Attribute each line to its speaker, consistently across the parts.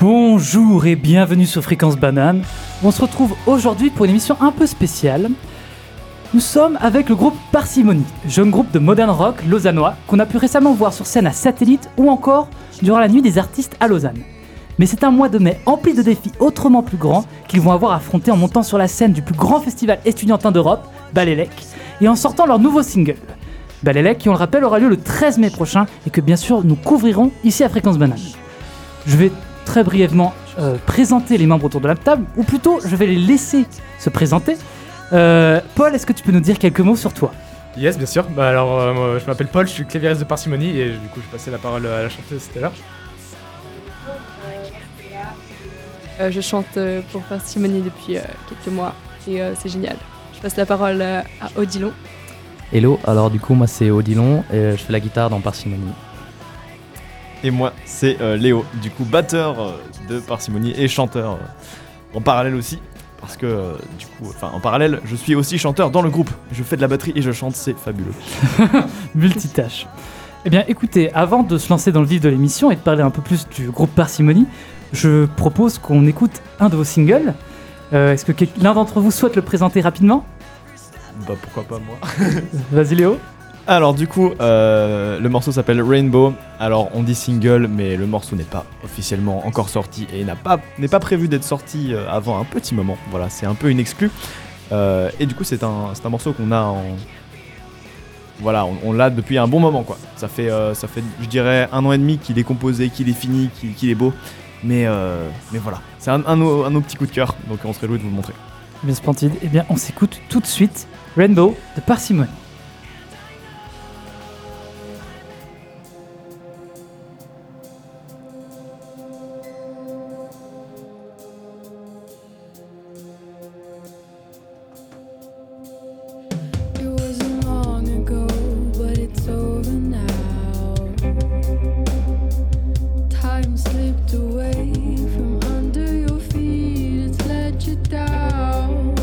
Speaker 1: Bonjour et bienvenue sur Fréquence Banane. On se retrouve aujourd'hui pour une émission un peu spéciale. Nous sommes avec le groupe Parsimony, jeune groupe de modern rock lausannois qu'on a pu récemment voir sur scène à Satellite ou encore durant la nuit des artistes à Lausanne. Mais c'est un mois de mai empli de défis autrement plus grands qu'ils vont avoir à affronter en montant sur la scène du plus grand festival estudiantin d'Europe, Balélec, et en sortant leur nouveau single. Balélec, qui on le rappelle aura lieu le 13 mai prochain et que bien sûr nous couvrirons ici à Fréquence Banane. Je vais très brièvement euh, présenter les membres autour de la table, ou plutôt je vais les laisser se présenter. Euh, Paul, est-ce que tu peux nous dire quelques mots sur toi
Speaker 2: Yes, bien sûr. Bah alors, euh, moi, je m'appelle Paul, je suis claviériste de Parcimonie et du coup, je passais la parole à la chanteuse tout à l'heure.
Speaker 3: Euh, je chante euh, pour Parcimonie depuis euh, quelques mois et euh, c'est génial. Je passe la parole euh, à Odilon.
Speaker 4: Hello, alors du coup moi c'est Odilon et euh, je fais la guitare dans Parcimonie.
Speaker 5: Et moi, c'est euh, Léo, du coup batteur euh, de Parcimonie et chanteur euh, en parallèle aussi. Parce que, euh, du coup, enfin, en parallèle, je suis aussi chanteur dans le groupe. Je fais de la batterie et je chante, c'est fabuleux.
Speaker 1: Multitâche. Eh bien écoutez, avant de se lancer dans le vif de l'émission et de parler un peu plus du groupe Parcimonie, je propose qu'on écoute un de vos singles. Euh, est-ce que quel- l'un d'entre vous souhaite le présenter rapidement
Speaker 5: Bah, pourquoi pas moi
Speaker 1: Vas-y Léo.
Speaker 5: Alors, du coup, euh, le morceau s'appelle Rainbow. Alors, on dit single, mais le morceau n'est pas officiellement encore sorti et n'a pas- n'est pas, prévu d'être sorti euh, avant un petit moment. Voilà, c'est un peu une exclue. Euh, et du coup, c'est un, c'est un morceau qu'on a en. Voilà, on, on l'a depuis un bon moment, quoi. Ça fait, euh, ça fait, je dirais, un an et demi qu'il est composé, qu'il est fini, qu'il qu'il est beau. Mais, euh, mais voilà, c'est un, un, de nos- un de nos petits coups de cœur, donc on serait loué de vous le montrer.
Speaker 1: Eh bien splendide. Eh bien on s'écoute tout de suite Rainbow de Parcimonie.
Speaker 6: It wasn't long ago, but it's over now. Time slipped away from under your feet, it's let you down.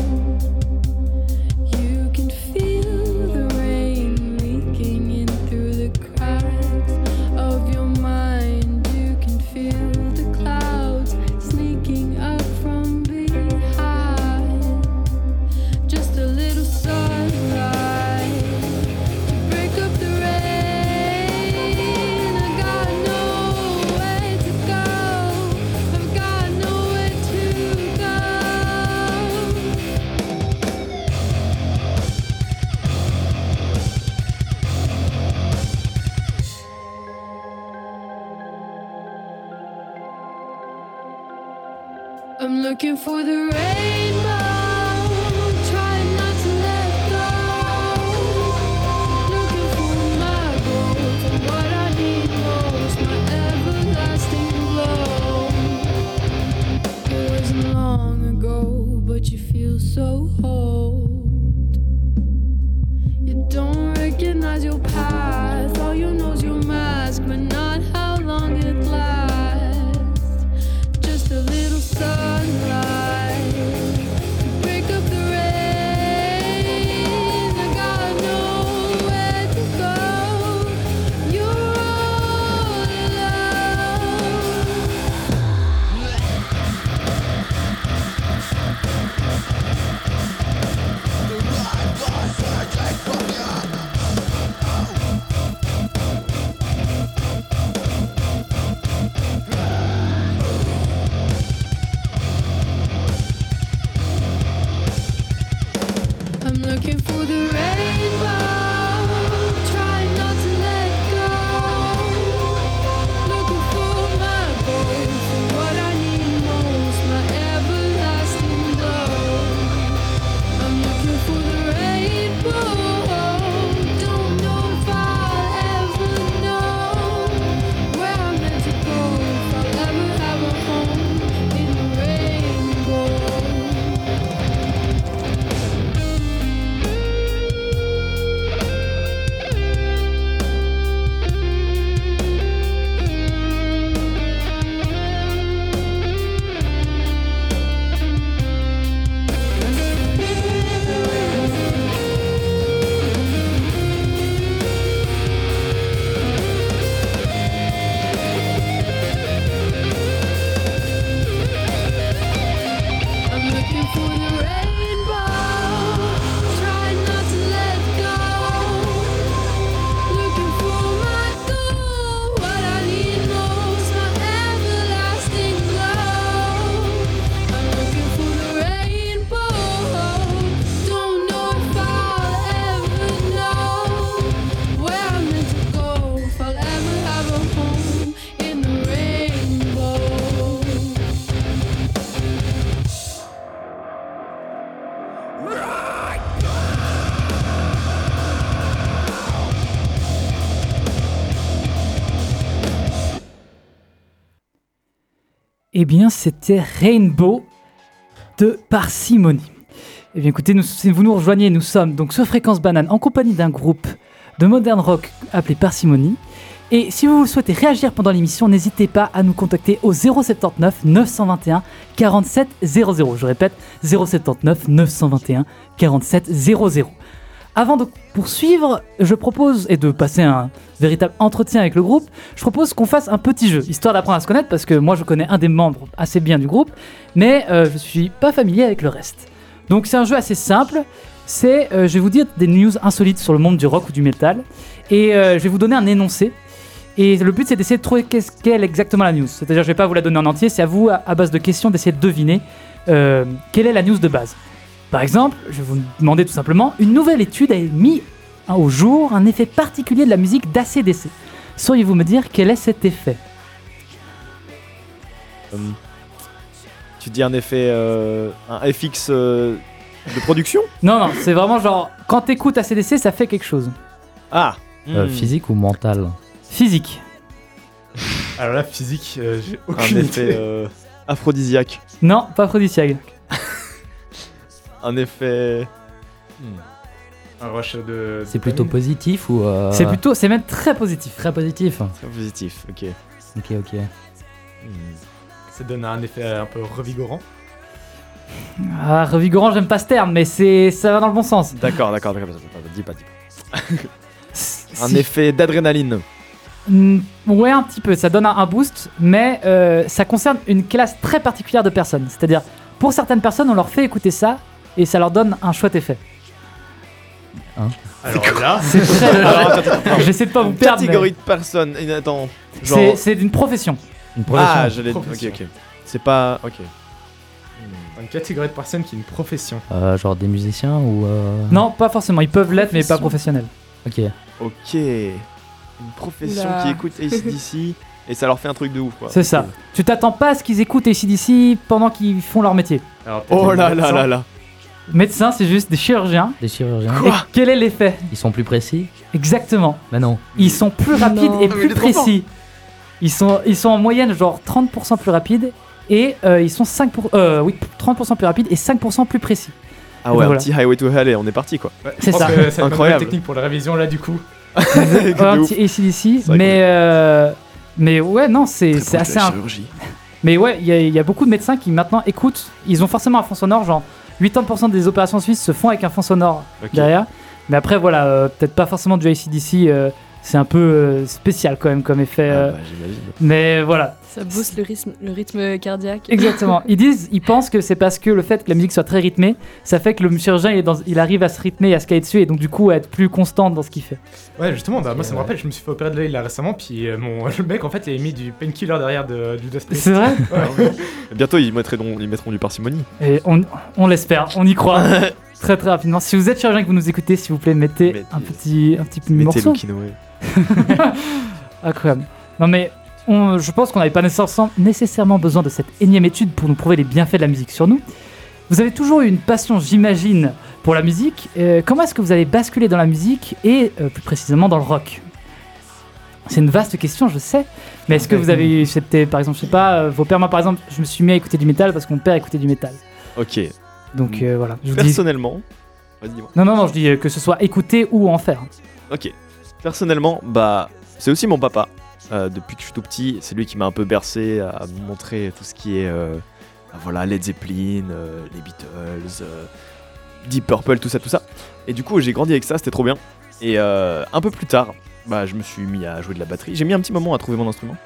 Speaker 6: You can feel the rain leaking in through the cracks of your mind. You can feel the clouds sneaking up from behind just a little sunlight to break up the rain. I got nowhere to go. I've got nowhere to go. I'm looking for the rainbow, trying not to let go. Looking for my goal, for what I need most, my everlasting glow. It wasn't long ago, but you feel so old. You don't recognize your path, all you know's your mask, but not how long it lasts just a little sunlight
Speaker 1: Eh bien, c'était Rainbow de Parcimonie. Eh bien, écoutez, nous- si vous nous rejoignez, nous sommes donc sur Fréquence Banane en compagnie d'un groupe de modern rock appelé Parcimonie. Et si vous souhaitez réagir pendant l'émission, n'hésitez pas à nous contacter au 079 921 47 00. Je répète, 079 921 47 00. Avant de poursuivre, je propose, et de passer un véritable entretien avec le groupe, je propose qu'on fasse un petit jeu, histoire d'apprendre à se connaître, parce que moi je connais un des membres assez bien du groupe, mais euh, je suis pas familier avec le reste. Donc c'est un jeu assez simple, c'est, euh, je vais vous dire des news insolites sur le monde du rock ou du métal, et euh, je vais vous donner un énoncé, et le but c'est d'essayer de trouver qu'est-ce qu'est exactement la news. C'est-à-dire je vais pas vous la donner en entier, c'est à vous, à, à base de questions, d'essayer de deviner euh, quelle est la news de base. Par exemple, je vais vous demander tout simplement, une nouvelle étude a mis hein, au jour un effet particulier de la musique d'ACDC. Sauriez-vous me dire quel est cet effet
Speaker 5: Hum. Tu dis un effet. euh, un FX euh, de production
Speaker 1: Non, non, c'est vraiment genre, quand t'écoutes ACDC, ça fait quelque chose.
Speaker 5: Ah
Speaker 4: Euh,
Speaker 5: Hmm.
Speaker 4: physique ou mental
Speaker 1: Physique.
Speaker 2: Alors là, physique, euh, j'ai
Speaker 5: Un
Speaker 2: aucune
Speaker 5: effet
Speaker 2: idée.
Speaker 5: euh, aphrodisiaque.
Speaker 1: Non, pas aphrodisiaque.
Speaker 5: Un effet. euh.
Speaker 2: Un rush de.
Speaker 4: C'est plutôt positif ou. euh,
Speaker 5: Ah
Speaker 1: C'est plutôt, c'est même très positif.
Speaker 4: Très positif.
Speaker 5: Très positif, ok.
Speaker 4: Ok, ok.
Speaker 5: Hmm.
Speaker 2: Ça donne un effet euh, un peu revigorant.
Speaker 1: Ah, revigorant, j'aime pas ce terme, mais c'est, ça va dans le bon sens.
Speaker 5: D'accord, d'accord, d'accord. d'accord, d'accord, Dis pas, dis pas. Un
Speaker 1: Si-
Speaker 5: effet d'adrénaline.
Speaker 1: Mm, Ouais, un petit peu. Ça donne un, un boost, mais euh, ça concerne une classe très particulière de personnes. C'est-à-dire, pour certaines personnes, on leur fait écouter ça et ça leur donne un chouette effet.
Speaker 2: Alors là,
Speaker 1: C'est très.
Speaker 5: Alors, attends, attends, attends.
Speaker 1: J'essaie de pas vous
Speaker 5: Une
Speaker 1: perdre. mais
Speaker 5: Catégorie de personnes. Et Attends. Genre...
Speaker 1: C'est, c'est d'une profession.
Speaker 4: Une
Speaker 5: Ah,
Speaker 4: profession.
Speaker 5: j'allais. Ok,
Speaker 2: Profession.
Speaker 5: ok. C'est pas. Ok.
Speaker 2: une catégorie de personnes qui est une profession.
Speaker 4: Euh, genre des musiciens ou. euh,
Speaker 1: Non, pas forcément. Ils peuvent l'être, mais pas professionnels.
Speaker 4: Ok.
Speaker 5: Ok. Une profession
Speaker 3: Oula.
Speaker 5: qui écoute ACDC et ça leur fait un truc de ouf quoi.
Speaker 1: C'est ça. Tu t'attends pas à ce qu'ils écoutent ACDC pendant qu'ils font leur métier.
Speaker 2: Alors, peut-être
Speaker 5: Oh
Speaker 2: une
Speaker 5: là là
Speaker 2: médecin.
Speaker 5: là là.
Speaker 1: Médecins, c'est juste des chirurgiens.
Speaker 4: Des chirurgiens.
Speaker 1: Et quel est l'effet
Speaker 4: Ils sont plus précis
Speaker 1: Exactement.
Speaker 4: Bah non.
Speaker 1: Ils sont plus rapides
Speaker 3: Non.
Speaker 1: et
Speaker 5: mais il
Speaker 1: plus
Speaker 5: est trop fort.
Speaker 1: précis. Ils sont, ils sont en moyenne genre 30% plus rapides et euh, ils sont 5 pour- euh, oui, 30% plus rapides et 5% plus précis.
Speaker 5: Ah
Speaker 1: Et
Speaker 5: ouais,
Speaker 1: ben
Speaker 5: un
Speaker 1: voilà.
Speaker 5: petit Highway to Hell et on est parti quoi.
Speaker 2: Ouais, je
Speaker 1: C'est
Speaker 2: pense
Speaker 1: ça.
Speaker 2: que C'est une bonne
Speaker 5: Incroyable.
Speaker 2: technique pour la révision là, du coup.
Speaker 5: De
Speaker 1: Un
Speaker 5: ouf.
Speaker 1: petit ACDC,
Speaker 5: vrai
Speaker 1: mais, euh, mais ouais, non, c'est c'est assez. un-
Speaker 5: chirurgie.
Speaker 1: Mais ouais, il y, a- il y a beaucoup de médecins qui maintenant écoutent. Ils ont forcément un fond sonore, genre 80% des opérations suisses se font avec un fond sonore derrière. Mais après, voilà, euh, peut-être pas forcément du ACDC. euh, c'est un peu euh, spécial quand même comme effet. euh,
Speaker 5: Ah bah, j'imagine.
Speaker 1: Mais voilà,
Speaker 3: Ça booste le rythme, le rythme cardiaque.
Speaker 1: Exactement. Ils disent, ils pensent que c'est parce que le fait que la musique soit très rythmée, ça fait que le chirurgien il, est dans- il arrive à se rythmer, et à se caler dessus, et donc du coup à être plus constant dans ce qu'il fait.
Speaker 2: Ouais, justement, bah, moi ça me
Speaker 4: Ouais.
Speaker 2: rappelle, je me suis fait opérer de l'œil là récemment, puis euh, mon, le mec en fait il avait mis du painkiller derrière de, du Dust
Speaker 1: C'est vrai
Speaker 5: Ah Bientôt ils mettront, ils mettront du parcimonie.
Speaker 1: Et on, on l'espère, on y croit. très très rapidement. Si vous êtes chirurgien et que vous nous écoutez, s'il vous plaît, mettez,
Speaker 5: Mettez-
Speaker 1: un petit, un petit
Speaker 5: Mettez
Speaker 1: morceau.
Speaker 5: Lucky Noé.
Speaker 1: Incroyable. Non mais on- je pense qu'on n'avait pas nécessairement- nécessairement besoin de cette énième étude pour nous prouver les bienfaits de la musique sur nous. Vous avez toujours eu une passion, j'imagine, pour la musique. Euh, comment est-ce que vous avez basculé dans la musique et euh, plus précisément dans le rock C'est une vaste question, je sais. Mais est-ce que vous avez eu, c'était par exemple, je sais pas, euh, vos pères, moi par exemple, je me suis mis à écouter du métal parce que mon père écoutait du métal.
Speaker 5: Ok.
Speaker 1: Donc euh, voilà, je vous dis.
Speaker 5: Personnellement. Vas-y, dis-moi.
Speaker 1: Non, non, non, je dis euh, que ce soit écouter ou en faire.
Speaker 5: Ok. Personnellement, bah, c'est aussi mon papa. Euh, depuis que je suis tout petit, c'est lui qui m'a un peu bercé à à me montrer tout ce qui est, euh, bah, voilà, Led Zeppelin, euh, les Beatles, euh, Deep Purple, tout ça, tout ça. Et du coup, j'ai grandi avec ça, c'était trop bien. Et euh, un peu plus tard, bah, je me suis mis à jouer de la batterie. J'ai mis un petit moment à trouver mon instrument.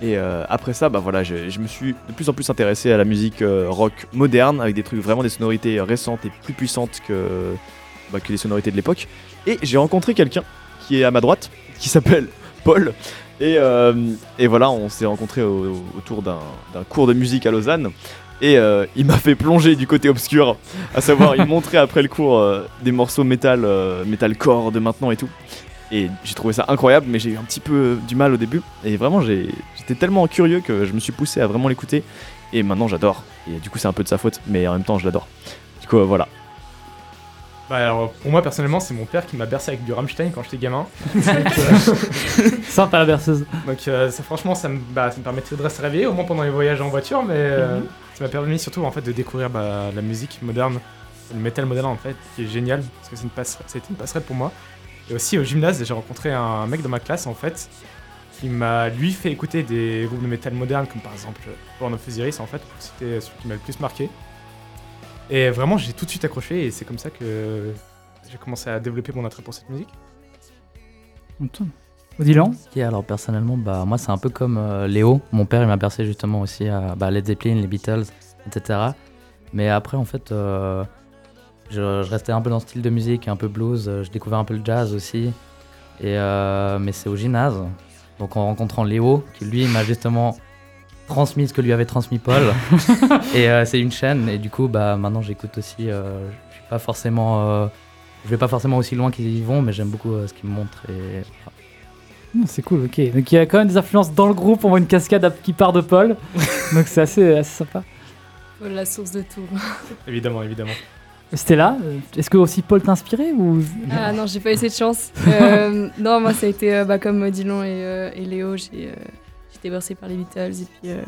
Speaker 5: Et euh, après ça, bah voilà, je, je me suis de plus en plus intéressé à la musique euh, rock moderne, avec des trucs vraiment des sonorités récentes et plus puissantes que, bah, que les sonorités de l'époque. Et j'ai rencontré quelqu'un qui est à ma droite, qui s'appelle Paul. Et, euh, et voilà, on s'est rencontrés au- au- autour d'un d'un cours de musique à Lausanne. Et euh, il m'a fait plonger du côté obscur, à savoir, il montrait après le cours euh, des morceaux métal, euh, metalcore de maintenant et tout. Et j'ai trouvé ça incroyable, mais j'ai eu un petit peu euh, du mal au début. Et vraiment, j'ai- j'étais tellement curieux que je me suis poussé à vraiment l'écouter. Et maintenant, j'adore. Et du coup, c'est un peu de sa faute, mais en même temps, je l'adore. Du coup, euh, voilà.
Speaker 2: Bah alors, pour moi personnellement, c'est mon père qui m'a bercé avec du Rammstein quand j'étais gamin.
Speaker 1: Sympa la berceuse.
Speaker 2: Donc euh, ça, franchement, ça me, bah, ça me permettait de rester réveillé, au moins pendant les voyages en voiture, mais euh, ça m'a permis surtout en fait de découvrir bah, la musique moderne, le metal moderne en fait, qui est génial, parce que c'est une passerelle, ça a été une passerelle pour moi. Et aussi au gymnase, j'ai rencontré un mec dans ma classe en fait, qui m'a lui fait écouter des groupes de metal moderne, comme par exemple euh, Born of Osiris en fait, pour citer celui qui m'a le plus marqué. Et vraiment, j'ai tout de suite accroché, et c'est comme ça que j'ai commencé à développer mon attrait pour cette musique.
Speaker 1: Odilan
Speaker 4: Ok, alors personnellement, bah, moi c'est un peu comme euh, Léo. Mon père il m'a percé justement aussi à bah, Led Zeppelin, les Beatles, etc. Mais après, en fait, euh, je, je restais un peu dans le style de musique, un peu blues. euh, Je découvrais un peu le jazz aussi. Et, euh, mais c'est au gymnase. Donc en rencontrant Léo, qui lui m'a justement transmis ce que lui avait transmis Paul. et euh, c'est une chaîne. Et du coup, bah, maintenant j'écoute aussi. euh, je suis pas forcément. euh, je vais pas forcément aussi loin qu'ils y vont, mais j'aime beaucoup euh, ce qu'ils me montrent. Et,
Speaker 1: Hmm, C'est cool, ok. Donc il y a quand même des influences dans le groupe. On voit une cascade à- qui part de Paul. Donc c'est assez, assez sympa.
Speaker 3: La source de tout.
Speaker 2: Évidemment, évidemment.
Speaker 1: Stella, euh, est-ce que aussi Paul t'a inspiré ou...
Speaker 5: Euh.
Speaker 3: Ah non, j'ai pas eu cette chance. Euh, non, moi, ça a été euh, bah, comme euh, Dylan et, euh, et Léo, j'ai euh, j'ai été bercée par les Beatles et puis euh,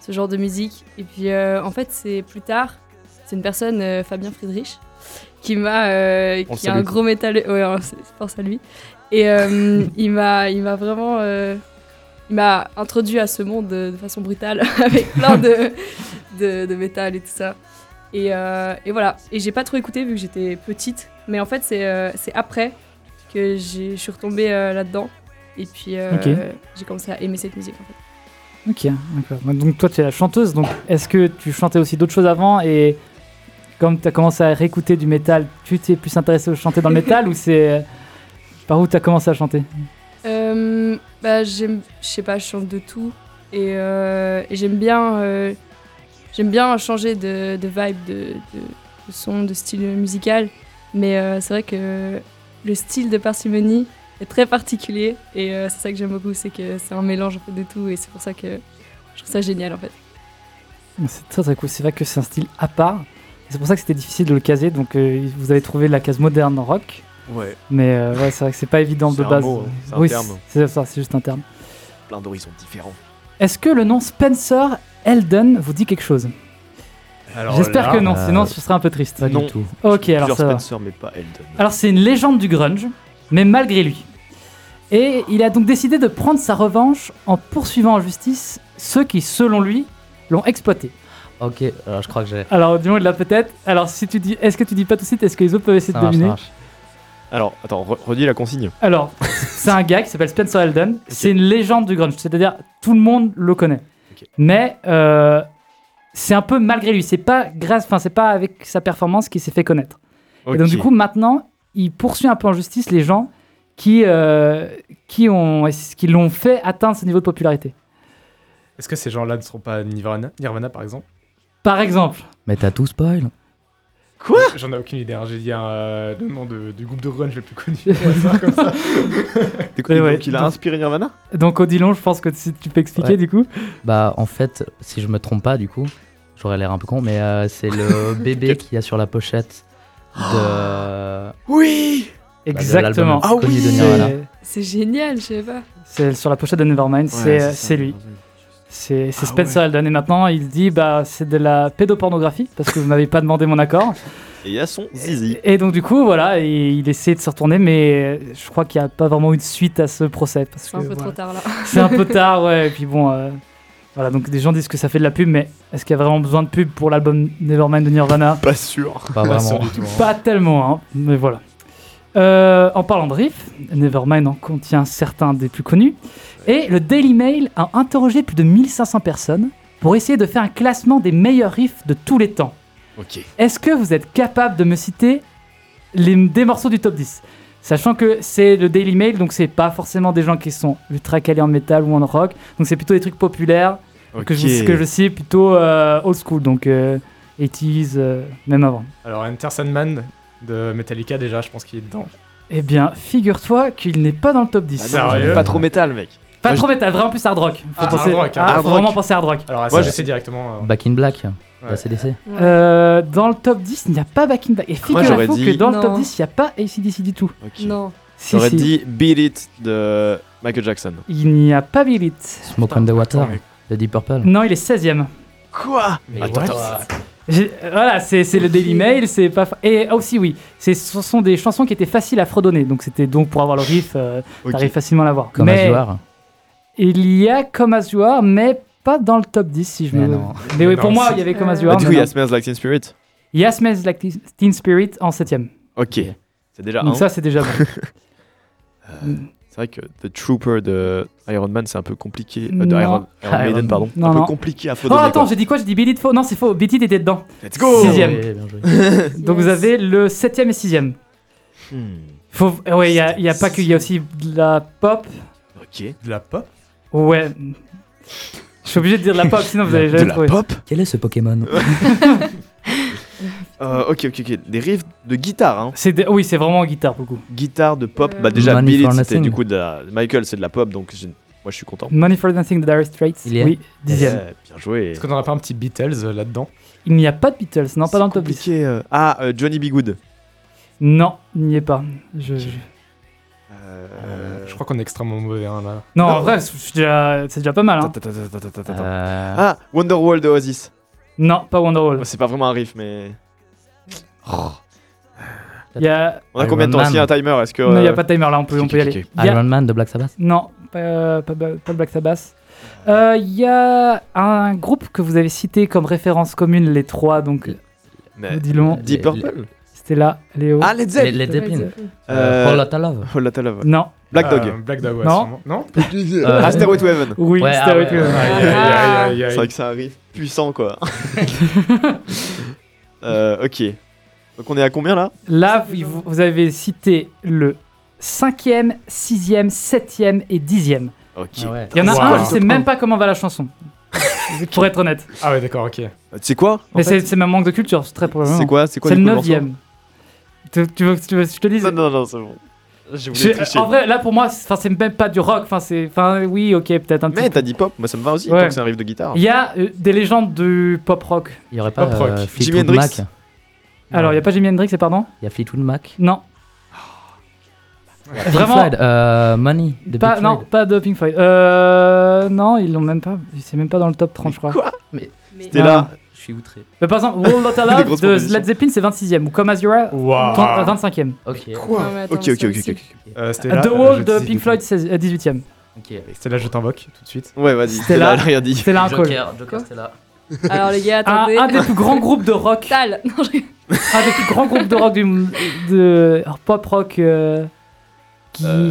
Speaker 3: ce genre de musique. Et puis, euh, en fait, c'est plus tard, c'est une personne, euh, Fabien Friedrich, qui m'a. euh,
Speaker 5: On le
Speaker 3: qui a un
Speaker 5: salue.
Speaker 3: gros métal. Ouais, alors, c'est c'est force à lui. Et euh, il m'a il m'a vraiment. euh, il m'a introduit à ce monde de, de façon brutale avec plein de, de, de métal et tout ça. Et, euh, et voilà. Et j'ai pas trop écouté vu que j'étais petite. Mais en fait, c'est euh, c'est après que j'ai- je suis retombée euh, là-dedans. Et puis, euh,
Speaker 1: Ok.
Speaker 3: j'ai commencé à aimer cette musique. En fait.
Speaker 1: Ok, d'accord. Donc, Donc toi tu es la chanteuse. Donc est-ce que tu chantais aussi d'autres choses avant et comme tu as commencé à réécouter du métal, tu t'es plus intéressé au chanter dans le métal ou c'est euh, par où tu as commencé à chanter
Speaker 3: Euh, bah, j'aime- je sais pas, je chante de tout. Et, euh, et j'aime bien, euh, j'aime bien changer de, de vibe, de, de- de son, de style musical. Mais euh, c'est vrai que le style de Parcimonie est très particulier. Et euh, c'est ça que j'aime beaucoup, c'est que c'est un mélange en fait, de tout. Et c'est pour ça que je trouve ça génial en fait.
Speaker 1: C'est très très cool. C'est vrai que c'est un style à part. C'est pour ça que c'était difficile de le caser. Donc euh, vous avez trouvé la case moderne rock.
Speaker 5: Ouais,
Speaker 1: Mais euh, ouais, c'est vrai que c'est pas évident de
Speaker 5: C'est un
Speaker 1: base.
Speaker 5: mot, hein. C'est un
Speaker 1: oui,
Speaker 5: terme.
Speaker 1: c'est ça, c'est juste un terme.
Speaker 5: plein d'horizons différents.
Speaker 1: Est-ce que le nom Spencer Elden vous dit quelque chose J'espère que non,
Speaker 4: euh,
Speaker 1: sinon ce serait un peu triste.
Speaker 5: Non.
Speaker 4: du tout.
Speaker 1: Ok, alors
Speaker 5: Plusieurs
Speaker 1: ça va.
Speaker 5: Spencer, mais pas Elden.
Speaker 1: Alors c'est une légende du grunge, mais malgré lui. Et il a donc décidé de prendre sa revanche en poursuivant en justice ceux qui, selon lui, l'ont exploité.
Speaker 4: Ok, alors je crois que j'ai.
Speaker 1: Alors du moins là peut-être. Alors si tu dis, est-ce que tu dis pas tout de suite, est-ce que les autres peuvent essayer
Speaker 4: Ça
Speaker 1: de
Speaker 4: marche, ça
Speaker 1: deviner
Speaker 4: marche.
Speaker 5: Alors, attends, re- redis la consigne.
Speaker 1: Alors c'est un gars qui s'appelle Spencer Elden. C'est une légende du grunge, c'est-à-dire tout le monde le connaît.
Speaker 5: Ok.
Speaker 1: Mais euh, c'est un peu malgré lui. C'est pas grâce, enfin c'est pas avec sa performance qu'il s'est fait connaître. Et donc
Speaker 5: Ok.
Speaker 1: du coup, maintenant, il poursuit un peu en justice les gens qui, euh, qui, ont, qui l'ont fait atteindre ce niveau de popularité.
Speaker 2: Est-ce que ces gens-là ne seront pas Nirvana, Nirvana par exemple
Speaker 1: Par exemple,
Speaker 4: Mais t'as tout spoil.
Speaker 2: Quoi J'en ai aucune idée. hein. J'ai dit un, euh, le nom de- du groupe de grunge le plus connu. Ça, comme ça.
Speaker 5: T'es connu,
Speaker 1: Eh ouais.
Speaker 5: donc il a
Speaker 1: Donc-
Speaker 5: inspiré Nirvana
Speaker 1: donc Odilon, je pense que si tu peux expliquer
Speaker 4: Ouais.
Speaker 1: du coup.
Speaker 4: Bah, en fait, si je me trompe pas, du coup, j'aurais l'air un peu con, mais euh, c'est le bébé qu'il y a sur la pochette bah, de.
Speaker 5: Oui
Speaker 1: Exactement.
Speaker 4: Ah
Speaker 5: oui,
Speaker 4: de
Speaker 1: C'est-
Speaker 4: Nirvana.
Speaker 3: C'est génial, je sais pas.
Speaker 1: C'est sur la pochette de Nevermind, c'est, euh, c'est, lui. C'est, c'est Spencer Elden. Et maintenant, il dit bah, c'est de la pédopornographie parce que vous m'avez pas demandé mon accord.
Speaker 5: Et il y a son zizi.
Speaker 1: Et donc, du coup, voilà, et il essaie de se retourner, mais euh, je crois qu'il n'y a pas vraiment eu de suite à ce procès. Parce
Speaker 3: C'est un
Speaker 1: que,
Speaker 3: peu
Speaker 1: voilà.
Speaker 3: trop tard là.
Speaker 1: C'est un peu tard, ouais. Et puis bon, euh, voilà. Donc des gens disent que ça fait de la pub, mais est-ce qu'il y a vraiment besoin de pub pour l'album Nevermind de Nirvana
Speaker 5: Pas sûr.
Speaker 4: Pas vraiment.
Speaker 1: Pas tellement, hein. Mais voilà. Euh, en parlant de riff, Nevermind en contient certains des plus connus. Et le Daily Mail a interrogé plus de 1500 personnes pour essayer de faire un classement des meilleurs riffs de tous les temps.
Speaker 5: Ok.
Speaker 1: Est-ce que vous êtes capable de me citer les, des morceaux du top 10 Sachant que c'est le Daily Mail, donc c'est pas forcément des gens qui sont ultra calés en métal ou en rock, donc c'est plutôt des trucs populaires que, je, que je sais plutôt euh, old school, donc euh, 80s, euh, même avant.
Speaker 2: Alors, Enter Sandman de Metallica, déjà, je pense qu'il est dedans.
Speaker 1: Eh bien, figure-toi qu'il n'est pas dans le top 10.
Speaker 2: Ah non, Sérieux
Speaker 5: Pas trop métal, mec.
Speaker 1: pas
Speaker 5: moi,
Speaker 1: trop métal, vraiment plus hard rock. Faut,
Speaker 2: Ah,
Speaker 1: penser-
Speaker 2: hard rock, hein.
Speaker 1: ah,
Speaker 5: Hard
Speaker 1: faut
Speaker 5: rock.
Speaker 1: vraiment penser hard rock.
Speaker 2: Alors, à
Speaker 5: Ouais.
Speaker 2: ça, je sais directement. euh,
Speaker 4: Back in Black.
Speaker 2: Ouais.
Speaker 4: la CDC.
Speaker 3: Ouais.
Speaker 1: Euh, dans le top 10, il n'y a pas Back in Black. Et
Speaker 5: Moi,
Speaker 1: figurez-vous
Speaker 5: j'aurais dit-
Speaker 1: que dans le
Speaker 3: Non.
Speaker 1: top 10, il n'y a pas ACDC du tout.
Speaker 5: Ok.
Speaker 3: Non.
Speaker 1: Si,
Speaker 5: J'aurais
Speaker 1: si.
Speaker 5: dit Beat It de Michael Jackson.
Speaker 1: Il n'y a pas Bill It.
Speaker 4: Smoke on the Water
Speaker 2: attends, mais-
Speaker 4: de Deep Purple.
Speaker 1: Non, il est 16ème.
Speaker 5: Quoi
Speaker 4: Attends,
Speaker 1: what J'ai- euh, Voilà, c'est c'est le Daily Mail, c'est pas. fa- Et ah, aussi, oui, c'est- ce sont des chansons qui étaient faciles à fredonner. Donc, c'était donc pour avoir le riff, euh, t'arrives facilement à l'avoir.
Speaker 4: Comme
Speaker 1: mais
Speaker 4: Azure.
Speaker 1: il y a Comme As You Are, mais pas dans le top 10, si je
Speaker 4: Mais
Speaker 1: me.
Speaker 4: non.
Speaker 1: Mais oh. oui,
Speaker 2: Mais
Speaker 1: pour
Speaker 2: non,
Speaker 1: moi,
Speaker 2: c'est-
Speaker 1: il y avait Comme
Speaker 3: Euh,
Speaker 1: As You
Speaker 5: Bah,
Speaker 1: Are.
Speaker 5: Du
Speaker 1: mais
Speaker 5: coup, il y
Speaker 1: non.
Speaker 5: a Smells Like Teen Spirit.
Speaker 1: Il y a Smells Like Teen- Teen Spirit en 7ème.
Speaker 5: Ok, c'est déjà un.
Speaker 1: Donc, ça, c'est déjà bon.
Speaker 5: C'est vrai que The Trooper de Iron Man, c'est un peu compliqué. euh, de
Speaker 1: Non. Ah,
Speaker 5: Iron, Iron
Speaker 4: Iron
Speaker 5: Maiden,
Speaker 4: Man.
Speaker 5: pardon.
Speaker 1: Non,
Speaker 5: un
Speaker 1: non.
Speaker 5: peu compliqué à
Speaker 1: Oh,
Speaker 5: fredonner.
Speaker 1: attends,
Speaker 5: quoi.
Speaker 1: j'ai dit quoi J'ai dit Bill It faux. Non, c'est faux. Bill It était dedans.
Speaker 5: Let's go
Speaker 1: Sixième.
Speaker 4: Ouais, Ah, bien joué.
Speaker 1: Donc,
Speaker 3: Yes.
Speaker 1: vous avez le 7ème et 6ème.
Speaker 5: Hmm,
Speaker 1: Faut... Ouais, il y a, il y a pas que, il y a aussi de la pop.
Speaker 5: Ok.
Speaker 2: De la pop
Speaker 1: Ouais. Je suis obligé de dire de la pop, sinon vous allez
Speaker 5: De
Speaker 1: jamais
Speaker 5: la
Speaker 1: trouver.
Speaker 5: pop
Speaker 4: Quel est ce Pokémon
Speaker 5: Euh, Ok, ok, ok. Des riffs de guitare, hein.
Speaker 1: C'est des- Oui, c'est vraiment en guitare beaucoup.
Speaker 5: Guitare de pop.
Speaker 3: Euh,
Speaker 5: Bah, déjà,
Speaker 4: Money
Speaker 5: Billy,
Speaker 4: for
Speaker 5: c'était
Speaker 4: Nothing.
Speaker 5: du coup de la. Michael, c'est de la pop, donc j'ai- moi, je suis content.
Speaker 1: Money for Dancing de Dire Straits.
Speaker 4: Il y Euh, a-
Speaker 1: Oui, dixième.
Speaker 5: Ouais, bien joué.
Speaker 2: Est-ce qu'on n'aurait pas un petit Beatles euh, là-dedans
Speaker 1: Il n'y a pas de Beatles, non, pas dans le top 10.
Speaker 5: Compliqué, euh, Ah, euh, Johnny B. Good.
Speaker 1: Non, il n'y est pas. Je- je-
Speaker 5: Euh,
Speaker 2: Je crois qu'on est extrêmement mauvais hein, là.
Speaker 1: Non, en
Speaker 5: Non.
Speaker 1: vrai, c'est déjà... c'est déjà pas mal. Hein.
Speaker 5: attends, attends, attends, attends, attends, attends.
Speaker 4: Euh,
Speaker 5: Ah, Wonderwall de Oasis.
Speaker 1: Non, pas Wonderwall.
Speaker 5: Bon, C'est pas vraiment un riff, mais. Oh.
Speaker 1: Il y a...
Speaker 5: On a
Speaker 4: Iron
Speaker 5: combien de temps
Speaker 4: Man.
Speaker 5: aussi un timer Est-ce que.
Speaker 1: Non, il n'y a
Speaker 5: euh,
Speaker 1: pas de timer là, on peut, on peut y
Speaker 5: ok, ok,
Speaker 1: aller.
Speaker 5: ok.
Speaker 1: Il y a-
Speaker 4: Iron Man de Black Sabbath.
Speaker 1: Non, pas, euh, pas, Bla- pas Black Sabbath. Euh, Il y a un groupe que vous avez cité comme référence commune, les trois, donc
Speaker 5: Mais-
Speaker 1: nous dis long.
Speaker 5: Deep
Speaker 4: Les- les-
Speaker 5: Purple
Speaker 1: C'était là, Léo.
Speaker 5: euh, Ah, Led
Speaker 4: Les
Speaker 5: Zeppelin
Speaker 4: Led Zeppelin.
Speaker 5: Euh,
Speaker 4: Paul Love.
Speaker 5: Oh, la telle, ouais.
Speaker 1: Non,
Speaker 5: Black
Speaker 2: Euh,
Speaker 5: Dog.
Speaker 2: Black Dog, ouais,
Speaker 1: Non.
Speaker 2: sûrement. Non
Speaker 4: Euh,
Speaker 5: Asteroid to Heaven.
Speaker 1: oui,
Speaker 4: Ouais,
Speaker 1: c'était
Speaker 4: ah
Speaker 1: avec
Speaker 4: ouais,
Speaker 1: eux.
Speaker 4: ouais.
Speaker 2: Aïe, aïe, aïe, aïe,
Speaker 5: C'est
Speaker 2: aïe.
Speaker 5: vrai que c'est un riff puissant, quoi. Euh, ok. Donc on est à combien là
Speaker 1: Là, vous, vous avez cité le cinquième, sixième, septième et dixième.
Speaker 5: Ok.
Speaker 4: Ah ouais.
Speaker 1: Il y en a
Speaker 2: Wow.
Speaker 1: un, je sais même pas comment va la chanson. pour être honnête.
Speaker 2: Ah ouais, d'accord, ok.
Speaker 5: Euh, Tu sais quoi en
Speaker 1: Mais
Speaker 5: fait
Speaker 1: c'est c'est même manque de culture, c'est très probablement.
Speaker 5: C'est quoi C'est quoi
Speaker 1: C'est le
Speaker 5: du coup, morceau
Speaker 1: neuvième. Tu, tu veux, tu veux que je te dise
Speaker 5: Non, non, non, c'est bon. Je voulais
Speaker 1: J'ai-
Speaker 5: tricher.
Speaker 1: En vrai, là pour moi, c'est enfin, c'est même pas du rock. Enfin, c'est, enfin, oui, ok, peut-être un
Speaker 5: Mais
Speaker 1: petit. peu.
Speaker 5: t'as dit pop, moi ça me va aussi,
Speaker 1: Ouais.
Speaker 5: tant que c'est un riff de guitare.
Speaker 1: Il y a euh, des légendes du pop rock.
Speaker 4: Il y aurait pas
Speaker 2: Pop rock.
Speaker 4: euh,
Speaker 5: Jimi
Speaker 4: Fleetwood
Speaker 5: Hendrix.
Speaker 4: Mac.
Speaker 1: Alors, il y a pas Jimi Hendrix, et pardon
Speaker 4: Il y a Fleetwood Mac.
Speaker 1: Non.
Speaker 4: Pink
Speaker 1: Vraiment.
Speaker 4: Floyd, euh, Money. de
Speaker 1: Pas,
Speaker 4: Pink
Speaker 1: non,
Speaker 4: Floyd.
Speaker 1: pas de Pink Floyd. Euh, non, ils l'ont même pas. C'est même pas dans le top 30, je crois.
Speaker 5: T'es là
Speaker 4: Je suis outré.
Speaker 1: Mais par exemple, Wall Lotta
Speaker 5: Des
Speaker 1: Love
Speaker 5: grosses
Speaker 1: de
Speaker 5: propositions.
Speaker 1: Led Zeppelin, c'est 25ème. Ou Comme As You Are, euh,
Speaker 2: Waouh
Speaker 1: 25ème.
Speaker 4: Ok.
Speaker 3: Non, mais attends,
Speaker 5: Ok, ok,
Speaker 3: ça
Speaker 5: ok,
Speaker 3: aussi.
Speaker 5: ok.
Speaker 2: Euh, c'était là,
Speaker 1: The
Speaker 2: euh, je
Speaker 1: Wall
Speaker 2: te
Speaker 1: de
Speaker 2: dis
Speaker 1: Pink
Speaker 2: tout.
Speaker 1: Floyd, 16 euh, 18ème.
Speaker 4: Ok.
Speaker 2: C'était là, je t'invoque tout de suite.
Speaker 5: Ouais, vas-y,
Speaker 1: C'était
Speaker 5: t'es là,
Speaker 1: là.
Speaker 5: elle a rien dit.
Speaker 1: C'est là un call.
Speaker 3: Quoi
Speaker 4: Stella.
Speaker 3: Alors les gars,
Speaker 4: Ah,
Speaker 1: Un,
Speaker 3: attendez.
Speaker 1: un des plus grands groupes de rock.
Speaker 3: Tal. Non, je rigole.
Speaker 1: un des plus grands groupes de rock du. de alors, pop rock. euh, qui,
Speaker 5: Euh,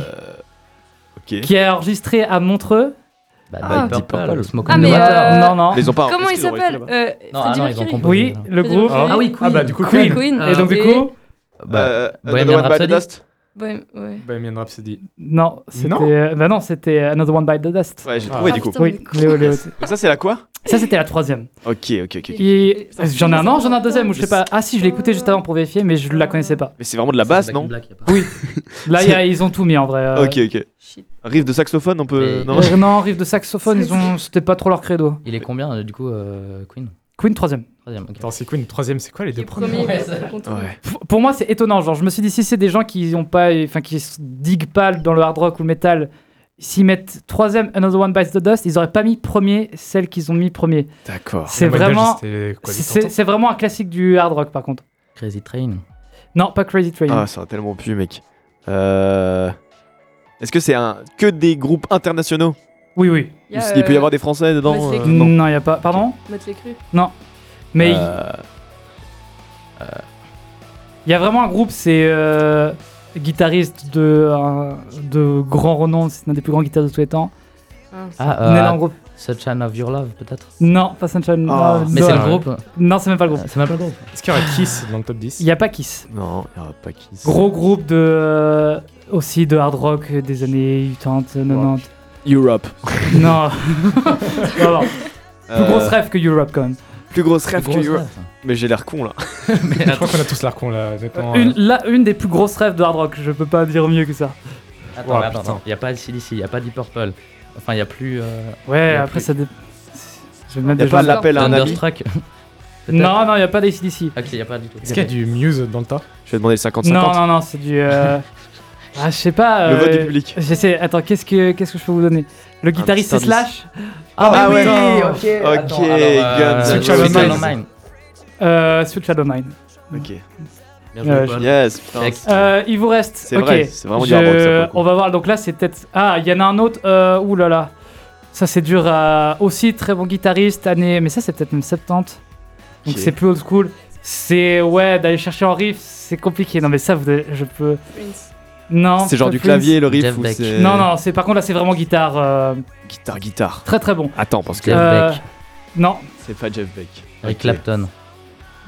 Speaker 5: Ok.
Speaker 1: qui a enregistré à Montreux.
Speaker 4: Bah,
Speaker 3: Ah.
Speaker 4: Deep Purple, Smoke
Speaker 3: Ah,
Speaker 4: on the
Speaker 3: mais,
Speaker 4: Water.
Speaker 3: euh,
Speaker 1: Non, non.
Speaker 5: Mais ils ont pas
Speaker 3: Comment il
Speaker 5: est-ce qu'ils auraient
Speaker 3: s'appelle
Speaker 5: été là-bas
Speaker 3: euh,
Speaker 4: Non, ah
Speaker 3: Freddie
Speaker 4: non, ils ont
Speaker 3: Mercury.
Speaker 4: compris.
Speaker 1: Oui, le
Speaker 3: Freddie
Speaker 1: groupe.
Speaker 3: Mercury.
Speaker 4: Ah oui, Queen.
Speaker 2: Ah bah, du coup,
Speaker 1: Queen.
Speaker 2: Queen.
Speaker 3: Queen.
Speaker 1: Et donc, du
Speaker 3: Et-
Speaker 1: coup,
Speaker 4: Bah,
Speaker 5: Euh,
Speaker 4: Bohemian
Speaker 5: Another One by
Speaker 4: Rhapsody.
Speaker 5: the Dust
Speaker 3: Ouais, ouais.
Speaker 2: Bohemian Rhapsody.
Speaker 1: non, c'était.
Speaker 2: Non.
Speaker 1: euh, bah non, c'était Another One by the Dust.
Speaker 5: Ouais, j'ai
Speaker 2: Ah.
Speaker 5: trouvé
Speaker 3: Ah,
Speaker 5: du coup.
Speaker 3: putain.
Speaker 1: Oui, Léo, Léo.
Speaker 5: Donc ça, c'est la quoi
Speaker 1: Ça, c'était la troisième.
Speaker 5: Ok, ok, ok. ok.
Speaker 1: Et
Speaker 3: Et-
Speaker 1: j'en ai un, non, j'en ai un deuxième, ou je sais pas. Ah, si, je l'ai écouté juste avant pour vérifier, mais je la connaissais pas.
Speaker 5: Mais c'est vraiment de la basse, non
Speaker 1: Là, il y a- ils ont tout mis en vrai. euh.
Speaker 5: Ok, ok.
Speaker 3: Shit.
Speaker 5: Riff de saxophone, on peut.
Speaker 4: Mais-
Speaker 5: Non
Speaker 1: Euh, non, riff de saxophone, ils ont... c'était pas trop leur credo.
Speaker 4: Il est combien euh, du coup euh, Queen
Speaker 1: Queen troisième.
Speaker 4: Troisième. ok.
Speaker 2: Attends, c'est Queen. le Troisième, c'est quoi les
Speaker 3: Les
Speaker 2: deux premiers
Speaker 3: premiers.
Speaker 4: Ouais,
Speaker 3: mais on compte.
Speaker 5: Ouais.
Speaker 1: P- Pour moi, c'est étonnant. Genre, je me suis dit, si c'est des gens qui ont pas, enfin, qui s- diguent pas dans le hard rock ou le metal, s'ils mettent troisième Another One Bites the Dust, ils auraient pas mis premier celle qu'ils ont mis premier.
Speaker 5: D'accord.
Speaker 1: C'est
Speaker 2: La White Belge,
Speaker 1: vraiment,
Speaker 2: c'était quoi, les
Speaker 1: c'est
Speaker 2: Tentants
Speaker 1: c'est vraiment un classique du hard rock, par contre.
Speaker 4: Crazy Train.
Speaker 1: Non, pas Crazy Train.
Speaker 5: Ah, ça a tellement pu, mec. Euh... Est-ce que c'est un... que des groupes internationaux
Speaker 1: Oui, oui.
Speaker 3: Il y a,
Speaker 5: Il peut y
Speaker 3: euh,
Speaker 5: avoir des Français dedans
Speaker 3: Wesley
Speaker 5: euh,
Speaker 3: Crüe.
Speaker 5: Non.
Speaker 1: Non, il y a pas. Pardon.
Speaker 3: Motley Crue.
Speaker 1: Mais il
Speaker 5: Euh,
Speaker 1: y a vraiment un groupe, c'est euh, guitariste de un- de grand renom, c'est l'un des plus grands guitaristes de tous les temps.
Speaker 3: Ah,
Speaker 1: On est là
Speaker 4: Ah,
Speaker 1: en
Speaker 4: euh,
Speaker 1: groupe.
Speaker 4: Sunshine of Your Love peut-être
Speaker 1: Non, pas Sunshine.
Speaker 5: Ah,
Speaker 1: non,
Speaker 4: Mais
Speaker 1: non.
Speaker 4: c'est le
Speaker 2: ouais.
Speaker 4: groupe.
Speaker 1: Non, c'est même pas le groupe.
Speaker 4: C'est même pas le groupe.
Speaker 2: Est-ce qu'il y aurait Kiss dans le top 10
Speaker 1: Il y a pas Kiss.
Speaker 5: Non, il y aura pas qui.
Speaker 1: Gros groupe de euh, aussi de hard rock des années 80, 90.
Speaker 5: Europe.
Speaker 1: Non. non, non. Plus
Speaker 5: Euh,
Speaker 1: grosse rêve que Europe quand même.
Speaker 5: Plus grosse rêve que
Speaker 4: Grosse
Speaker 5: Europe.
Speaker 4: rêve.
Speaker 5: Mais j'ai l'air con là.
Speaker 2: Je crois qu'on a tous l'arcon là. honnêtement,
Speaker 1: Une,
Speaker 2: euh,
Speaker 1: là, une des plus grosses rêves de hard rock. Je peux pas dire mieux que ça.
Speaker 4: Attends,
Speaker 2: Oh,
Speaker 4: attends,
Speaker 2: putain.
Speaker 4: attends. Il n'y a pas ACDC, il n'y a pas Deep Purple. Enfin, il n'y a plus. Euh,
Speaker 1: Ouais,
Speaker 4: Y a
Speaker 1: après
Speaker 4: plus-
Speaker 1: ça. dé- Je vais mettre
Speaker 5: Y a
Speaker 1: des
Speaker 5: pas
Speaker 1: gens.
Speaker 5: l'appel à un ami
Speaker 4: Thunderstruck. Peut-être
Speaker 1: Non, non, il n'y a pas d'ici
Speaker 4: Ok, il n'y a pas du tout.
Speaker 2: Est-ce qu'il y a du Muse dans le tas
Speaker 5: Je vais demander le 50-50.
Speaker 1: Non, non, non, c'est du. euh, ah, je sais pas.
Speaker 5: Le vote
Speaker 1: euh,
Speaker 5: du public.
Speaker 1: J'essaie. Attends, qu'est-ce que qu'est-ce que je peux vous donner Le guitariste c'est
Speaker 5: petit indice.
Speaker 1: Slash. Ah,
Speaker 5: Ah
Speaker 1: mais
Speaker 5: ouais.
Speaker 1: oui, ok.
Speaker 5: Ok,
Speaker 4: Attends, alors,
Speaker 5: Guns
Speaker 4: euh,
Speaker 5: N'
Speaker 4: Sweet Child
Speaker 5: Roses.
Speaker 4: of Mine.
Speaker 1: Euh, Sweet Shadow Mine.
Speaker 5: Ok.
Speaker 4: Bien
Speaker 1: Euh,
Speaker 4: joué, Paul.
Speaker 5: Yes, putain.
Speaker 4: Check.
Speaker 1: Euh, il vous reste.
Speaker 5: C'est
Speaker 1: ok.
Speaker 5: vrai, c'est vraiment du hard rock, ça, pour le coup.
Speaker 1: On va voir. Donc là, c'est peut-être. Ah, il y en a un autre. Euh, ouh là là. Ça, c'est dur. à- Aussi, très bon guitariste. Année. Mais ça, c'est peut-être même 70. Donc
Speaker 5: Ok.
Speaker 1: c'est plus old school. C'est. Ouais, d'aller chercher en riff, c'est compliqué. Non, mais ça, vous- je peux.
Speaker 3: Prince.
Speaker 1: Non.
Speaker 5: C'est genre
Speaker 1: pas
Speaker 5: du
Speaker 1: plus.
Speaker 5: clavier, le riff
Speaker 4: Jeff
Speaker 5: ou
Speaker 4: Beck.
Speaker 5: c'est.
Speaker 1: Non, non, c'est par contre là c'est vraiment guitare. euh,
Speaker 5: Guitare, guitare.
Speaker 1: très très bon.
Speaker 5: Attends, parce que
Speaker 4: Jeff
Speaker 1: Euh,
Speaker 4: Beck.
Speaker 1: Non.
Speaker 5: c'est pas Jeff Beck.
Speaker 4: Eric
Speaker 5: Ok.
Speaker 4: Clapton.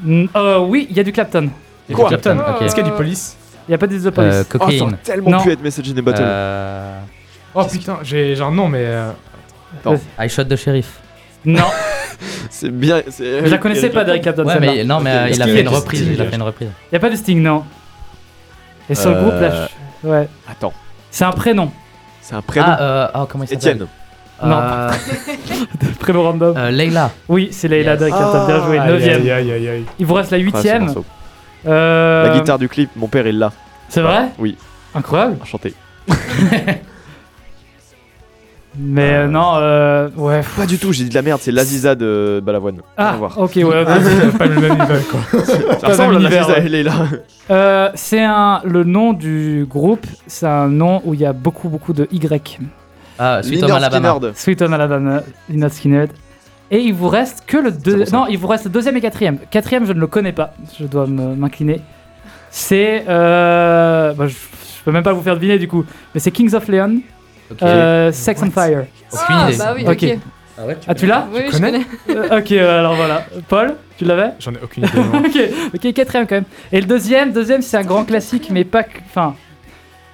Speaker 1: Mm, euh, oui, il y a du Clapton.
Speaker 4: Eric
Speaker 2: Quoi
Speaker 4: Clapton, ok.
Speaker 2: Est-ce qu'il y a du Police
Speaker 1: Il n'y a pas des The Police.
Speaker 4: Euh,
Speaker 5: Oh, ça
Speaker 4: Cocaine.
Speaker 5: aurait tellement
Speaker 1: Non.
Speaker 5: pu être Message in a Bottle.
Speaker 4: Euh,
Speaker 2: Oh putain, j'ai genre non, mais. euh,
Speaker 4: I Shot the Sheriff.
Speaker 1: Non,
Speaker 5: C'est bien. c'est-
Speaker 1: je la connaissais pas d'Eric Clapton.
Speaker 4: Ouais,
Speaker 1: celle-là.
Speaker 4: mais non, mais
Speaker 5: Ok.
Speaker 4: euh, il a
Speaker 5: Est-ce
Speaker 4: fait
Speaker 5: qu'il
Speaker 4: une
Speaker 5: y a
Speaker 4: reprise.
Speaker 5: Sting
Speaker 4: Il a fait une reprise.
Speaker 1: Il n'y a pas de Sting, non. Et sur le
Speaker 5: Euh,
Speaker 1: groupe là, je- ouais.
Speaker 5: Attends,
Speaker 1: C'est un prénom.
Speaker 5: c'est un prénom.
Speaker 4: Ah, euh, oh, comment il s'appelle
Speaker 5: Étienne.
Speaker 1: Non.
Speaker 4: Euh,
Speaker 1: Prénom random.
Speaker 4: euh, Leila.
Speaker 1: Oui, c'est Leila
Speaker 4: Yes.
Speaker 1: d'Eric Clapton. Bien joué,
Speaker 2: Ah, aïe,
Speaker 1: 9ème.
Speaker 2: Aïe aïe aïe aïe.
Speaker 1: Il vous reste la
Speaker 5: Ah, ce
Speaker 1: 8ème.
Speaker 5: morceau. La
Speaker 1: euh,
Speaker 5: guitare du clip, mon père il l'a.
Speaker 1: C'est vrai
Speaker 5: Oui.
Speaker 1: Incroyable.
Speaker 5: Enchanté.
Speaker 1: Mais euh, non, euh, ouais. pff.
Speaker 5: Pas du tout, j'ai dit de la merde, c'est l'Aziza de Balavoine. Au
Speaker 1: Ah,
Speaker 5: revoir.
Speaker 1: ok, ouais. ouais.
Speaker 2: C'est pas le même niveau quoi.
Speaker 5: Ça
Speaker 1: pas
Speaker 5: ressemble à
Speaker 1: dans l'univers,
Speaker 5: l'Aziza,
Speaker 1: ouais.
Speaker 5: elle est là.
Speaker 1: Euh, c'est un le nom du groupe. C'est un nom où il y a beaucoup beaucoup de Y.
Speaker 4: Ah, Sweet Home
Speaker 5: Leonard
Speaker 4: Alabama.
Speaker 5: Skinner.
Speaker 1: Sweet Home Alabama, Leonard Skinhead. Et il vous reste que le deux...
Speaker 5: pour ça.
Speaker 1: non, il vous reste le deuxième et quatrième. Quatrième, je ne le connais pas. Je dois me- m'incliner. C'est euh... bah, je, je peux même pas vous faire deviner du coup. Mais c'est Kings of Leon,
Speaker 4: Ok.
Speaker 1: euh, Sex and Fire.
Speaker 4: Aucune
Speaker 3: Ah,
Speaker 4: idée.
Speaker 3: bah oui,
Speaker 1: Ok.
Speaker 3: ok.
Speaker 1: Ah tu l'as
Speaker 3: Oui, je
Speaker 2: connais
Speaker 3: connais.
Speaker 1: Euh, Ok, euh, alors voilà. Paul, tu l'avais
Speaker 2: J'en ai aucune idée. non.
Speaker 1: ok, ok, quatrième quand même. Et le deuxième, deuxième, c'est un grand classique, mais pas, que- enfin,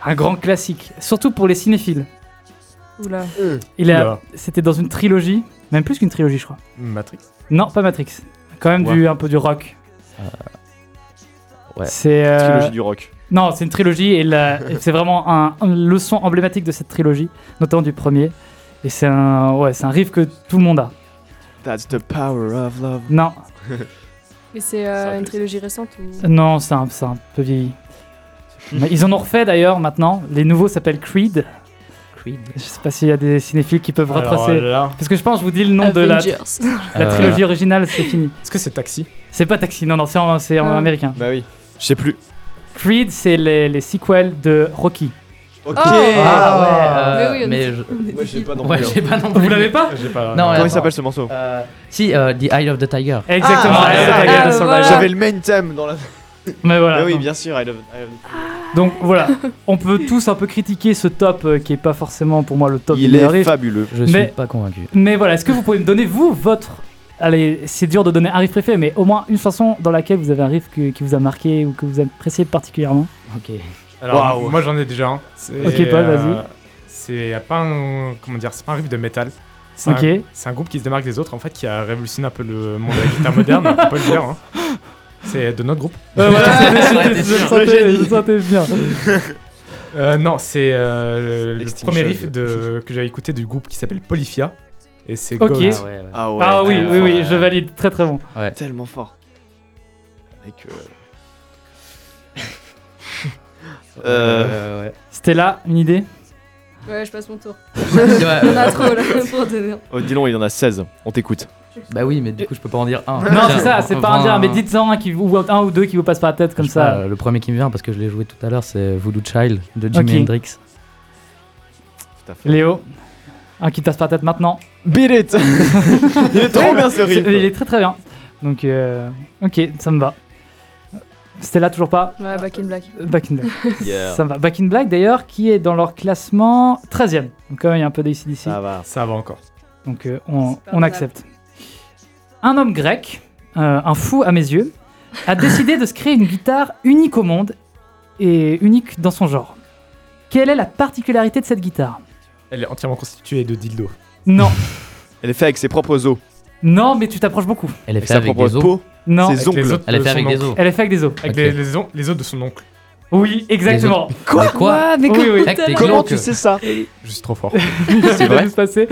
Speaker 1: un grand classique, surtout pour les cinéphiles.
Speaker 3: Oula.
Speaker 1: Il a,
Speaker 2: Oula.
Speaker 1: c'était dans une trilogie, même plus qu'une trilogie, je crois.
Speaker 2: Matrix.
Speaker 1: Non, pas Matrix. Quand même du, un peu du rock.
Speaker 4: ouais.
Speaker 1: C'est euh,
Speaker 5: Trilogie du rock.
Speaker 1: non, c'est une trilogie et, la- et c'est vraiment un, un leçon emblématique de cette trilogie, notamment du premier. Et c'est un, ouais, c'est un riff que tout le monde a.
Speaker 5: That's the power of love.
Speaker 1: Non,
Speaker 3: Mais c'est
Speaker 5: Ça
Speaker 3: euh,
Speaker 5: fait-
Speaker 3: une trilogie récente ou.
Speaker 1: non, c'est un, c'est un peu vieilli. Mais ils en ont refait d'ailleurs maintenant. Les nouveaux s'appellent Creed.
Speaker 4: Creed.
Speaker 1: Je sais pas s'il y a des cinéphiles qui peuvent
Speaker 2: Alors,
Speaker 1: retracer.
Speaker 5: euh,
Speaker 2: là,
Speaker 1: Parce que je pense, je vous dis le nom de la,
Speaker 3: Avengers.
Speaker 1: la
Speaker 4: Euh,
Speaker 1: trilogie originale, c'est fini.
Speaker 2: Est-ce que c'est Taxi
Speaker 1: C'est pas Taxi, non, non, c'est en, c'est en
Speaker 3: Ah.
Speaker 1: américain.
Speaker 5: Bah oui. Je sais plus.
Speaker 1: Creed, c'est les, les sequels de Rocky. Oh.
Speaker 5: Ok.
Speaker 1: Ah,
Speaker 4: Ah ouais, euh,
Speaker 3: Mais oui, on
Speaker 4: mais
Speaker 3: est-
Speaker 4: je-
Speaker 5: Ouais, j'ai pas non
Speaker 4: Ouais,
Speaker 5: plus.
Speaker 4: j'ai pas non plus.
Speaker 1: Vous l'avez pas
Speaker 2: Ah, J'ai pas.
Speaker 4: Non,
Speaker 5: Comment
Speaker 4: ouais.
Speaker 5: il s'appelle ce morceau
Speaker 4: Euh, Si, euh, The Eye of the Tiger.
Speaker 1: Exactement.
Speaker 5: Ah,
Speaker 1: c'est
Speaker 5: ah,
Speaker 1: la guerre
Speaker 3: ah,
Speaker 1: de Soldats.
Speaker 3: voilà.
Speaker 5: J'avais le main theme dans la.
Speaker 1: Mais voilà.
Speaker 5: Bah oui,
Speaker 1: donc-
Speaker 5: bien sûr, I love. I love-
Speaker 1: Donc voilà, on peut tous un peu critiquer ce top euh, qui est pas forcément pour moi le top
Speaker 5: Il
Speaker 1: des
Speaker 5: est
Speaker 1: arrives.
Speaker 5: fabuleux.
Speaker 4: Je suis
Speaker 1: Mais-
Speaker 4: pas convaincu.
Speaker 1: Mais voilà, est-ce que vous pouvez me donner vous votre Allez, c'est dur de donner un riff préféré, mais au moins une chanson dans laquelle vous avez un riff que- qui vous a marqué ou que vous appréciez particulièrement.
Speaker 4: Ok.
Speaker 2: Alors,
Speaker 5: Waouh.
Speaker 2: moi j'en ai déjà un. euh,
Speaker 1: Ok, Paul, vas-y.
Speaker 2: C'est y a pas un. Comment dire C'est pas un riff de métal. C'est
Speaker 1: Ok.
Speaker 5: Euh,
Speaker 2: un- c'est un groupe qui se démarque des autres en fait, qui a révolutionné un peu le monde de la guitare moderne. On peut le dire. hein. C'est de notre groupe.
Speaker 1: Euh, voilà,
Speaker 4: Ouais,
Speaker 1: je je
Speaker 4: t'es sûr.
Speaker 1: sentais- je sentais bien.
Speaker 2: Euh, non, c'est euh, le
Speaker 5: Extinction.
Speaker 2: premier riff de, que j'avais écouté du groupe qui s'appelle Polyphia. Et c'est
Speaker 1: Ok.
Speaker 2: Goat.
Speaker 4: ouais, ouais.
Speaker 5: Ah ouais.
Speaker 1: Ah oui,
Speaker 4: euh,
Speaker 1: oui, oui,
Speaker 4: ouais.
Speaker 1: je valide, très très bon.
Speaker 5: Tellement fort. Avec. euh, Euh.
Speaker 4: Euh, ouais.
Speaker 1: C'était là une idée
Speaker 3: Ouais, je passe mon tour.
Speaker 4: Ouais,
Speaker 3: On a
Speaker 4: euh,
Speaker 3: trop là pour donner.
Speaker 5: Oh, dis donc, il en a 16. On t'écoute.
Speaker 4: Bah oui, mais du coup, je peux pas en dire un.
Speaker 1: Non, c'est ça, c'est pas un dire,
Speaker 4: dire
Speaker 1: mais dites-en un, qui vous- ou un ou deux qui vous passent par la tête comme ça.
Speaker 4: euh, le premier qui me vient, parce que je l'ai joué tout à l'heure, c'est Voodoo Child de Jimi
Speaker 1: Ok.
Speaker 4: Hendrix.
Speaker 5: Tout à fait.
Speaker 1: Léo, un qui te passe par la tête maintenant.
Speaker 5: Beat it Il est trop bien ce
Speaker 1: C'est- Il
Speaker 5: riff.
Speaker 1: est très très bien. Donc, euh, ok, ça me va. C'était là toujours pas
Speaker 3: Ouais, Back in Black.
Speaker 1: Back in Black.
Speaker 5: Yeah.
Speaker 1: Ça me va. Back in Black d'ailleurs, qui est dans leur classement 13ème. Donc, quand même, il y a un peu d'ici d'ici.
Speaker 5: Ça va.
Speaker 2: Ça va encore.
Speaker 1: Donc, euh, on,
Speaker 3: C'est pas
Speaker 1: on
Speaker 3: mal.
Speaker 1: accepte. Un homme grec, euh, un fou à mes yeux, a décidé de se créer une guitare unique au monde et unique dans son genre. Quelle est la particularité de cette guitare
Speaker 2: Elle est entièrement constituée de dildos.
Speaker 1: Non,
Speaker 5: Elle est faite avec ses propres os.
Speaker 1: non, mais tu t'approches beaucoup.
Speaker 4: Elle est
Speaker 5: Avec sa
Speaker 4: faite avec
Speaker 5: propre
Speaker 4: des os.
Speaker 5: peau.
Speaker 1: Non,
Speaker 2: Avec
Speaker 5: Ses
Speaker 2: les
Speaker 5: ongles.
Speaker 2: autres
Speaker 4: Elle est
Speaker 2: de
Speaker 4: faite avec
Speaker 2: son
Speaker 4: des
Speaker 2: oncle.
Speaker 4: os.
Speaker 1: elle est faite avec des os.
Speaker 2: Avec
Speaker 4: Ok.
Speaker 2: les, les, on- les os de son oncle.
Speaker 1: Oui, exactement.
Speaker 4: Mais quoi
Speaker 3: Ah, mais
Speaker 1: Oui, oui.
Speaker 4: Avec les
Speaker 5: Comment
Speaker 4: glauques.
Speaker 5: tu sais ça
Speaker 2: Je suis trop fort.
Speaker 1: C'est
Speaker 5: vrai
Speaker 1: se passer.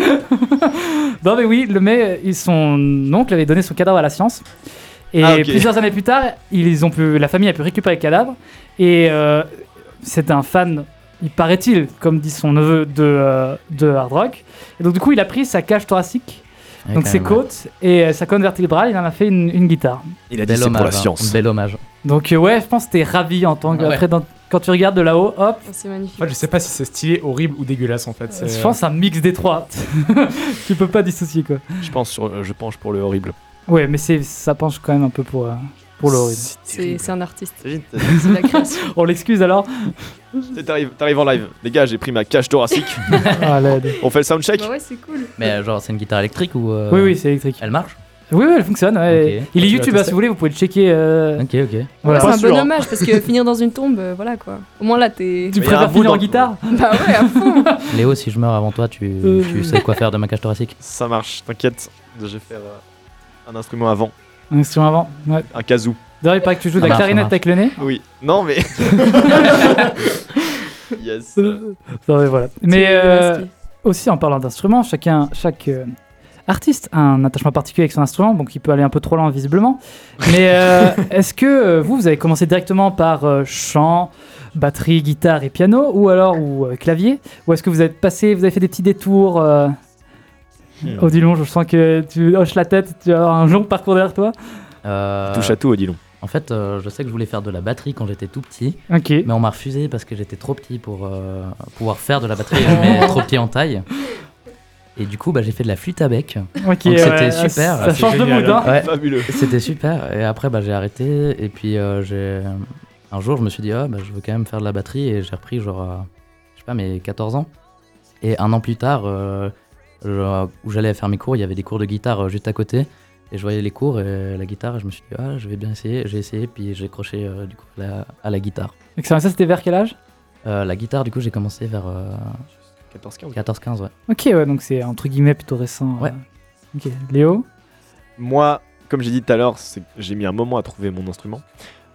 Speaker 1: non mais oui, le mec, il- son oncle avait donné son cadavre à la science. Et
Speaker 5: Ah, ok.
Speaker 1: plusieurs années plus tard, ils ont pu, la famille a pu récupérer le cadavre. Et euh, c'est un fan, il paraît-il, comme dit son neveu, de, euh, de hard rock. Et donc, du coup, il a pris sa cage thoracique,
Speaker 4: Ouais,
Speaker 1: donc
Speaker 4: quand
Speaker 1: ses
Speaker 4: même,
Speaker 1: côtes et euh, sa colonne vertébrale, il en a fait une, une guitare.
Speaker 5: Il
Speaker 4: ouais.
Speaker 5: a dit
Speaker 4: Bel
Speaker 5: c'est pour
Speaker 4: hommage.
Speaker 5: la
Speaker 4: hein.
Speaker 5: science.
Speaker 4: Bel hommage.
Speaker 1: Donc, euh, ouais, je pense que t'es ravi en tant que.
Speaker 4: Ouais.
Speaker 1: Après, dans- quand tu regardes de là-haut, hop,
Speaker 3: Oh, C'est magnifique.
Speaker 2: En fait, je sais pas si c'est stylé, horrible ou dégueulasse en fait. euh,
Speaker 1: je pense un mix des trois. tu peux pas dissocier, quoi.
Speaker 5: Je pense, sur- euh, je penche pour le horrible.
Speaker 1: Ouais, mais c'est- ça penche quand même un peu pour, euh, pour l'horrible.
Speaker 3: C'est c'est un artiste.
Speaker 5: T'imagines,
Speaker 3: C'est de la création.
Speaker 1: On l'excuse alors
Speaker 5: t'es- T'arrives t'arrives en live. Les gars, j'ai pris ma cage thoracique.
Speaker 1: Ah, l'aide.
Speaker 5: On fait le soundcheck.
Speaker 3: bah ouais, c'est cool.
Speaker 4: Mais euh, genre, c'est une guitare électrique ou. euh,
Speaker 1: Oui, oui, c'est électrique.
Speaker 4: Elle marche
Speaker 1: Oui, oui, elle fonctionne. ouais.
Speaker 4: Ok.
Speaker 1: Il est
Speaker 2: Tu l'as
Speaker 1: YouTube, hein,
Speaker 2: testé
Speaker 1: si vous voulez, vous pouvez le checker. euh,
Speaker 4: Ok, ok.
Speaker 1: voilà.
Speaker 3: C'est
Speaker 5: Pas
Speaker 3: un
Speaker 5: sûr,
Speaker 3: bon
Speaker 5: hein.
Speaker 3: hommage parce que finir dans une tombe, euh, voilà quoi. Au moins là, t'es.
Speaker 1: Tu
Speaker 5: Mais il y a un
Speaker 1: préfères
Speaker 5: bout
Speaker 1: finir en
Speaker 5: dans-
Speaker 1: guitare
Speaker 3: Bah ouais, à fond.
Speaker 4: Léo, si je meurs avant toi, tu,
Speaker 1: Euh.
Speaker 4: tu sais quoi faire de ma cage thoracique
Speaker 5: Ça marche, t'inquiète. Je vais faire euh, un instrument avant,
Speaker 1: Un instrument avant. Ouais.
Speaker 5: un kazoo.
Speaker 1: D'ailleurs, il paraît que tu joues de
Speaker 4: Ça
Speaker 1: la
Speaker 4: marche, ça
Speaker 1: clarinette
Speaker 4: marche.
Speaker 1: avec le nez.
Speaker 5: Oui. Non mais. yes.
Speaker 1: Non, mais voilà. Mais euh, aussi, en parlant d'instruments, chacun, chaque euh, artiste a un attachement particulier avec son instrument, donc il peut aller un peu trop loin visiblement. Mais euh, est-ce que euh, vous, vous avez commencé directement par euh, chant, batterie, guitare et piano, ou alors ou euh, clavier, ou est-ce que vous êtes passé, vous avez fait des petits détours euh,
Speaker 5: Hmm.
Speaker 1: au Odilon, je sens que tu hoches la tête, tu vas avoir un long parcours derrière toi.
Speaker 4: Euh,
Speaker 5: Touche à tout, Odilon.
Speaker 4: En fait, euh, je sais que je voulais faire de la batterie quand j'étais tout petit,
Speaker 1: Ok.
Speaker 4: mais on m'a refusé parce que j'étais trop petit pour euh, pouvoir faire de la batterie, mais trop petit en taille. Et du coup, bah, j'ai fait de la flûte à bec.
Speaker 1: Ok,
Speaker 4: Donc c'était
Speaker 1: ouais,
Speaker 4: super.
Speaker 1: Ça,
Speaker 4: C'est
Speaker 1: change de
Speaker 2: génial,
Speaker 1: mood, hein.
Speaker 4: Ouais.
Speaker 5: Fabuleux.
Speaker 4: C'était super. Et après, bah, j'ai arrêté. Et puis, euh, j'ai... un jour, je me suis dit, ah, bah, je veux quand même faire de la batterie. Et j'ai repris, genre, euh, je sais pas, mes 14 ans. Et un an plus tard, euh, je- où j'allais faire mes cours, il y avait des cours de guitare euh, juste à côté. Et je voyais les cours et la guitare. Et je me suis dit, ah, je vais bien essayer. J'ai essayé. Puis j'ai croché, euh, du coup, à la, à la guitare.
Speaker 1: Excellent. Ça, c'était vers quel âge
Speaker 4: Euh, la guitare, du coup, j'ai commencé vers euh,
Speaker 5: 14-15.
Speaker 4: 14-15, ouais.
Speaker 1: Ok, ouais, donc c'est entre guillemets plutôt récent.
Speaker 4: Ouais.
Speaker 1: euh. Ok, Léo
Speaker 5: Moi, comme j'ai dit tout à l'heure, c'est que j'ai mis un moment à trouver mon instrument.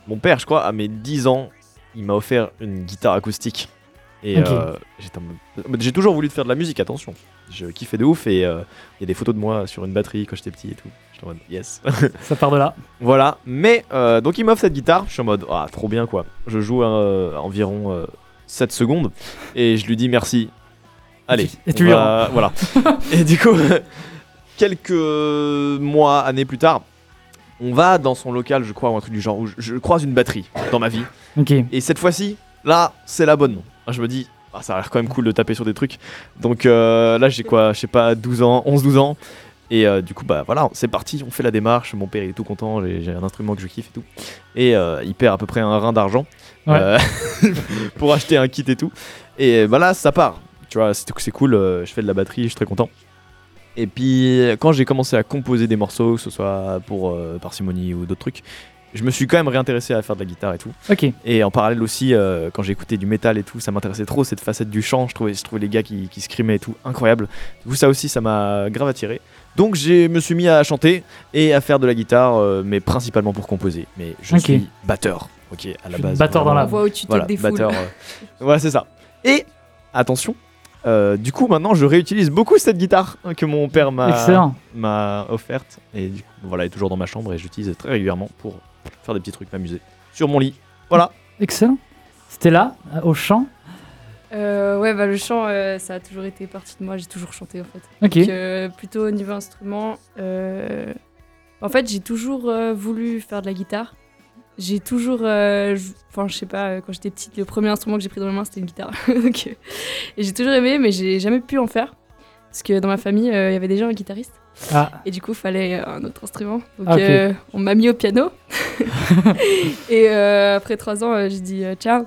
Speaker 5: Mon père, je crois, à mes 10 ans, il m'a offert une guitare acoustique. Et
Speaker 1: Ok.
Speaker 5: euh, j'étais en mode- j'ai toujours voulu faire de la musique, attention. Je kiffais de ouf et euh, il y a des photos de moi sur une batterie quand j'étais petit et tout. J'étais en mode yes.
Speaker 1: Ça part de là.
Speaker 5: voilà, mais euh, donc il m'offre cette guitare. Je suis en mode ah, trop bien quoi. Je joue euh, environ euh, 7 secondes et je lui dis merci. Allez.
Speaker 1: Et tu
Speaker 5: on
Speaker 1: lui
Speaker 5: va- Voilà. et du coup, quelques mois, années plus tard, on va dans son local, je crois, ou un truc du genre, où je, je croise une batterie dans ma vie.
Speaker 1: Ok.
Speaker 5: Et cette fois-ci, là, c'est la bonne. Ah, Je me dis, ah, ça a l'air quand même cool de taper sur des trucs. Donc euh, là, j'ai quoi, je sais pas, 12 ans, 11-12 ans. Et euh, du coup, bah voilà, c'est parti, on fait la démarche. Mon père, il est tout content, j'ai j'ai un instrument que je kiffe et tout. Et euh, il perd à peu près un rein d'argent
Speaker 1: Ouais.
Speaker 5: euh, pour acheter un kit et tout. Et voilà, ça part. Tu vois, c'est c'est cool, euh, je fais de la batterie, je suis très content. Et puis, quand j'ai commencé à composer des morceaux, que ce soit pour euh, Parcimonie ou d'autres trucs, je me suis quand même réintéressé à faire de la guitare et tout.
Speaker 1: Ok.
Speaker 5: Et en parallèle aussi, euh, quand j'écoutais du métal et tout, ça m'intéressait trop cette facette du chant. Je trouvais, je trouvais les gars qui, qui scrimaient et tout incroyable. Du coup, ça aussi, ça m'a grave attiré. Donc, je me suis mis à chanter et à faire de la guitare, euh, mais principalement pour composer. Mais je
Speaker 1: Ok.
Speaker 5: suis batteur, ok, à la
Speaker 1: suis
Speaker 5: base.
Speaker 1: batteur dans
Speaker 5: vraiment.
Speaker 1: la
Speaker 3: On voit où tu te
Speaker 5: Voilà,
Speaker 3: défoules.
Speaker 5: batteur. euh, voilà, c'est ça. Et attention, euh, du coup, maintenant, je réutilise beaucoup cette guitare hein, que mon père m'a
Speaker 1: Excellent.
Speaker 5: m'a offerte. Et du coup, voilà, elle est toujours dans ma chambre et j'utilise très régulièrement pour faire des petits trucs, m'amuser sur mon lit. Voilà.
Speaker 1: Excellent. C'était là, euh, au chant.
Speaker 3: Euh, ouais, bah le chant, euh, ça a toujours été partie de moi. J'ai toujours chanté en fait.
Speaker 1: Ok.
Speaker 3: Donc, euh, plutôt au niveau instrument, euh, en fait, j'ai toujours euh, voulu faire de la guitare. J'ai toujours, euh, jou- enfin, je sais pas, euh, quand j'étais petite, le premier instrument que j'ai pris dans mes mains, c'était une guitare. Donc, euh, et j'ai toujours aimé, mais j'ai jamais pu en faire. Parce que dans ma famille, euh, il y avait déjà un guitariste.
Speaker 1: Ah,
Speaker 3: Et du coup, il fallait euh, un autre instrument. Donc,
Speaker 1: Ah, ok.
Speaker 3: euh, on m'a mis au piano. et euh, après trois ans, euh, j'ai dit euh, ciao.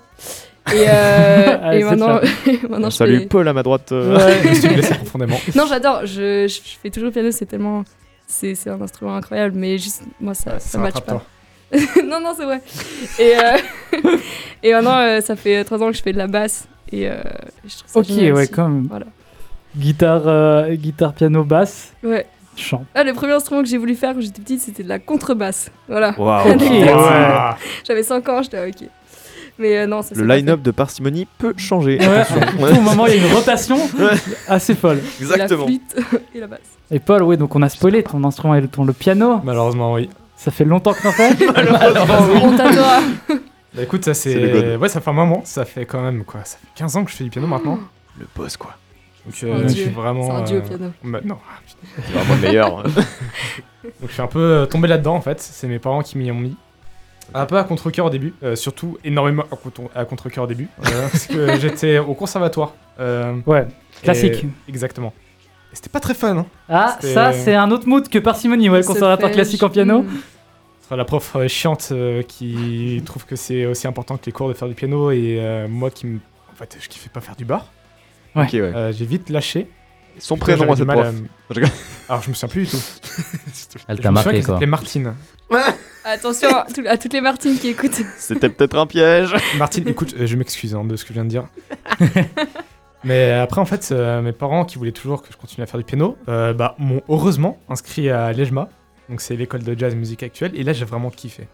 Speaker 3: Et, euh,
Speaker 1: Allez,
Speaker 3: et
Speaker 1: c'est
Speaker 3: maintenant, maintenant Ah je
Speaker 5: Euh, Salut
Speaker 3: fais-
Speaker 5: Paul à ma droite. euh.
Speaker 2: Je suis blessé profondément.
Speaker 3: non, j'adore. Je, je- je fais toujours le piano, c'est tellement. C'est c'est un instrument incroyable, mais juste, moi, ça,
Speaker 2: Ouais,
Speaker 3: ça
Speaker 2: un
Speaker 3: match
Speaker 2: rattrapeur.
Speaker 3: pas. non, non, c'est vrai. Et, euh, et maintenant, euh, ça fait trois ans que je fais de la basse. Et euh, je trouve ça
Speaker 1: ok,
Speaker 3: génial
Speaker 1: ouais,
Speaker 3: aussi.
Speaker 1: comme
Speaker 3: Voilà.
Speaker 1: guitare, euh, guitare, piano, basse,
Speaker 3: Ouais.
Speaker 1: chant.
Speaker 3: Ah, le premier instrument que j'ai voulu faire quand j'étais petite, c'était de la contrebasse. Voilà.
Speaker 5: Waouh.
Speaker 1: Ok,
Speaker 3: Ouais.
Speaker 1: ouais.
Speaker 2: Ah,
Speaker 3: J'avais 5 ans, j'étais ah, ok. Mais euh, non, ça
Speaker 5: Le
Speaker 3: s'est pas
Speaker 5: line-up de Parcimonie peut changer.
Speaker 1: Ouais,
Speaker 5: Attention.
Speaker 1: à tout moment, il y a une rotation
Speaker 5: Ouais.
Speaker 1: assez folle.
Speaker 3: fait. La
Speaker 5: Exactement.
Speaker 3: flûte et la basse.
Speaker 1: Et Paul, oui, donc on a spoilé ton instrument et le- ton le piano.
Speaker 2: Malheureusement, oui.
Speaker 1: Ça fait longtemps que t'en fais Oh,
Speaker 3: Honte à toi.
Speaker 2: Bah écoute, ça
Speaker 5: C'est le
Speaker 2: c'est.
Speaker 5: god.
Speaker 2: Ouais, ça fait un moment, ça fait quand même quoi. Ça fait 15 ans que je fais du piano maintenant.
Speaker 5: Le boss, quoi.
Speaker 2: Donc
Speaker 3: Mon
Speaker 2: euh, je
Speaker 3: Dieu.
Speaker 2: suis vraiment.
Speaker 3: C'est un duo
Speaker 2: euh,
Speaker 3: piano.
Speaker 2: bah, non.
Speaker 5: C'est vraiment le meilleur. hein.
Speaker 2: Donc je suis un peu euh, tombé là-dedans en fait. C'est mes parents qui m'y ont mis. Un peu à contre-coeur au début, euh, surtout énormément à contre- à contre-coeur au début. euh, parce que j'étais au conservatoire. euh,
Speaker 1: Ouais,
Speaker 2: et-
Speaker 1: classique.
Speaker 2: Exactement. Et c'était pas très fun, hein.
Speaker 1: Ah,
Speaker 2: C'était-
Speaker 1: ça, c'est un autre mood que Parcimonie, ouais,
Speaker 3: Ça
Speaker 1: conservatoire
Speaker 3: fait-
Speaker 1: classique en piano.
Speaker 3: Mm.
Speaker 2: Ce sera la prof euh, chiante euh, qui trouve que c'est aussi important que les cours de faire du piano et euh, moi qui me. En fait, je kiffais pas faire du bar.
Speaker 5: ok, ouais.
Speaker 2: Euh, j'ai vite lâché.
Speaker 5: Son prénom à
Speaker 2: J'avais
Speaker 5: cette
Speaker 2: du
Speaker 5: prof.
Speaker 2: mal
Speaker 5: Je rigole.
Speaker 2: Alors, je me souviens plus du tout.
Speaker 4: Elle
Speaker 2: Je
Speaker 4: t'a
Speaker 2: me souviens
Speaker 4: marqué
Speaker 2: qu'elle
Speaker 4: quoi.
Speaker 2: s'appelait Martine.
Speaker 3: Attention à, tout- à toutes les Martines qui écoutent.
Speaker 5: C'était peut-être un piège.
Speaker 2: Martine, écoute, euh, je m'excuse hein, de ce que je viens de dire. Mais après, en fait, euh, mes parents qui voulaient toujours que je continue à faire du piano, euh, bah, m'ont heureusement inscrit à l'EJMA. Donc, c'est l'école de jazz et musique actuelle. Et là, j'ai vraiment kiffé.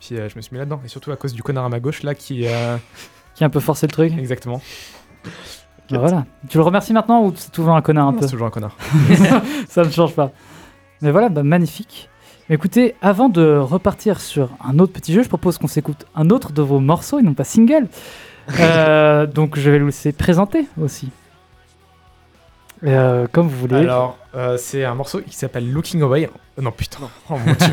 Speaker 2: Puis, euh, je me suis mis là-dedans. Et surtout à cause du connard à ma gauche, là, qui. euh,
Speaker 1: Qui a un peu forcé le truc.
Speaker 2: Exactement.
Speaker 1: Bah, voilà. Tu le remercies maintenant ou c'est toujours un connard un
Speaker 2: Non,
Speaker 1: peu
Speaker 2: C'est toujours un connard.
Speaker 1: Ça ne change pas. Mais voilà, bah, magnifique. Mais écoutez, avant de repartir sur un autre petit jeu, je propose qu'on s'écoute un autre de vos morceaux et non pas single. Euh, donc je vais le laisser présenter aussi. Euh, comme vous voulez.
Speaker 2: Alors, euh, c'est un morceau qui s'appelle Looking Away. Oh, non, putain. Oh, mon
Speaker 4: Ah,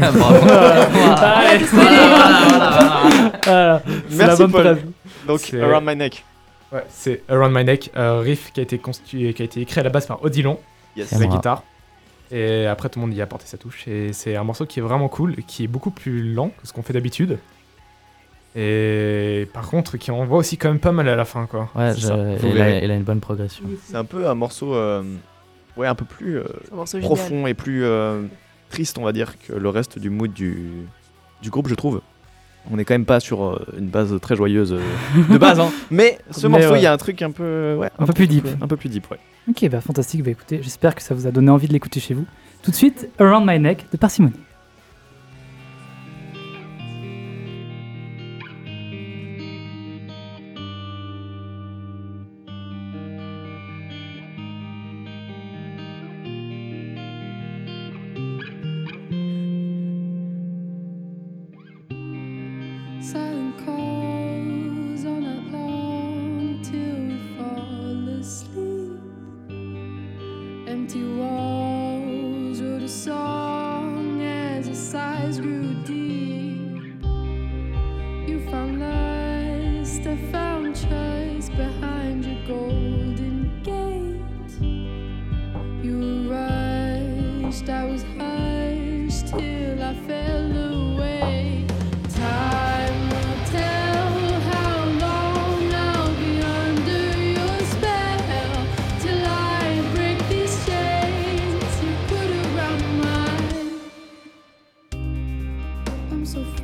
Speaker 2: Dieu.
Speaker 1: Allez, voilà, c'est la
Speaker 5: Merci,
Speaker 1: bonne
Speaker 5: Paul.
Speaker 1: phrase.
Speaker 5: Donc,
Speaker 2: C'est-
Speaker 5: Around My Neck.
Speaker 2: Ouais, c'est Around My Neck, un riff qui a été constitué, qui a été écrit à la base par Odilon,
Speaker 5: Yes.
Speaker 4: C'est
Speaker 2: la
Speaker 4: moi.
Speaker 2: guitare. Et après, tout le monde y a apporté sa touche. Et c'est un morceau qui est vraiment cool, qui est beaucoup plus lent que ce qu'on fait d'habitude. Et par contre, qui envoie aussi quand même pas mal à la fin, quoi.
Speaker 4: Ouais,
Speaker 5: C'est
Speaker 4: je-
Speaker 5: ça, vous
Speaker 4: il, a,
Speaker 5: verrez.
Speaker 4: il a une bonne progression.
Speaker 5: C'est un peu un morceau. euh, Ouais, un peu plus. euh,
Speaker 3: C'est un morceau génial.
Speaker 5: profond et plus euh, triste, on va dire, que le reste du mood du, du groupe, je trouve. On est quand même pas sur euh, une base très joyeuse euh, de base, hein. Mais ce
Speaker 1: Mais
Speaker 5: morceau, il
Speaker 1: ouais.
Speaker 5: y a un truc un peu, ouais,
Speaker 1: Un peu plus deep.
Speaker 5: un peu plus deep, ouais.
Speaker 1: Ok, bah fantastique. Bah écoutez, j'espère que ça vous a donné envie de l'écouter chez vous. Tout de suite, Around My Neck de Parcimonie.
Speaker 6: Silent calls all night long till we fall asleep. Empty walls wrote a song as the sighs grew deep. You found lust, I found choice behind your golden gate. You rushed, I was hushed till I fell away. Time will tell how long I'll be under your spell till I break these chains you put around mine.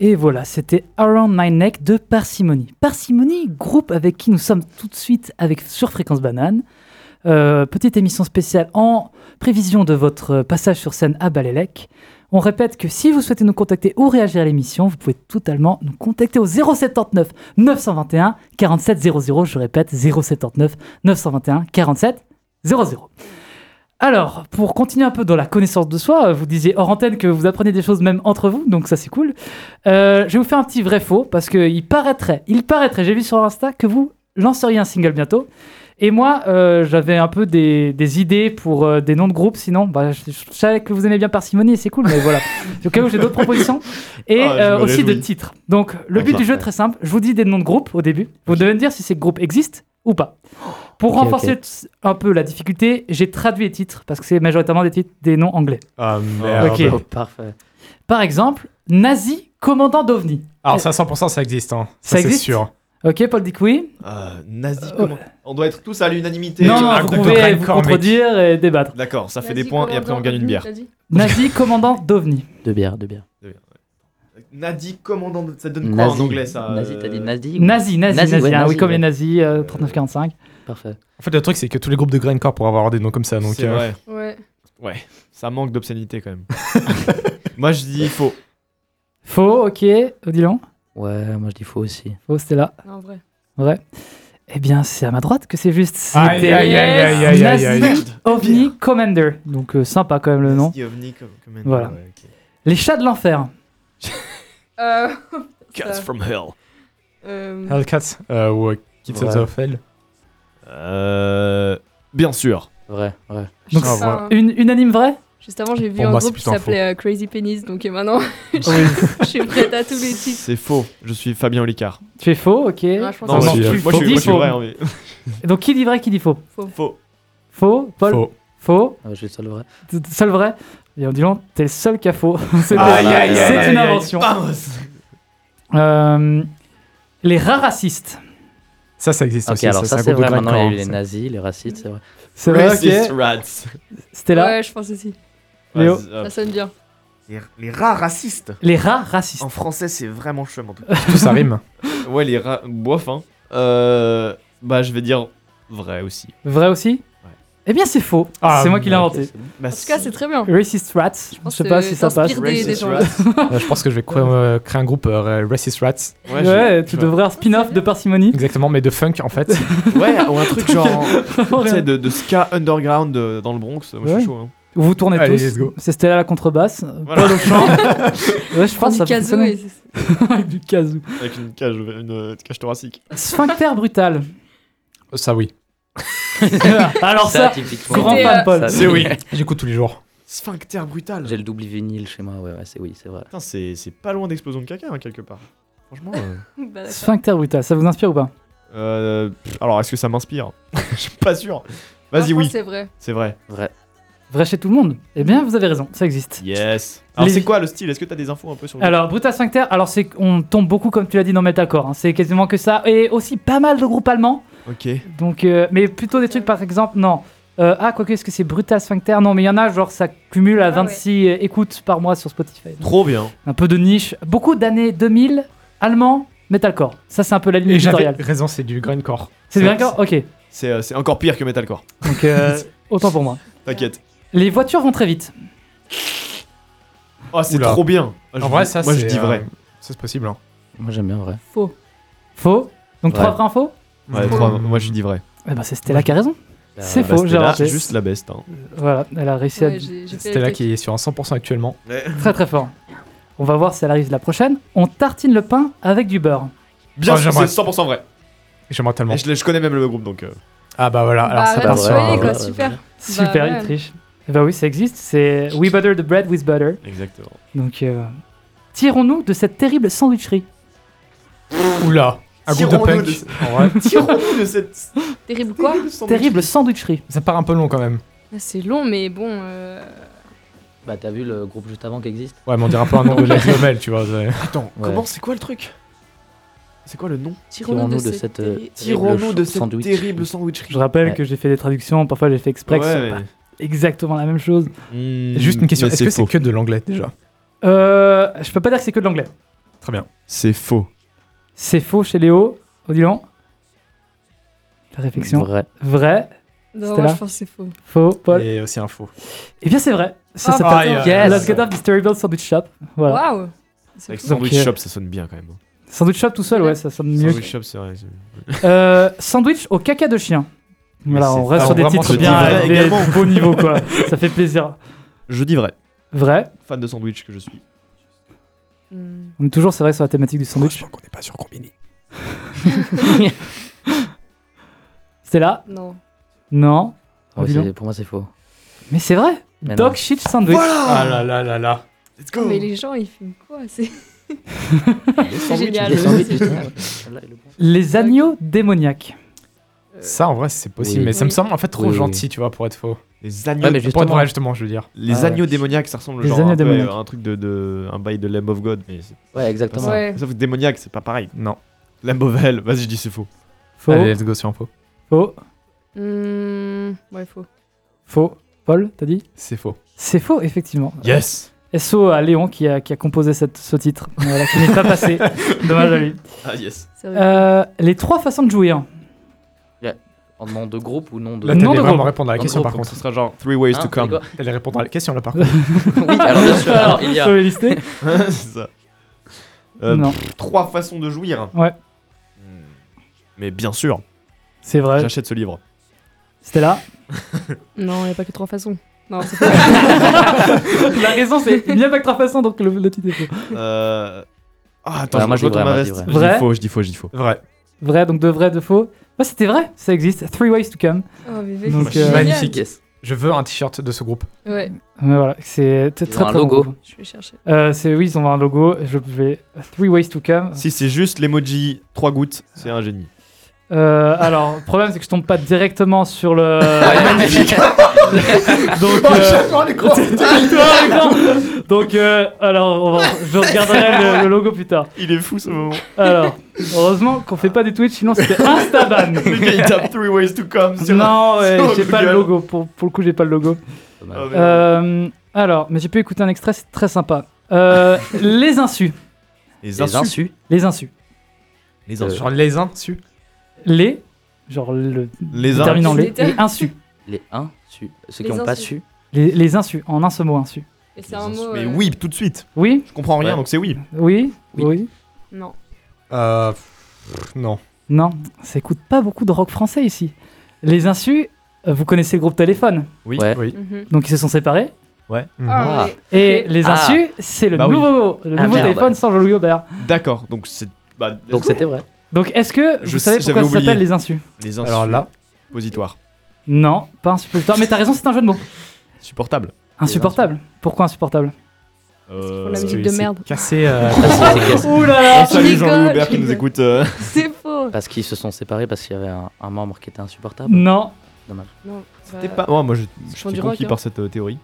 Speaker 1: Et voilà, c'était Around My Neck de Parsimony. Parsimony, groupe avec qui nous sommes tout de suite avec sur Fréquence Banane. Euh, petite émission spéciale en prévision de votre passage sur scène à Balélec. On répète que si vous souhaitez nous contacter ou réagir à l'émission, vous pouvez totalement nous contacter au 079 921 47 00. Je répète, 079 921 47 00. Alors, pour continuer un peu dans la connaissance de soi, euh, vous disiez hors antenne que vous apprenez des choses même entre vous, donc ça c'est cool. Euh, je vais vous faire un petit vrai faux parce que il paraîtrait, il paraîtrait, j'ai vu sur Insta que vous lanceriez un single bientôt. Et moi, euh, j'avais un peu des, des idées pour euh, des noms de groupes, sinon, bah, je, je savais que vous aimez bien Parcimonie et c'est cool, mais voilà. Au cas où j'ai d'autres propositions. Et
Speaker 5: Ah, je
Speaker 1: euh,
Speaker 5: me
Speaker 1: aussi de
Speaker 5: réjouis.
Speaker 1: titres. Donc, le but
Speaker 5: D'accord.
Speaker 1: du jeu est très simple. Je vous dis des noms de groupes au début. Vous devez me dire si ces groupes existent ou pas. Pour
Speaker 4: Ok,
Speaker 1: renforcer t- un peu la difficulté, j'ai traduit les titres parce que c'est majoritairement des titres des noms anglais.
Speaker 2: Ah merde.
Speaker 1: Ok.
Speaker 4: Oh, parfait.
Speaker 1: Par exemple, Nazi, commandant d'OVNI.
Speaker 2: Alors ça 100% ça existe hein.
Speaker 1: Ça
Speaker 2: Ça, c'est
Speaker 1: existe
Speaker 2: sûr.
Speaker 1: Ok, Paul dit que oui.
Speaker 5: Euh, nazi, comment On doit être tous à l'unanimité.
Speaker 1: Non, non,
Speaker 2: un
Speaker 1: vous
Speaker 2: groupe de
Speaker 1: pouvez vous
Speaker 2: grindcore, mec.
Speaker 1: contredire et débattre.
Speaker 5: D'accord, ça fait
Speaker 3: Nazi,
Speaker 5: des points et après on
Speaker 3: commandant,
Speaker 5: gagne une
Speaker 3: Anthony,
Speaker 5: bière.
Speaker 3: t'as dit
Speaker 1: Nazi, commandant d'OVNI.
Speaker 4: Deux bières, deux bières.
Speaker 5: Nazi, commandant, de- ça donne quoi en anglais ça
Speaker 4: Nazi, t'as dit
Speaker 5: euh,
Speaker 4: nazi ou-
Speaker 1: Nazi, nazi,
Speaker 4: Nazi,
Speaker 1: nazi.
Speaker 4: ouais,
Speaker 1: hein,
Speaker 4: nazi,
Speaker 1: oui, comme
Speaker 4: ouais.
Speaker 1: les nazis, euh, 39-45.
Speaker 4: Parfait.
Speaker 2: En fait le truc c'est que tous les groupes de grindcore pourraient avoir des noms comme ça donc
Speaker 5: C'est
Speaker 2: euh,
Speaker 5: vrai.
Speaker 3: Ouais.
Speaker 5: Ça manque d'obscénité quand même. Moi je dis faux.
Speaker 1: Faux, ok. Odilon
Speaker 4: Ouais, moi je dis faux aussi.
Speaker 1: Faux, c'était là.
Speaker 3: Non, en vrai.
Speaker 1: Vrai. Eh bien, c'est à ma droite que c'est juste. C'était
Speaker 2: Aïe aïe aïe aïe aïe aïe aïe.
Speaker 1: Nazi OVNI Commander. Donc euh, sympa quand même le nom.
Speaker 5: Nazi, ovni, com- comment-
Speaker 1: Voilà.
Speaker 5: ouais, ok.
Speaker 1: Les chats de l'enfer.
Speaker 3: Hein. Euh,
Speaker 5: Cats
Speaker 3: Ça.
Speaker 5: from hell.
Speaker 3: euh,
Speaker 2: Hellcats euh, ou euh, Kids of
Speaker 4: Ouais.
Speaker 2: the Hell.
Speaker 5: Euh, bien sûr.
Speaker 4: Vrai, vrai.
Speaker 1: Donc,
Speaker 2: Ah, voilà.
Speaker 3: enfin,
Speaker 1: Une, unanime vrai
Speaker 3: hein. Juste avant, j'ai vu
Speaker 2: Pour
Speaker 3: un
Speaker 2: moi,
Speaker 3: groupe
Speaker 2: c'est
Speaker 3: qui
Speaker 2: plutôt un
Speaker 3: s'appelait euh, Crazy Penis, donc et maintenant,
Speaker 1: Oui.
Speaker 3: je suis prête à tous les titres.
Speaker 5: C'est faux. Je suis Fabien Olicard.
Speaker 1: Tu es faux, ok.
Speaker 3: Non, je pense que
Speaker 5: Non,
Speaker 2: moi,
Speaker 5: moi,
Speaker 3: c'est
Speaker 2: je
Speaker 5: je
Speaker 2: suis-
Speaker 5: suis,
Speaker 1: moi, je suis- moi, je suis
Speaker 5: vrai. hein.
Speaker 1: vrai, Donc qui dit vrai, qui dit faux
Speaker 5: Faux.
Speaker 1: Faux, Paul
Speaker 2: Faux.
Speaker 1: Faux
Speaker 4: Ah, je suis le seul vrai.
Speaker 1: T- t- Seul vrai Et Odilon, t'es le seul qui a faux. C'était-
Speaker 5: Aïe,
Speaker 2: aïe,
Speaker 1: C'est
Speaker 2: aïe,
Speaker 1: une
Speaker 2: aïe, aïe.
Speaker 1: invention. Euh, les rats racistes.
Speaker 2: Ça ça existe
Speaker 4: Ok,
Speaker 2: aussi.
Speaker 4: alors ça
Speaker 2: un
Speaker 4: c'est
Speaker 2: groupe de
Speaker 4: vrai. Maintenant il y a eu les
Speaker 2: grindcore,
Speaker 4: nazis, les racistes, c'est vrai.
Speaker 1: C'est vrai,
Speaker 5: Racist
Speaker 1: ok.
Speaker 5: rats.
Speaker 1: C'était là.
Speaker 3: Ouais, je pense aussi.
Speaker 1: Léo.
Speaker 5: Vas-y, hop.
Speaker 3: Ça sonne bien.
Speaker 5: Les, les rats racistes.
Speaker 1: Les rats racistes.
Speaker 5: En français, c'est vraiment chum en tout
Speaker 2: ça. Tout ça rime.
Speaker 5: cas. ouais, les rats. Boif, hein. Euh, bah, je vais dire vrai aussi.
Speaker 1: Vrai aussi
Speaker 5: Ouais.
Speaker 1: Eh bien, c'est faux.
Speaker 2: Ah,
Speaker 1: c'est moi qui l'ai
Speaker 2: ok,
Speaker 1: inventé.
Speaker 5: Bah,
Speaker 3: En tout cas, c'est très bien.
Speaker 1: Racist Rats. Je
Speaker 3: pense
Speaker 1: sais
Speaker 3: que
Speaker 1: pas si ça passe.
Speaker 3: t'inspires des- des gens.
Speaker 2: Euh, je pense que je vais créer, euh, créer un groupe euh, Racist Rats.
Speaker 1: Ouais, tu
Speaker 5: je-
Speaker 1: devrais un spin-off de Parcimonie.
Speaker 2: Exactement mais de funk en fait.
Speaker 5: Ouais, ou un truc genre. tu sais, de, de ska underground euh, dans le Bronx. Moi, je
Speaker 1: Ouais.
Speaker 5: suis chaud. hein.
Speaker 1: Vous tournez
Speaker 2: Allez, let's
Speaker 1: tous.
Speaker 2: go.
Speaker 1: C'est Stella la contrebasse.
Speaker 5: Voilà.
Speaker 1: Paul au chant. ouais, je
Speaker 3: Prends
Speaker 1: pense
Speaker 3: du
Speaker 1: que ça
Speaker 3: kazoo
Speaker 1: fonctionne.
Speaker 3: et c'est-
Speaker 1: Avec du kazoo.
Speaker 5: Avec une cage, une, euh, cage thoracique.
Speaker 1: Sphincter brutal.
Speaker 2: ça oui.
Speaker 1: Alors ça,
Speaker 4: typiquement.
Speaker 1: grand
Speaker 3: C'était,
Speaker 1: fan
Speaker 3: euh,
Speaker 1: Paul.
Speaker 4: C'est oui.
Speaker 2: J'écoute tous les jours.
Speaker 5: Sphincter brutal.
Speaker 4: J'ai le double vinyle chez moi, ouais, ouais, c'est oui, c'est vrai.
Speaker 5: Putain, c'est c'est pas loin d'explosion de caca, hein, quelque part. Franchement. euh,
Speaker 3: Bah, d'accord.
Speaker 1: Sphincter brutal, ça vous inspire ou pas
Speaker 5: euh, pff, alors, est-ce que ça m'inspire Je suis pas sûr.
Speaker 3: Moi, je pense
Speaker 5: Vas-y, oui,
Speaker 3: que C'est vrai.
Speaker 5: c'est vrai.
Speaker 4: Vrai.
Speaker 1: Vrai chez tout le monde. Eh bien, vous avez raison, ça existe.
Speaker 5: Yes. Alors,
Speaker 1: Les-
Speaker 5: c'est quoi le style Est-ce que t'as des infos un peu sur le.
Speaker 1: Alors, Brutal Sphincter, alors c'est on tombe beaucoup comme tu l'as dit dans Metalcore, hein, c'est quasiment que ça, et aussi pas mal de groupes allemands.
Speaker 5: Ok.
Speaker 1: Donc, euh, mais plutôt des trucs par exemple, non. Euh, ah, quoique, est-ce que c'est Brutal Sphincter Non, mais il y en a, genre ça cumule à
Speaker 3: Ah ouais.
Speaker 1: 26 euh, écoutes par mois sur Spotify. Donc,
Speaker 5: Trop bien.
Speaker 1: un peu de niche. Beaucoup d'années 2000, allemand, metalcore. Ça, c'est un peu la ligne
Speaker 2: Et j'avais
Speaker 1: éditoriale.
Speaker 2: raison, c'est du grindcore.
Speaker 1: C'est bien d'accord Ok.
Speaker 5: C'est euh, c'est encore pire que Metalcore.
Speaker 1: Donc, euh, autant pour moi.
Speaker 5: T'inquiète.
Speaker 1: Les voitures vont très vite.
Speaker 5: Oh, c'est
Speaker 2: Oula.
Speaker 5: trop bien. Ah, je
Speaker 2: En vrai,
Speaker 5: dis-
Speaker 2: ça,
Speaker 5: Moi, je
Speaker 2: c'est,
Speaker 5: dis
Speaker 2: euh,
Speaker 5: vrai.
Speaker 2: Ça, c'est possible. hein.
Speaker 4: Moi j'aime bien vrai.
Speaker 3: Faux.
Speaker 1: Faux Donc,
Speaker 4: Ouais.
Speaker 1: trois vraies infos
Speaker 5: Ouais, trop- Moi, je dis vrai.
Speaker 1: Eh ben, c'est Stella qui a raison.
Speaker 4: Bah,
Speaker 1: C'est
Speaker 5: Bah,
Speaker 1: faux, j'ai
Speaker 5: Stella,
Speaker 1: raté.
Speaker 5: juste la best. hein.
Speaker 1: Voilà, elle a réussi à
Speaker 3: Ouais, j'ai- j'ai fait
Speaker 2: C'était là
Speaker 3: le
Speaker 2: qui est sur un 100% actuellement.
Speaker 1: Très très fort. On va voir si elle arrive la prochaine. On tartine le pain avec du beurre.
Speaker 5: Bien
Speaker 2: Oh,
Speaker 5: sûr, c'est
Speaker 2: j'aimerais.
Speaker 5: 100% vrai.
Speaker 2: Et J'aimerais tellement.
Speaker 5: Et je, je connais même le groupe donc. euh,
Speaker 2: Ah bah voilà, alors
Speaker 3: Bah,
Speaker 2: ça
Speaker 3: ouais,
Speaker 4: va,
Speaker 2: part
Speaker 3: tu
Speaker 4: ouais,
Speaker 2: sur
Speaker 3: vois,
Speaker 2: un-
Speaker 4: ouais,
Speaker 3: quoi,
Speaker 4: ouais,
Speaker 3: super.
Speaker 1: Super,
Speaker 3: Bah,
Speaker 1: il
Speaker 3: ouais.
Speaker 1: triche. Eh ben oui, ça existe. C'est We butter the bread with butter.
Speaker 5: Exactement.
Speaker 1: Donc, euh, tirons-nous de cette terrible sandwicherie.
Speaker 2: Oula, un groupe de
Speaker 5: Tirons-nous
Speaker 2: punk. En vrai,
Speaker 5: Tirons-nous de cette.
Speaker 3: Terrible quoi
Speaker 1: Terrible sandwicherie.
Speaker 2: ça part un peu long quand même.
Speaker 3: Ah, C'est long, mais bon. euh,
Speaker 4: Bah t'as vu le groupe juste avant qui existe
Speaker 2: Ouais, mais on dirait un peu un nom de Jack Nobel, tu vois. c'est-
Speaker 5: Attends,
Speaker 4: Ouais.
Speaker 5: comment c'est quoi le truc C'est quoi le nom
Speaker 4: Tirons-nous de cette, euh,
Speaker 3: terri-
Speaker 4: Terrible
Speaker 5: Tirons-nous de cette
Speaker 4: sandwich.
Speaker 5: terrible sandwicherie.
Speaker 1: Je rappelle
Speaker 4: Ouais.
Speaker 1: que j'ai fait des traductions, parfois j'ai fait exprès que ce soit pas exactement la même chose.
Speaker 5: mais-
Speaker 2: Juste une question,
Speaker 5: Mais
Speaker 2: est-ce que c'est
Speaker 5: faux.
Speaker 2: que de l'anglais déjà
Speaker 1: Euh, je peux pas dire que c'est que de l'anglais.
Speaker 2: Très bien.
Speaker 5: C'est faux.
Speaker 1: C'est faux chez Léo. Odilon La réflexion.
Speaker 4: Vrai.
Speaker 1: Vrai,
Speaker 3: Non,
Speaker 1: Stella
Speaker 3: moi, je pense que c'est faux.
Speaker 1: faux, Paul.
Speaker 2: Et aussi un faux.
Speaker 1: Eh bien, c'est vrai. Ça
Speaker 3: Ah,
Speaker 1: s'appelle
Speaker 2: putain.
Speaker 1: yes.
Speaker 2: Yes.
Speaker 1: Let's Get Off This Terrible Sandwich Shop. Voilà.
Speaker 3: Waouh C'est
Speaker 5: Avec
Speaker 3: fou.
Speaker 5: Sandwich
Speaker 1: euh,
Speaker 5: Shop, ça sonne bien quand même. hein.
Speaker 1: Sandwich Shop tout seul, ouais, ça sonne mieux.
Speaker 5: Sandwich Shop, c'est vrai.
Speaker 1: Euh, sandwich au caca de chien.
Speaker 5: Mais
Speaker 1: Voilà,
Speaker 5: c'est
Speaker 1: on reste
Speaker 2: pas-
Speaker 1: sur des
Speaker 2: vraiment,
Speaker 1: titres
Speaker 5: je
Speaker 1: bien
Speaker 5: dis vrai
Speaker 1: des-
Speaker 5: également.
Speaker 1: beau niveau, quoi. Ça fait plaisir.
Speaker 5: Je dis vrai.
Speaker 1: Vrai.
Speaker 5: Fan de sandwich que je suis.
Speaker 3: Hmm.
Speaker 1: On est toujours, c'est vrai, sur la thématique du sandwich.
Speaker 2: qu'on n'est pas sur Combini.
Speaker 1: C'est là
Speaker 3: Non.
Speaker 1: Non.
Speaker 4: Ouais,
Speaker 1: Dis donc.
Speaker 4: c'est- pour moi, c'est faux.
Speaker 1: Mais c'est vrai.
Speaker 4: Mais non.
Speaker 1: Dog shit sandwich.
Speaker 2: Ah là là là là.
Speaker 5: Let's
Speaker 3: Mais les gens, ils fument quoi C'est c'est
Speaker 2: sandwichs.
Speaker 3: génial.
Speaker 4: Les sandwichs,
Speaker 3: C'est
Speaker 4: justement.
Speaker 3: génial.
Speaker 1: Les agneaux démoniaques.
Speaker 3: Euh,
Speaker 2: Ça en vrai c'est possible,
Speaker 4: Oui.
Speaker 2: mais ça me semble en fait trop
Speaker 4: Oui, oui.
Speaker 2: gentil, tu vois, pour être faux.
Speaker 5: Les agneaux,
Speaker 4: Ouais, mais
Speaker 2: Pour être
Speaker 4: justement,
Speaker 2: vrai justement, je veux dire.
Speaker 5: les
Speaker 4: Ah ouais.
Speaker 5: agneaux démoniaques, ça ressemble
Speaker 1: Les
Speaker 5: genre
Speaker 1: agneaux
Speaker 5: un, peu à
Speaker 1: démoniaques.
Speaker 5: un truc de, de- un bail de Lamb of God, mais c'est
Speaker 4: ouais,
Speaker 5: pas
Speaker 4: exactement.
Speaker 5: ça.
Speaker 3: Ouais.
Speaker 5: Sauf que démoniaque, c'est pas pareil.
Speaker 2: Non.
Speaker 5: Lamb of Hell, vas-y, je dis c'est faux.
Speaker 1: Faux.
Speaker 2: Allez, let's go sur un faux.
Speaker 1: Faux.
Speaker 3: hmm, Ouais, faux.
Speaker 1: Faux. Paul, t'as dit
Speaker 2: C'est faux.
Speaker 1: C'est faux, effectivement.
Speaker 2: Yes.
Speaker 1: SO à Léon qui a, qui a composé cette- ce titre. Voilà, qui n'est pas passé. Dommage à lui.
Speaker 5: Ah yes.
Speaker 3: Sérieux.
Speaker 1: Euh, les trois façons de jouer. hein.
Speaker 4: En nom de groupe ou nom de.
Speaker 2: Là,
Speaker 1: Non,
Speaker 2: t'allais
Speaker 1: de groupe.
Speaker 2: vraiment répondre à la
Speaker 4: Non,
Speaker 2: question
Speaker 4: de
Speaker 2: par
Speaker 4: groupe.
Speaker 5: Ce
Speaker 2: contre.
Speaker 5: sera genre Three Ways
Speaker 4: Hein,
Speaker 5: to Come.
Speaker 4: d'accord.
Speaker 2: T'allais répondre à la question là par contre.
Speaker 4: oui, alors bien sûr, alors, il y
Speaker 1: Je
Speaker 4: a.
Speaker 1: vais lister.
Speaker 5: c'est ça. Euh,
Speaker 1: non,
Speaker 5: pff, Trois façons de jouir.
Speaker 1: Ouais.
Speaker 5: Hmm. Mais bien sûr,
Speaker 1: c'est vrai.
Speaker 5: j'achète ce livre.
Speaker 1: C'était là.
Speaker 3: Non, il n'y a pas que trois façons. Non, c'est faux.
Speaker 1: La raison, c'est il n'y a pas que trois façons, donc le, le titre est faux.
Speaker 5: Euh... Ah, attends,
Speaker 4: Ouais,
Speaker 5: je
Speaker 4: Bah, moi, je dis
Speaker 5: retourne
Speaker 4: vrai,
Speaker 5: ma
Speaker 4: moi, je dis
Speaker 5: veste.
Speaker 1: vrai.
Speaker 5: Je
Speaker 1: Vrai
Speaker 5: dis faux, je dis faux, je dis faux.
Speaker 2: Vrai.
Speaker 1: Vrai, donc de vrai, de faux. Bah, c'était vrai, ça existe. Three ways to come.
Speaker 3: Oh, bébé,
Speaker 1: Donc,
Speaker 3: c'est
Speaker 1: euh,
Speaker 3: génial.
Speaker 2: magnifique.
Speaker 4: Yes.
Speaker 2: Je veux un t-shirt de ce groupe.
Speaker 3: Ouais,
Speaker 1: Mais voilà, c'est t-
Speaker 4: Ils
Speaker 1: très
Speaker 4: ont un
Speaker 1: très bon
Speaker 4: logo.
Speaker 1: groupe.
Speaker 3: je vais chercher.
Speaker 1: Euh, c'est oui, ils ont un logo. Je vais Three ways to come.
Speaker 5: Si c'est juste l'emoji trois gouttes, c'est un génie.
Speaker 1: Euh, alors, le problème, c'est que je tombe pas directement sur le. donc, euh, Victoire, Victoire. donc, euh, alors, on va- je regarderai le- le logo plus tard.
Speaker 5: Il est fou ce moment.
Speaker 1: Alors, heureusement qu'on fait pas du Twitch, sinon c'était Instaban.
Speaker 5: Le gars, il tape Three Ways to Come sur
Speaker 1: non, ouais,
Speaker 5: sur
Speaker 1: j'ai pas le
Speaker 5: Google.
Speaker 1: logo. Pour, pour le coup, j'ai pas le logo.
Speaker 5: Ah, mais-
Speaker 1: Euh, alors, mais j'ai pu écouter un extrait, c'est très sympa. Euh, les insus.
Speaker 5: Les
Speaker 4: Les
Speaker 5: insultes.
Speaker 4: insus.
Speaker 1: Les insus.
Speaker 5: Les
Speaker 4: Euh,
Speaker 5: insultes.
Speaker 2: Genre les insus.
Speaker 1: Les, genre le
Speaker 5: Les insultes.
Speaker 1: terminant les,
Speaker 3: insus.
Speaker 1: et insus.
Speaker 4: Les insus. Ceux qui
Speaker 3: Les
Speaker 4: n'ont pas
Speaker 3: insus.
Speaker 4: su.
Speaker 1: Les, les insus, en un seul mot, insus.
Speaker 3: Et c'est un mot.
Speaker 5: Mais
Speaker 3: euh,
Speaker 5: oui, tout de suite.
Speaker 1: Oui,
Speaker 5: Je comprends rien,
Speaker 4: Ouais.
Speaker 5: donc c'est oui.
Speaker 1: oui, oui.
Speaker 4: Oui.
Speaker 3: Non.
Speaker 2: Euh. pff, Non.
Speaker 1: Non, ça écoute pas beaucoup de rock français ici. Les insus, euh, vous connaissez le groupe Téléphone,
Speaker 5: Oui.
Speaker 4: Ouais.
Speaker 2: Oui.
Speaker 3: Mhm.
Speaker 1: donc ils se sont séparés.
Speaker 3: Ah,
Speaker 2: Mhm.
Speaker 4: Ah.
Speaker 3: ouais.
Speaker 1: Et
Speaker 3: Ok.
Speaker 1: les
Speaker 4: Ah.
Speaker 1: insus, c'est le
Speaker 5: Bah oui.
Speaker 1: nouveau, le
Speaker 4: Ah,
Speaker 1: nouveau
Speaker 4: merde.
Speaker 1: téléphone sans Jean-Louis Aubert.
Speaker 5: D'accord, donc c'est. Bah,
Speaker 4: Donc c'était vrai.
Speaker 1: Donc est-ce que
Speaker 5: Je
Speaker 1: vous savez
Speaker 5: sais,
Speaker 1: pourquoi
Speaker 5: j'avais
Speaker 1: ça s'appelle
Speaker 5: oublié.
Speaker 1: les insus
Speaker 5: les insultes.
Speaker 2: Alors là.
Speaker 5: Suppositoire.
Speaker 1: Non, pas insupportable. Mais t'as raison, c'est un jeu de mots.
Speaker 5: Supportable.
Speaker 1: Insupportable. Pourquoi insupportable
Speaker 3: font la
Speaker 5: Euh,
Speaker 2: parce
Speaker 3: musique Oh,
Speaker 2: que
Speaker 3: de
Speaker 2: c'est
Speaker 3: merde.
Speaker 2: Cassé. euh,
Speaker 4: Ah,
Speaker 1: Ouh là là
Speaker 5: on salue
Speaker 3: rigole,
Speaker 5: Ah, Jean-Louis
Speaker 3: je
Speaker 5: Aubert qui nous
Speaker 3: rigole.
Speaker 5: écoute. euh,
Speaker 3: Ah, C'est faux.
Speaker 4: Parce qu'ils se sont séparés parce qu'il y avait un, un membre qui était insupportable.
Speaker 1: Non,
Speaker 3: Non.
Speaker 5: C'était
Speaker 3: bah,
Speaker 5: pas. Oh, moi, je je
Speaker 3: font
Speaker 5: suis
Speaker 3: du rock,
Speaker 5: conquis
Speaker 3: hein.
Speaker 5: par cette euh, théorie.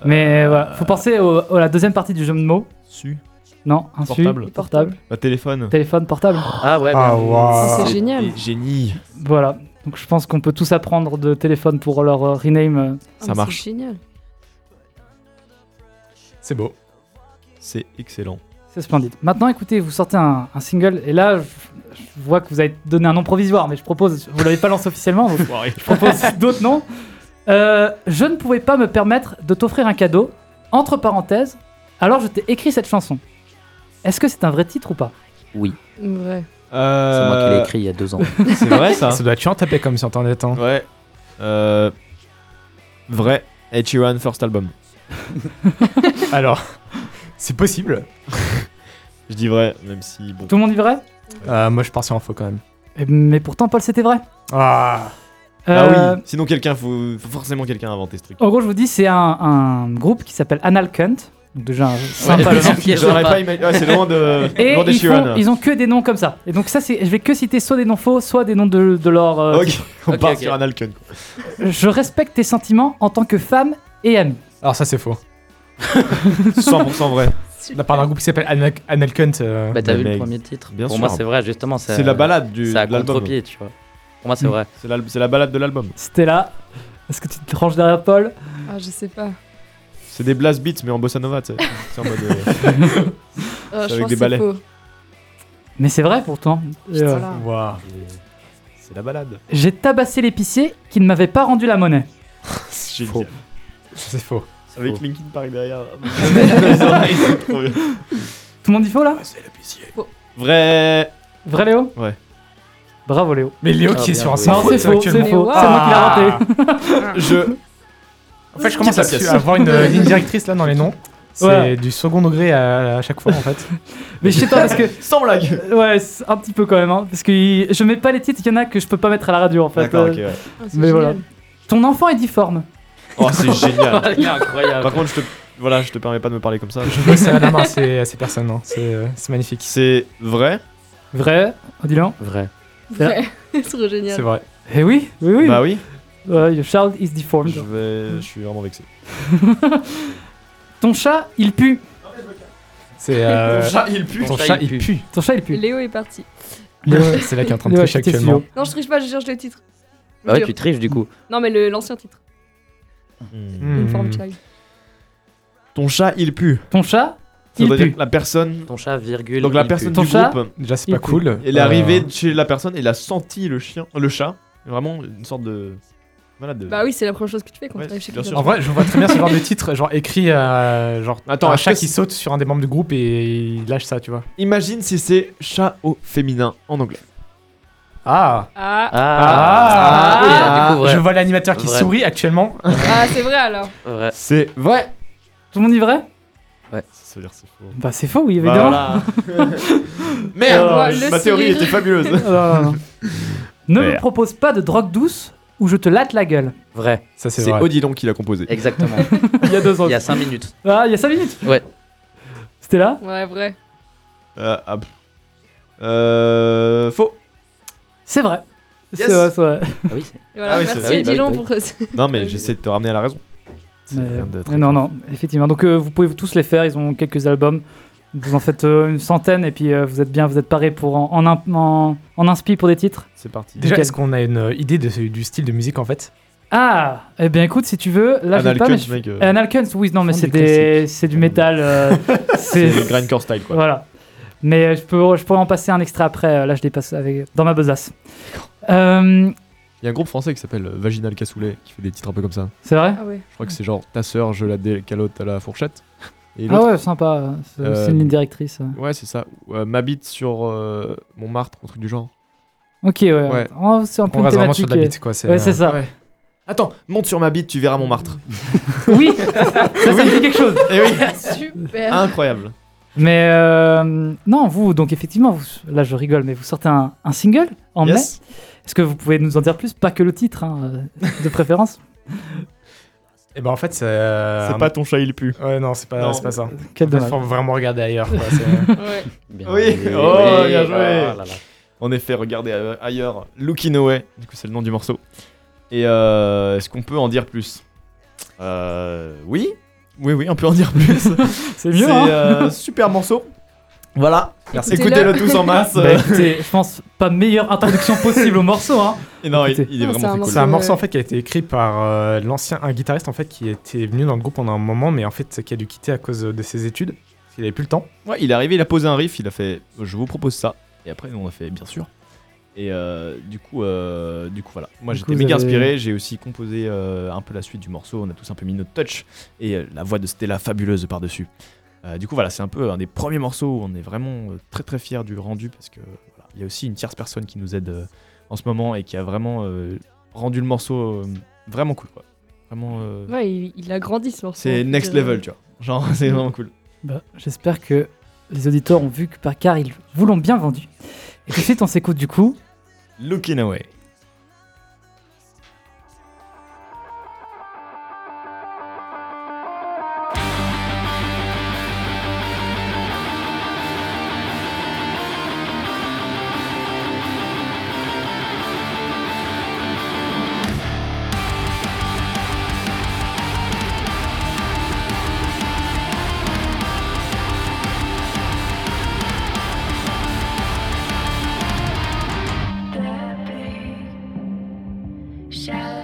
Speaker 5: Euh,
Speaker 1: mais voilà, faut penser au- à la deuxième partie du jeu de mots.
Speaker 5: Su.
Speaker 1: Non, insu,
Speaker 5: Portable.
Speaker 1: portable,
Speaker 5: Bah, téléphone.
Speaker 1: téléphone, portable.
Speaker 4: Ah ouais.
Speaker 2: Ah,
Speaker 4: mais-
Speaker 2: waouh.
Speaker 3: C'est génial.
Speaker 5: Et Génie.
Speaker 1: Voilà. Donc je pense qu'on peut tous apprendre de téléphone pour leur euh, rename. euh.
Speaker 3: ah,
Speaker 5: ça
Speaker 3: mais
Speaker 5: marche.
Speaker 3: C'est génial.
Speaker 2: C'est beau.
Speaker 5: C'est excellent.
Speaker 1: C'est splendide. Maintenant, écoutez, vous sortez un, un single et là, je, je vois que vous avez donné un nom provisoire, mais je propose, vous l'avez pas lancé officiellement, donc je propose d'autres noms. Euh, je ne pouvais pas me permettre de t'offrir un cadeau, entre parenthèses, alors je t'ai écrit cette chanson. Est-ce que c'est un vrai titre ou pas
Speaker 4: Oui.
Speaker 3: Ouais.
Speaker 4: C'est moi qui l'ai
Speaker 5: Euh,
Speaker 4: écrit il y a deux ans.
Speaker 5: C'est vrai
Speaker 4: Ah.
Speaker 5: ça
Speaker 2: Ça doit être chiant de taper comme sur internet. hein.
Speaker 5: Ouais. Euh, vrai. Ed Sheeran first album.
Speaker 2: Alors. C'est possible.
Speaker 5: Je dis vrai, même si bon.
Speaker 1: Tout le monde dit vrai
Speaker 2: Euh, moi je pars sur un faux quand même.
Speaker 1: Eh, Mais pourtant, Paul, c'était vrai.
Speaker 2: Ah.
Speaker 1: Euh,
Speaker 5: Ah oui. Sinon quelqu'un, faut, faut forcément quelqu'un inventer ce truc.
Speaker 1: En gros, je vous dis, c'est un, un groupe qui s'appelle Anal Cunt. Donc déjà, un- sympa le nom.
Speaker 4: Il y a
Speaker 5: J'aurais
Speaker 4: pas-
Speaker 5: pas imaginé. Ouais, c'est loin de.
Speaker 1: Et
Speaker 5: loin des
Speaker 1: ils,
Speaker 5: Sheeran.
Speaker 1: font- ils ont que des noms comme ça. Et donc ça, c'est, je vais que citer soit des noms faux, soit des noms de, de leur... euh,
Speaker 5: Ok. On
Speaker 4: Ok,
Speaker 5: part
Speaker 4: ok.
Speaker 5: sur un Alcon.
Speaker 1: Je respecte tes sentiments en tant que femme et amie.
Speaker 2: Alors ça c'est faux.
Speaker 5: 100% vrai.
Speaker 2: La part d'un groupe qui s'appelle Anal- Analcunt. euh,
Speaker 4: Bah, t'as
Speaker 5: Mais
Speaker 4: vu le
Speaker 5: mec,
Speaker 4: premier titre.
Speaker 5: bien
Speaker 4: Pour
Speaker 5: sûr.
Speaker 4: moi, c'est vrai, justement.
Speaker 5: C'est la balade du.
Speaker 4: C'est à
Speaker 5: de l'album. Mm.
Speaker 4: contre-pied, tu vois. Pour moi, c'est vrai.
Speaker 5: C'est l'al- c'est la balade de l'album.
Speaker 1: Stella, est-ce que tu te ranges derrière Paul
Speaker 3: Ah, je sais pas.
Speaker 5: C'est des blast beats mais en bossa nova, tu sais. C'est en mode. euh,
Speaker 3: Euh,
Speaker 5: C'est
Speaker 3: je
Speaker 5: avec
Speaker 3: pense
Speaker 5: des
Speaker 3: que
Speaker 5: balais.
Speaker 3: c'est faux.
Speaker 1: Mais c'est vrai pourtant. Et, euh,
Speaker 2: Waouh. C'est la balade.
Speaker 1: J'ai tabassé l'épicier qui ne m'avait pas rendu la monnaie.
Speaker 5: C'est
Speaker 4: Faux.
Speaker 5: génial.
Speaker 2: C'est faux.
Speaker 5: Avec
Speaker 4: Faux.
Speaker 5: Linkin Park derrière. C'est trop bien.
Speaker 1: Tout le monde dit faux là
Speaker 2: C'est l'épicier.
Speaker 5: Vrai.
Speaker 1: Vrai Léo
Speaker 5: Ouais.
Speaker 1: Bravo Léo.
Speaker 2: Mais Léo
Speaker 4: Ah,
Speaker 2: qui est
Speaker 4: bien
Speaker 2: sur un
Speaker 4: joué.
Speaker 1: Non,
Speaker 2: sans
Speaker 1: c'est faux, c'est faux.
Speaker 2: actuellement.
Speaker 3: Mais
Speaker 1: C'est moi qui l'ai
Speaker 2: Ah.
Speaker 1: raté.
Speaker 5: Je.
Speaker 2: En fait, je commence
Speaker 5: Petite
Speaker 2: à
Speaker 5: pièce.
Speaker 2: à avoir une euh, ligne directrice là dans les noms. C'est
Speaker 1: Ouais.
Speaker 2: du second degré à, à chaque fois en fait.
Speaker 1: Mais je sais pas parce que. euh,
Speaker 5: Sans blague.
Speaker 1: Ouais, c'est un petit peu quand même. hein, parce que il- je mets pas les titres, il y en a que je peux pas mettre à la radio en fait.
Speaker 5: D'accord,
Speaker 1: Euh,
Speaker 5: ok. ouais.
Speaker 3: Ah, c'est
Speaker 1: Mais
Speaker 3: génial.
Speaker 1: voilà. Ton enfant est difforme.
Speaker 5: Oh, c'est génial. Par
Speaker 4: Incroyable.
Speaker 5: contre, je te. Voilà, je te permets pas de me parler comme ça.
Speaker 2: Je veux serrer la main à ces, à ces personnes. hein. C'est euh, c'est magnifique.
Speaker 5: C'est vrai
Speaker 1: Vrai Odilon
Speaker 4: Vrai.
Speaker 3: Ouais, c'est trop
Speaker 2: C'est
Speaker 3: génial.
Speaker 2: vrai.
Speaker 1: Eh oui, oui, oui.
Speaker 5: Bah oui.
Speaker 1: Euh, your child is deformed.
Speaker 5: Je vais. Je suis vraiment vexé.
Speaker 1: Ton chat, il pue.
Speaker 2: C'est euh,
Speaker 5: il pue.
Speaker 2: ton chat, il pue.
Speaker 1: Ton chat, il pue.
Speaker 3: Léo est parti.
Speaker 2: C'est là qui est en train de
Speaker 1: Léo a
Speaker 2: tricher
Speaker 1: quitté
Speaker 2: actuellement.
Speaker 1: Studio.
Speaker 3: Non, je triche pas, je cherche le titre. Je
Speaker 5: Ah
Speaker 4: Bah ouais,
Speaker 3: jure.
Speaker 4: tu triches du coup.
Speaker 3: Non, mais le- l'ancien titre.
Speaker 2: Hmm.
Speaker 3: Uniform Child.
Speaker 5: Ton chat, il pue.
Speaker 1: Ton chat,
Speaker 5: Ça
Speaker 1: il
Speaker 5: veut dire
Speaker 1: pue.
Speaker 5: que la personne.
Speaker 4: Ton chat, virgule.
Speaker 5: Donc la
Speaker 4: il
Speaker 5: personne
Speaker 4: pue.
Speaker 1: Ton
Speaker 5: du
Speaker 1: chat
Speaker 5: groupe,
Speaker 2: Déjà, c'est
Speaker 1: Il
Speaker 2: pas
Speaker 1: pue.
Speaker 2: cool.
Speaker 5: elle est
Speaker 2: Euh,
Speaker 5: arrivée chez la personne et elle a senti le chien, le chat. Vraiment une sorte de. Voilà de.
Speaker 3: Bah oui, c'est la première chose que tu fais quand
Speaker 5: Ouais,
Speaker 3: tu arrives chez
Speaker 5: bien
Speaker 3: quelqu'un.
Speaker 5: sûr.
Speaker 2: Euh, En vrai, je vois très bien ce genre de titre, genre écrit à. Genre,
Speaker 5: Attends,
Speaker 2: un
Speaker 5: est-ce
Speaker 2: chat
Speaker 5: que
Speaker 2: qui
Speaker 5: c'est-
Speaker 2: saute sur un des membres du groupe et il lâche ça, tu vois.
Speaker 5: Imagine si c'est chat au féminin en anglais.
Speaker 2: Ah
Speaker 3: Ah,
Speaker 4: Ah,
Speaker 3: Ah.
Speaker 4: oui, du coup, vrai.
Speaker 2: Je vois l'animateur qui
Speaker 4: Vrai.
Speaker 2: sourit actuellement.
Speaker 3: ah c'est vrai alors.
Speaker 4: Vrai.
Speaker 5: C'est vrai.
Speaker 1: Tout le monde dit vrai
Speaker 5: Ça veut dire c'est faux.
Speaker 1: Bah c'est faux, oui, évidemment. Oh,
Speaker 5: Merde,
Speaker 3: Euh, ouais, le
Speaker 5: ma théorie
Speaker 3: sourire.
Speaker 5: était fabuleuse.
Speaker 1: Non, non, non. ne me
Speaker 5: Merde.
Speaker 1: propose pas de drogue douce ou je te latte la gueule.
Speaker 4: Vrai.
Speaker 2: Ça, c'est
Speaker 5: C'est
Speaker 2: vrai.
Speaker 5: Odilon qui l'a composé.
Speaker 4: Exactement.
Speaker 1: Il y a deux ans.
Speaker 4: Il y a 5 minutes.
Speaker 1: Ah, il y a 5 minutes
Speaker 4: Ouais.
Speaker 1: C'était là
Speaker 3: Ouais, vrai.
Speaker 5: Euh, ah, pff. Euh, faux.
Speaker 1: C'est vrai.
Speaker 5: Yes.
Speaker 1: C'est vrai, c'est vrai.
Speaker 4: Ah oui, c'est-
Speaker 3: Et voilà,
Speaker 5: Ah oui, c'est
Speaker 3: merci
Speaker 4: vrai.
Speaker 3: à Dijon
Speaker 4: Oui, bah
Speaker 3: pour ce-
Speaker 5: Non mais j'essaie de te ramener à la raison. C'est
Speaker 1: Mais-
Speaker 5: rien de très
Speaker 1: mais non, non,
Speaker 5: fort.
Speaker 1: effectivement. Donc euh, vous pouvez tous les faire, ils ont quelques albums. Vous en faites euh, une centaine et puis euh, vous êtes bien, vous êtes parés pour en, en, imp- en, en inspi pour des titres.
Speaker 5: C'est parti.
Speaker 2: Déjà,
Speaker 1: Nickel.
Speaker 2: est-ce qu'on a une euh, idée de, ce- du style de musique en fait
Speaker 1: Ah, eh bien écoute, si tu veux, là je l'ai
Speaker 5: Anal
Speaker 1: pas, mais
Speaker 5: Cunt,
Speaker 1: je...
Speaker 5: mec. euh,
Speaker 1: Analkens, oui, non, mais
Speaker 2: Fond
Speaker 1: c'est
Speaker 2: du
Speaker 1: des... c'est du métal. euh,
Speaker 5: c'est
Speaker 1: c'est
Speaker 5: le grindcore style quoi.
Speaker 1: Voilà. Mais euh, je, peux, je pourrais en passer un extrait après. euh, Là, je dépasse avec... dans ma besace. Euh,
Speaker 5: Il y a un groupe français qui s'appelle euh, Vaginal Cassoulet qui fait des titres un peu comme ça.
Speaker 1: c'est vrai
Speaker 3: Ah ouais.
Speaker 5: Je crois que c'est genre ta sœur, je la décalote à la fourchette. Et
Speaker 1: Ah
Speaker 5: l'autre,
Speaker 1: ouais, sympa. C'est
Speaker 5: Euh,
Speaker 1: c'est une ligne directrice.
Speaker 5: ouais, c'est ça. Ou, euh, M'habite sur euh, Montmartre, un truc du genre.
Speaker 1: Ok, ouais.
Speaker 5: ouais.
Speaker 1: Oh, c'est un peu
Speaker 2: On
Speaker 1: une
Speaker 2: reste vraiment sur
Speaker 1: thématique.
Speaker 2: de la bite, quoi. c'est,
Speaker 1: Ouais,
Speaker 2: euh,
Speaker 1: c'est ça.
Speaker 5: ouais. Attends, monte sur ma bite, tu verras Montmartre.
Speaker 1: Oui, ça, ça me dit quelque chose.
Speaker 5: Eh oui,
Speaker 3: Ah, Super.
Speaker 5: Ah. incroyable.
Speaker 1: Mais euh, non, vous, donc effectivement, vous- là, je rigole, mais vous sortez un, un single en mai.
Speaker 5: yes.
Speaker 1: Est-ce que vous pouvez nous en dire plus Pas que le titre, hein, euh, de préférence.
Speaker 2: Et ben en fait, c'est. euh,
Speaker 5: C'est
Speaker 2: un-
Speaker 5: pas ton chat, il pue.
Speaker 2: Ouais, non, c'est pas,
Speaker 5: Non.
Speaker 2: c'est pas ça.
Speaker 1: Quel
Speaker 2: Il
Speaker 1: dommage.
Speaker 2: faut vraiment regarder ailleurs. Quoi. c'est-
Speaker 3: Ouais.
Speaker 4: Bien
Speaker 5: Oui.
Speaker 4: joué.
Speaker 5: Oh,
Speaker 4: Oui.
Speaker 5: bien joué.
Speaker 4: Ah là là.
Speaker 5: En effet, regardez euh, ailleurs. Looking Away, du coup, c'est le nom du morceau. Et euh, est-ce qu'on peut en dire plus Euh, Oui. Oui, oui, on peut en dire plus.
Speaker 1: C'est mieux. hein.
Speaker 5: euh, super morceau. Voilà.
Speaker 3: Merci.
Speaker 5: Écoutez-le tous en masse.
Speaker 1: Bah, écoutez, je pense pas meilleure introduction possible au morceau. Hein.
Speaker 5: Et non, il,
Speaker 1: écoutez.
Speaker 5: il est
Speaker 3: Non, c'est
Speaker 5: vraiment
Speaker 3: un
Speaker 5: très cool.
Speaker 2: C'est un
Speaker 3: Ouais.
Speaker 2: morceau en fait qui a été écrit par euh, l'ancien un guitariste en fait qui était venu dans le groupe pendant un moment, mais en fait qui a dû quitter à cause euh, de ses études. Parce qu'il avait plus le temps.
Speaker 5: Ouais, il est arrivé, il a posé un riff, il a fait je vous propose ça. Et après, nous on a fait bien sûr. Et euh, du coup, euh, du coup voilà. Moi
Speaker 1: Du
Speaker 5: j'étais
Speaker 1: coup, vous
Speaker 5: méga
Speaker 1: avez-
Speaker 5: inspiré, j'ai aussi composé euh, un peu la suite du morceau, on a tous un peu mis notre touch et euh, la voix de Stella fabuleuse par dessus. du coup voilà, c'est un peu un des premiers morceaux où on est vraiment euh, très très fier du rendu parce que voilà, il y a aussi une tierce personne qui nous aide euh, en ce moment et qui a vraiment euh, rendu le morceau euh, vraiment cool quoi. Vraiment, euh,
Speaker 3: Ouais, il, il a grandi ce morceau.
Speaker 5: c'est next
Speaker 3: euh,
Speaker 5: level tu vois. Genre c'est vraiment cool.
Speaker 1: Bah, J'espère que les auditeurs ont vu que par car ils vous l'ont bien vendu. Et tout de suite, on s'écoute du coup.
Speaker 5: Looking away.
Speaker 6: That baby. Oh,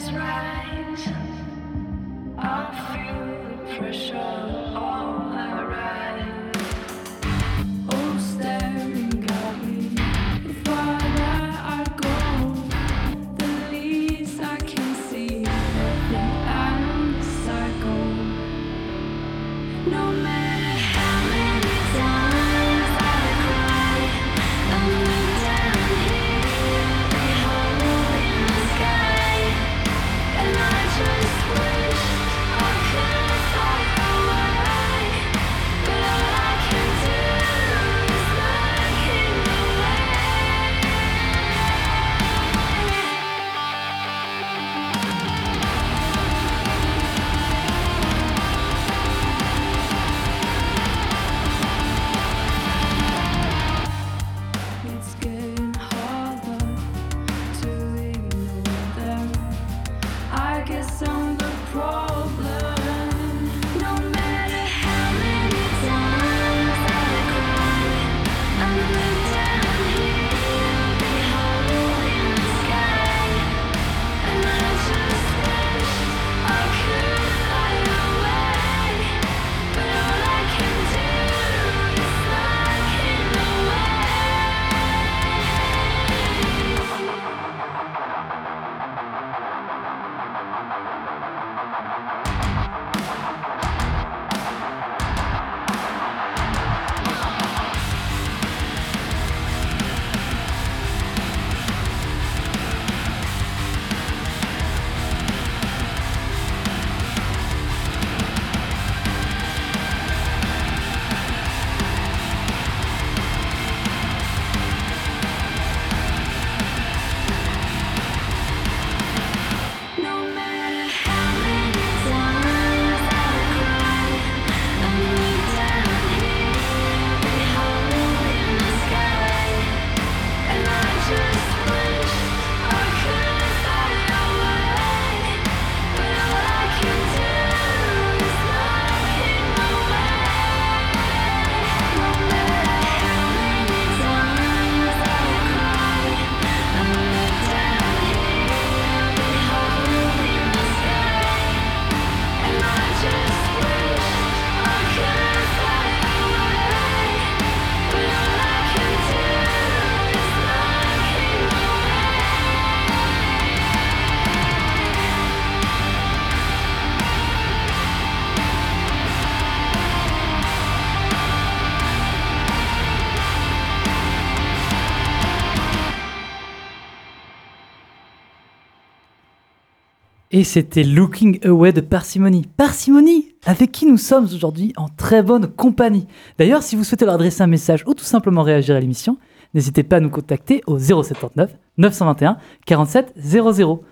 Speaker 1: Et c'était Looking Away de Parsimony. Parsimony, avec qui nous sommes aujourd'hui en très bonne compagnie. D'ailleurs, si vous souhaitez leur adresser un message ou tout simplement réagir à l'émission, n'hésitez pas à nous contacter au 079 921 47 00.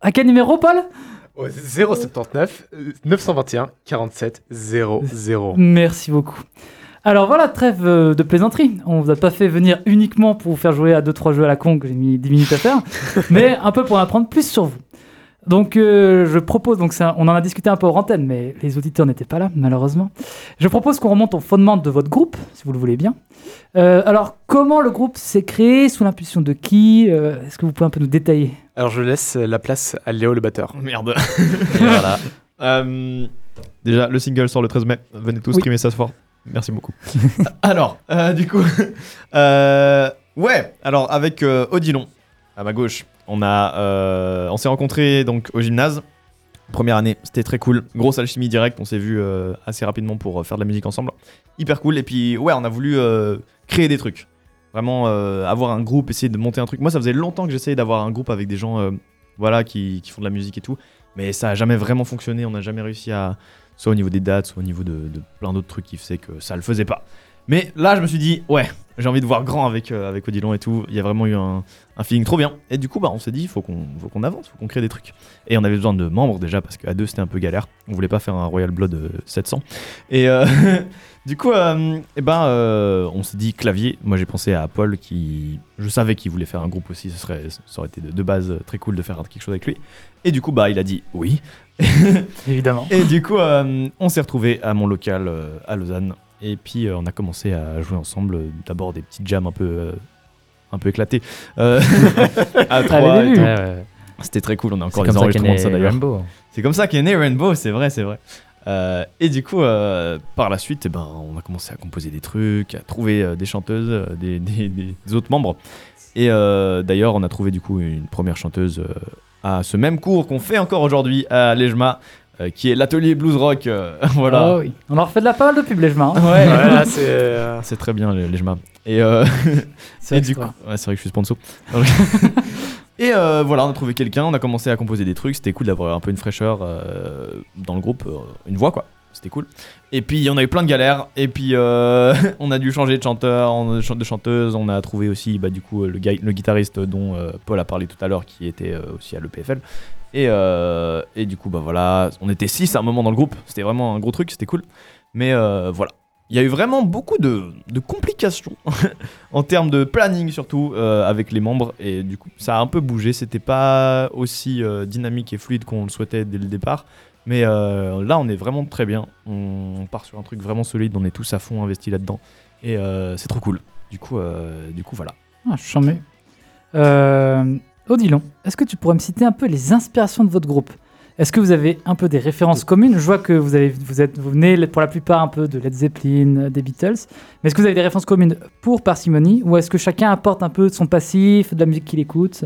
Speaker 1: À quel numéro, Paul
Speaker 2: Au 079 euh, 921 47 00.
Speaker 1: Merci beaucoup. Alors voilà, trêve euh, de plaisanterie. On vous a pas fait venir uniquement pour vous faire jouer à 2-3 jeux à la con que j'ai mis 10 minutes à faire, mais un peu pour en apprendre plus sur vous. Donc euh, je propose, donc ça, on en a discuté un peu hors antenne, mais les auditeurs n'étaient pas là malheureusement. Je propose qu'on remonte au fondement de votre groupe, si vous le voulez bien. Euh, alors comment le groupe s'est créé, sous l'impulsion de qui Euh, Est-ce que vous pouvez un peu nous détailler
Speaker 2: Alors je laisse euh, la place à Léo le batteur.
Speaker 5: Merde.
Speaker 4: Et voilà.
Speaker 5: Euh, déjà, le single sort le 13 mai. Venez tous
Speaker 1: Oui.
Speaker 5: streamer ça ce soir. Merci beaucoup. alors, euh, du coup, euh, ouais. Alors, avec euh, Odilon à ma gauche, on a, euh, on s'est rencontrés donc au gymnase. Première année, c'était très cool. Grosse alchimie directe. On s'est vu euh, assez rapidement pour euh, faire de la musique ensemble. Hyper cool. Et puis, ouais, on a voulu euh, créer des trucs. Vraiment euh, avoir un groupe, essayer de monter un truc. Moi, ça faisait longtemps que j'essayais d'avoir un groupe avec des gens, euh, voilà, qui- qui font de la musique et tout. Mais ça a jamais vraiment fonctionné, on n'a jamais réussi à. Soit au niveau des dates, soit au niveau de, de plein d'autres trucs qui faisaient que ça le faisait pas. Mais là, je me suis dit, ouais, j'ai envie de voir grand avec, euh, avec Odilon et tout. Il y a vraiment eu un, un feeling trop bien. Et du coup, bah, on s'est dit, faut qu'on faut qu'on avance, faut qu'on crée des trucs. Et on avait besoin de membres déjà, parce qu'à deux, c'était un peu galère. On voulait pas faire un Royal Blood euh, 700. Et euh, du coup, euh, eh ben, euh, on s'est dit clavier. Moi, j'ai pensé à Paul qui. Je savais qu'il voulait faire un groupe aussi. Ça, serait, ça aurait été de, de base euh, très cool de faire quelque chose avec lui. Et du coup, bah, il a dit oui.
Speaker 1: Évidemment.
Speaker 5: Et du coup, euh, on s'est retrouvés à mon local euh, à Lausanne. Et puis, euh, on a commencé à jouer ensemble. euh, D'abord des petites jams un peu, euh, un peu éclatées. euh, à trois. et
Speaker 1: début.
Speaker 5: tout.
Speaker 4: Ouais, ouais, ouais.
Speaker 5: C'était très cool. On a
Speaker 4: C'est
Speaker 5: encore
Speaker 4: comme
Speaker 5: des
Speaker 4: ça qu'est
Speaker 5: enregistrements
Speaker 4: né
Speaker 5: de ça d'ailleurs.
Speaker 4: Rainbow.
Speaker 5: C'est comme ça qu'est né Rainbow. C'est vrai, c'est vrai. Euh, et du coup, euh, par la suite, eh ben, on a commencé à composer des trucs, à trouver euh, des chanteuses, euh, des, des- des autres membres. Et euh, d'ailleurs, on a trouvé du coup une première chanteuse euh, à ce même cours qu'on fait encore aujourd'hui à Lejma, euh, qui est l'atelier blues rock. euh, voilà.
Speaker 1: Ah oui. On leur fait de la parole de pub, les chemins. hein.
Speaker 5: Ouais.
Speaker 2: Voilà, c'est. euh,
Speaker 5: C'est très bien les, les Jma. Et, euh,
Speaker 1: C'est vrai
Speaker 5: et du
Speaker 1: que
Speaker 5: coup,
Speaker 1: toi.
Speaker 5: ouais, c'est vrai que je suis sponsor. et euh, voilà, on a trouvé quelqu'un, on a commencé à composer des trucs. C'était cool d'avoir un peu une fraîcheur euh, dans le groupe, euh, une voix quoi. C'était cool. Et puis on a eu plein de galères. Et puis euh, on a dû changer de chanteur, on a chan- de chanteuse. On a trouvé aussi bah, du coup le, gui- le guitariste dont euh, Paul a parlé tout à l'heure, qui était euh, aussi à l'EPFL. Et, euh, et du coup bah voilà, on était 6 à un moment dans le groupe. C'était vraiment un gros truc, c'était cool. Mais euh, voilà. Il y a eu vraiment beaucoup de, de complications en termes de planning surtout euh, avec les membres et du coup ça a un peu bougé. C'était pas aussi euh, dynamique et fluide qu'on le souhaitait dès le départ, mais euh, là on est vraiment très bien. On part sur un truc vraiment solide. On est tous à fond investis là-dedans et euh, c'est trop cool. Du coup, euh, du coup voilà.
Speaker 1: Ah, chambé. Euh, Odilon, est-ce que tu pourrais me citer un peu les inspirations de votre groupe Est-ce que vous avez un peu des références communes Je vois que vous, avez, vous, êtes, vous venez pour la plupart un peu de Led Zeppelin, euh, des Beatles. Mais est-ce que vous avez des références communes pour Parcimonie Ou est-ce que chacun apporte un peu de son passif, de la musique qu'il écoute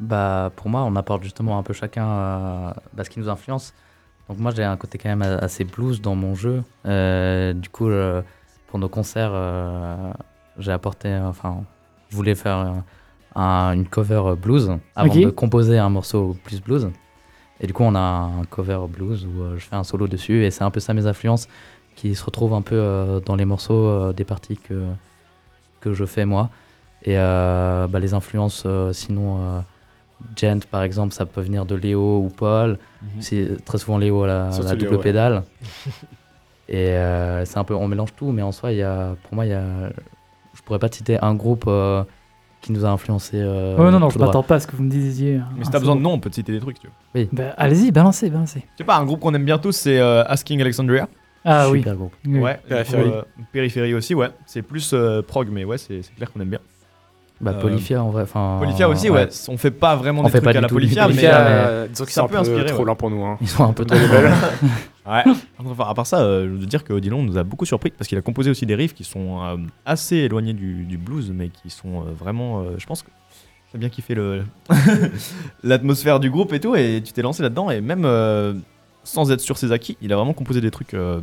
Speaker 4: Bah, pour moi, on apporte justement un peu chacun euh, bah, ce qui nous influence. Donc moi, j'ai un côté quand même assez blues dans mon jeu. Euh, du coup, euh, pour nos concerts, euh, j'ai apporté, euh, enfin, je voulais faire euh, un- une cover euh, blues avant
Speaker 1: Ok.
Speaker 4: de composer un morceau plus blues. Et du coup, on a un cover blues où euh, je fais un solo dessus et c'est un peu ça mes influences qui se retrouvent un peu euh, dans les morceaux euh, des parties que, que je fais moi. Et euh, bah, les influences, euh, sinon, euh, Gent par exemple, ça peut venir de Léo ou Paul.
Speaker 5: Mhm.
Speaker 4: C'est très souvent Léo à la,
Speaker 2: Surtout
Speaker 4: la double
Speaker 2: Léo, ouais.
Speaker 4: pédale. et euh, c'est un peu, on mélange tout, mais en soi, il y a, pour moi, il y a, je pourrais pas te citer un groupe euh, qui nous a influencé. euh,
Speaker 1: Oh Non, non,
Speaker 4: tout
Speaker 1: je
Speaker 4: droit.
Speaker 1: m'attends pas à ce que vous me disiez. hein.
Speaker 5: Mais si t'as besoin de nom, on peut te citer des trucs. Tu veux.
Speaker 1: Bah, Allez-y, balancez, balancez.
Speaker 5: Je sais pas, un groupe qu'on aime bien tous, c'est euh, Asking Alexandria.
Speaker 1: Ah oui.
Speaker 4: Super groupe.
Speaker 1: oui.
Speaker 5: Ouais.
Speaker 2: Périphérie.
Speaker 5: Périphérie. périphérie aussi, ouais. C'est plus euh, prog, mais ouais, c'est c'est clair qu'on aime bien.
Speaker 4: Bah,
Speaker 5: Euh,
Speaker 4: Polyphia en vrai. enfin,
Speaker 5: Polyphia aussi, ouais. On fait pas vraiment
Speaker 4: On
Speaker 5: des
Speaker 4: fait
Speaker 5: trucs
Speaker 4: pas
Speaker 5: à
Speaker 4: du
Speaker 5: la
Speaker 4: tout du
Speaker 5: Polyphia, mais.
Speaker 2: Olivier,
Speaker 4: Polyphia,
Speaker 5: euh,
Speaker 2: euh, disons qu'ils
Speaker 5: c'est un
Speaker 2: sont un
Speaker 5: peu
Speaker 2: peu,
Speaker 5: inspiré,
Speaker 2: trop
Speaker 5: ouais.
Speaker 2: lents pour nous. hein.
Speaker 4: Ils sont un peu trop.
Speaker 5: Ouais. Enfin, à part ça, euh, je veux dire que Odilon nous a beaucoup surpris parce qu'il a composé aussi des riffs qui sont euh, assez éloignés du, du blues, mais qui sont euh, vraiment. euh, je pense que t'as bien kiffé le- l'atmosphère du groupe et tout, et tu t'es lancé là-dedans, et même euh, sans être sur ses acquis, il a vraiment composé des trucs euh,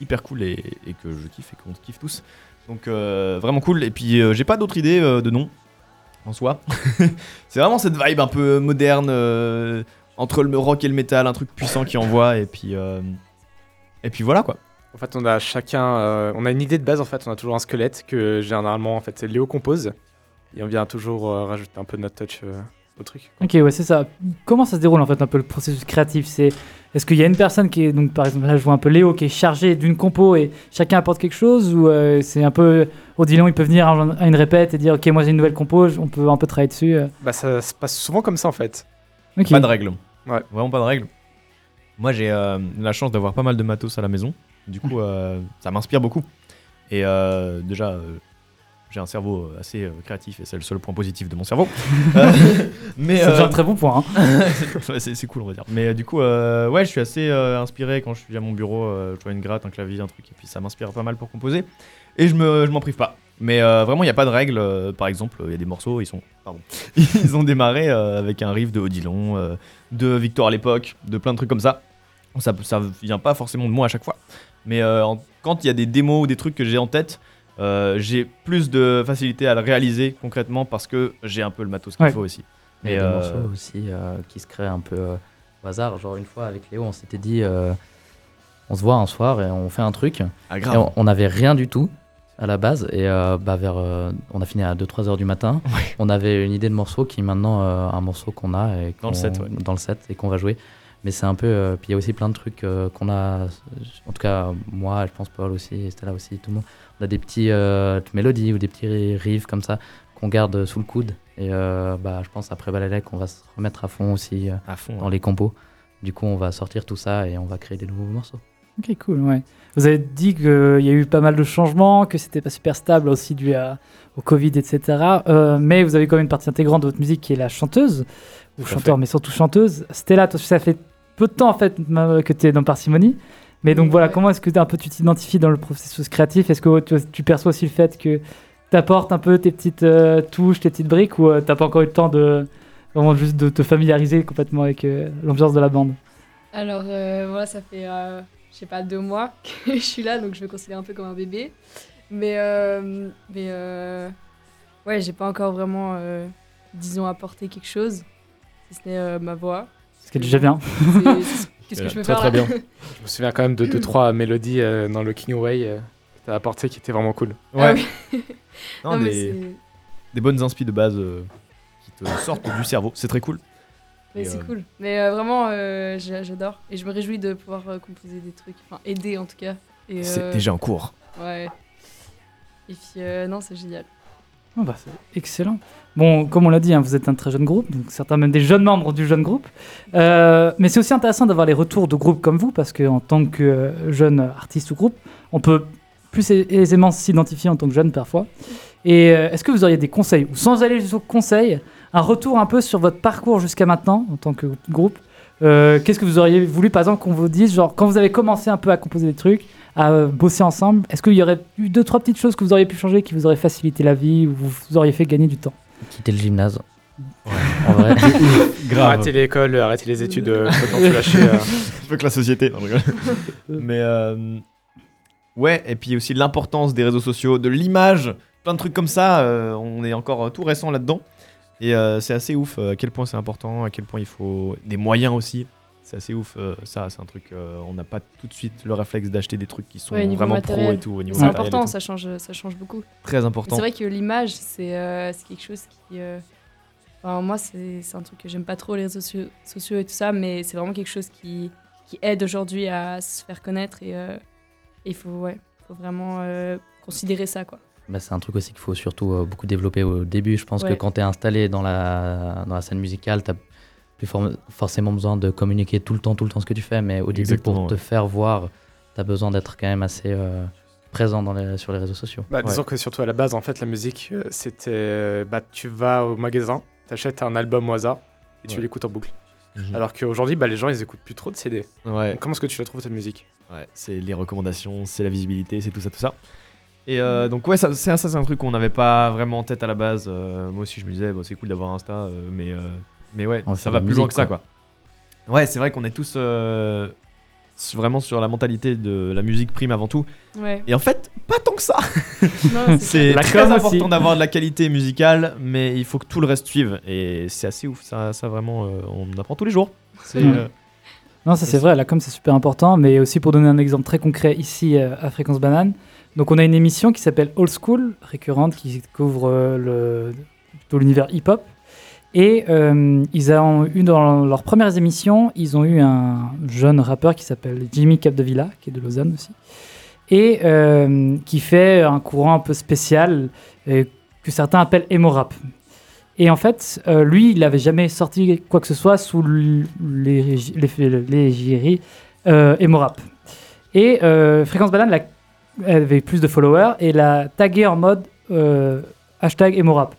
Speaker 5: hyper cool et, et que je kiffe et qu'on kiffe tous. Donc, euh, vraiment cool. Et puis, euh, j'ai pas d'autres idées de nom en soi. C'est vraiment cette vibe un peu moderne. euh, entre le rock et le métal, un truc puissant qui envoie, et puis, euh, et puis voilà quoi.
Speaker 2: En fait, on a chacun, euh, on a une idée de base. En fait, on a toujours un squelette que généralement, en fait, c'est Léo compose. Et on vient toujours euh, rajouter un peu de notre touch euh, au truc.
Speaker 1: Ok, ouais, c'est ça. Comment ça se déroule en fait un peu le processus créatif C'est est-ce qu'il y a une personne qui est donc par exemple là je vois un peu Léo qui est chargé d'une compo et chacun apporte quelque chose ou euh, c'est un peu au Odilon il peut venir à un- à une répète et dire ok moi j'ai une nouvelle compo je- on peut un peu travailler dessus. euh.
Speaker 2: Bah, ça se passe souvent comme ça, en fait.
Speaker 1: Ok.
Speaker 5: Pas de règles.
Speaker 2: Ouais.
Speaker 5: Vraiment pas de règles. Moi j'ai euh, la chance d'avoir pas mal de matos à la maison. Du coup, euh, ça m'inspire beaucoup. Et euh, déjà, euh, j'ai un cerveau assez euh, créatif et c'est le seul point positif de mon cerveau. Euh, mais
Speaker 1: C'est
Speaker 5: euh,
Speaker 1: déjà un très bon point. hein.
Speaker 5: Ouais, c'est c'est cool, on va dire. Mais euh, du coup, euh, ouais, je suis assez euh, inspiré quand je suis à mon bureau. euh, je vois une gratte, un clavier, un truc, et puis ça m'inspire pas mal pour composer. Et je me- je m'en prive pas. Mais euh, vraiment, il n'y a pas de règle. euh, par exemple, il y a des morceaux, ils sont. Pardon. Ils ont démarré euh, avec un riff de Odilon, euh, de Victor à l'époque, de plein de trucs comme ça. Ça ça vient pas forcément de moi à chaque fois. Mais euh, en- quand il y a des démos ou des trucs que j'ai en tête. euh, j'ai plus de facilité à le réaliser concrètement parce que j'ai un peu le matos qu'il
Speaker 1: Ouais.
Speaker 5: faut aussi.
Speaker 4: Mais il y
Speaker 5: Et,
Speaker 4: a des
Speaker 5: euh,
Speaker 4: morceaux aussi euh, qui se créent un peu euh, au hasard. Genre une fois avec Léo, on s'était dit, euh, on se voit un soir et on fait un truc.
Speaker 5: Ah,
Speaker 4: Et on- on n'avait rien du tout à la base. Et euh, bah, vers, euh, on a fini à 2-3 heures du matin. On avait une idée de morceau qui est maintenant euh, un morceau qu'on a et
Speaker 5: Dans le
Speaker 4: qu'on-
Speaker 5: set, ouais.
Speaker 4: dans le set et qu'on va jouer. Mais c'est un peu. euh, puis il y a aussi plein de trucs euh, qu'on a. En tout cas, moi, je pense Paul aussi, Stella aussi, tout le monde. On a des petits euh, mélodies ou des petits riffs comme ça qu'on garde sous le coude. Et euh, bah, je pense après Balalek, on va se remettre à fond aussi euh,
Speaker 5: à fond. hein.
Speaker 4: dans les compos. Du coup, on va sortir tout ça et on va créer des nouveaux morceaux.
Speaker 1: Ok cool ouais. Vous avez dit qu'il y a eu pas mal de changements que c'était pas super stable aussi dû à- au Covid etc. Euh, mais vous avez quand même une partie intégrante de votre musique qui est la chanteuse ou
Speaker 5: à
Speaker 1: chanteur mais surtout chanteuse. Stella toi ça fait peu de temps en fait ma- que tu es dans Parcimonie. Mais donc
Speaker 3: Oui,
Speaker 1: voilà,
Speaker 3: ouais.
Speaker 1: comment est-ce que t'es un peu tu t'identifies dans le processus créatif Est-ce que tu, tu perçois aussi le fait que tu apportes un peu tes petites euh, touches, tes petites briques, ou euh, t'as pas encore eu le temps de vraiment juste de te familiariser complètement avec euh, l'ambiance de la bande
Speaker 3: Alors euh, voilà, ça fait, euh, je sais pas, deux mois que je suis là, donc je me considère un peu comme un bébé. Mais, euh, mais euh, ouais, j'ai pas encore vraiment, euh, disons, apporté quelque chose, si ce n'est euh, ma voix.
Speaker 1: Ce qui est déjà bien.
Speaker 3: C'est- c'est- Qu'est-ce que je peux
Speaker 5: Très,
Speaker 3: faire
Speaker 5: très
Speaker 3: là
Speaker 5: bien.
Speaker 2: Je me souviens quand même de 2-3 mélodies euh, dans le King Away euh, que t'as apporté qui étaient vraiment cool.
Speaker 3: Ah
Speaker 5: Ouais.
Speaker 3: oui.
Speaker 5: Non,
Speaker 3: Non, mais
Speaker 5: des,
Speaker 3: c'est-
Speaker 5: des bonnes inspi de base euh, qui te sortent du cerveau, c'est très cool.
Speaker 3: mais
Speaker 5: Et,
Speaker 3: c'est
Speaker 5: euh,
Speaker 3: cool. Mais euh, vraiment, euh, j'a- j'adore. Et je me réjouis de pouvoir euh, composer des trucs, enfin aider en tout cas. Et,
Speaker 5: C'est
Speaker 3: euh,
Speaker 5: déjà en cours.
Speaker 3: Ouais. Et puis, euh, non, c'est génial.
Speaker 1: Ah bah, c'est excellent. Bon, comme on l'a dit, hein, vous êtes un très jeune groupe, donc certains même des jeunes membres du jeune groupe. Euh, mais c'est aussi intéressant d'avoir les retours de groupes comme vous, parce qu'en tant que euh, jeune artiste ou groupe, on peut plus ai- aisément s'identifier en tant que jeune parfois. Et euh, est-ce que vous auriez des conseils, ou sans aller jusqu'au conseil, un retour un peu sur votre parcours jusqu'à maintenant en tant que groupe Euh, Qu'est-ce que vous auriez voulu, par exemple, qu'on vous dise, genre quand vous avez commencé un peu à composer des trucs, à euh, bosser ensemble, est-ce qu'il y aurait eu deux, trois petites choses que vous auriez pu changer qui vous auraient facilité la vie ou vous auriez fait gagner du temps
Speaker 4: Quitter le gymnase. En vrai.
Speaker 2: Arrêtez l'école, euh, arrêtez les études, euh, faut se lâcher. euh.
Speaker 5: Je veux que la société. non, je rigole. Mais euh, ouais, et puis aussi l'importance des réseaux sociaux, de l'image, plein de trucs comme ça. euh, on est encore euh, tout récent là-dedans. Et euh, c'est assez ouf euh, à quel point c'est important, à quel point il faut des moyens aussi. C'est assez ouf, euh, ça, c'est un truc. euh, on n'a pas tout de suite le réflexe d'acheter des trucs qui sont
Speaker 3: Ouais, niveau
Speaker 5: vraiment pro
Speaker 3: matériel.
Speaker 5: et tout au niveau
Speaker 3: C'est
Speaker 5: matériel et
Speaker 3: important,
Speaker 5: tout.
Speaker 3: ça change, ça change beaucoup.
Speaker 5: Très
Speaker 3: Mais
Speaker 5: important.
Speaker 3: C'est vrai que l'image, c'est euh, c'est quelque chose qui. euh, enfin, moi, c'est c'est un truc que j'aime pas trop, les réseaux socio- sociaux et tout ça, mais c'est vraiment quelque chose qui, qui aide aujourd'hui à se faire connaître et euh, et il faut, ouais, faut vraiment euh, considérer ça, quoi.
Speaker 4: Bah, c'est un truc aussi qu'il faut surtout euh, beaucoup développer au début. Je pense que
Speaker 3: Ouais.
Speaker 4: quand tu es installé dans la, dans la scène musicale, tu n'as plus for- forcément besoin de communiquer tout le temps, tout le temps ce que tu fais. Mais au début,
Speaker 5: Exactement,
Speaker 4: pour te faire voir, tu as besoin d'être quand même assez euh, présent dans les- sur les réseaux sociaux.
Speaker 2: Bah, disons que surtout à la base, en fait, la musique, euh, c'était. euh, Bah, tu vas au magasin, t'achètes un album au hasard et tu
Speaker 5: Ouais.
Speaker 2: l'écoutes en boucle.
Speaker 5: Mhm.
Speaker 2: Alors qu'aujourd'hui, bah, les gens, ils écoutent plus trop de CD.
Speaker 5: Ouais.
Speaker 2: Donc, comment est-ce que tu la trouves, ta musique
Speaker 5: Ouais, c'est les recommandations, c'est la visibilité, c'est tout ça, tout ça. Et euh, donc ouais, ça, c'est ça, c'est un truc qu'on n'avait pas vraiment en tête à la base. Euh, moi aussi, je me disais, bon, c'est cool d'avoir Insta, euh, mais euh, mais ouais,
Speaker 4: On va
Speaker 5: ça
Speaker 4: faire
Speaker 5: va
Speaker 4: de la
Speaker 5: plus loin
Speaker 4: musique,
Speaker 5: que ça, quoi. Ouais, c'est vrai qu'on est tous euh, s- vraiment sur la mentalité de la musique prime avant tout.
Speaker 3: Ouais.
Speaker 5: Et en fait, pas tant que ça.
Speaker 3: non,
Speaker 5: C'est
Speaker 1: La
Speaker 5: très
Speaker 1: com
Speaker 5: important
Speaker 1: aussi.
Speaker 5: d'avoir de la qualité musicale, mais il faut que tout le reste suive. Et c'est assez ouf, ça, ça vraiment, euh, on apprend tous les jours. C'est,
Speaker 1: Mm.
Speaker 5: euh,
Speaker 1: Non, ça c'est vrai, la com c'est super important, mais aussi pour donner un exemple très concret ici euh, à Fréquence Banane. Donc on a une émission qui s'appelle Old School, récurrente, qui couvre euh, le, plutôt l'univers hip-hop. Et euh, ils ont eu dans leurs premières émissions, ils ont eu un jeune rappeur qui s'appelle Jimmy Capdevilla, qui est de Lausanne aussi, et euh, qui fait un courant un peu spécial euh, que certains appellent emo rap. Et en fait, euh, lui, il n'avait jamais sorti quoi que ce soit sous l- l'ég- l'ég- l'égérie euh, emo rap. Et euh, Fréquence Banane l'a- elle avait plus de followers et l'a tagué en mode euh, hashtag emo rap.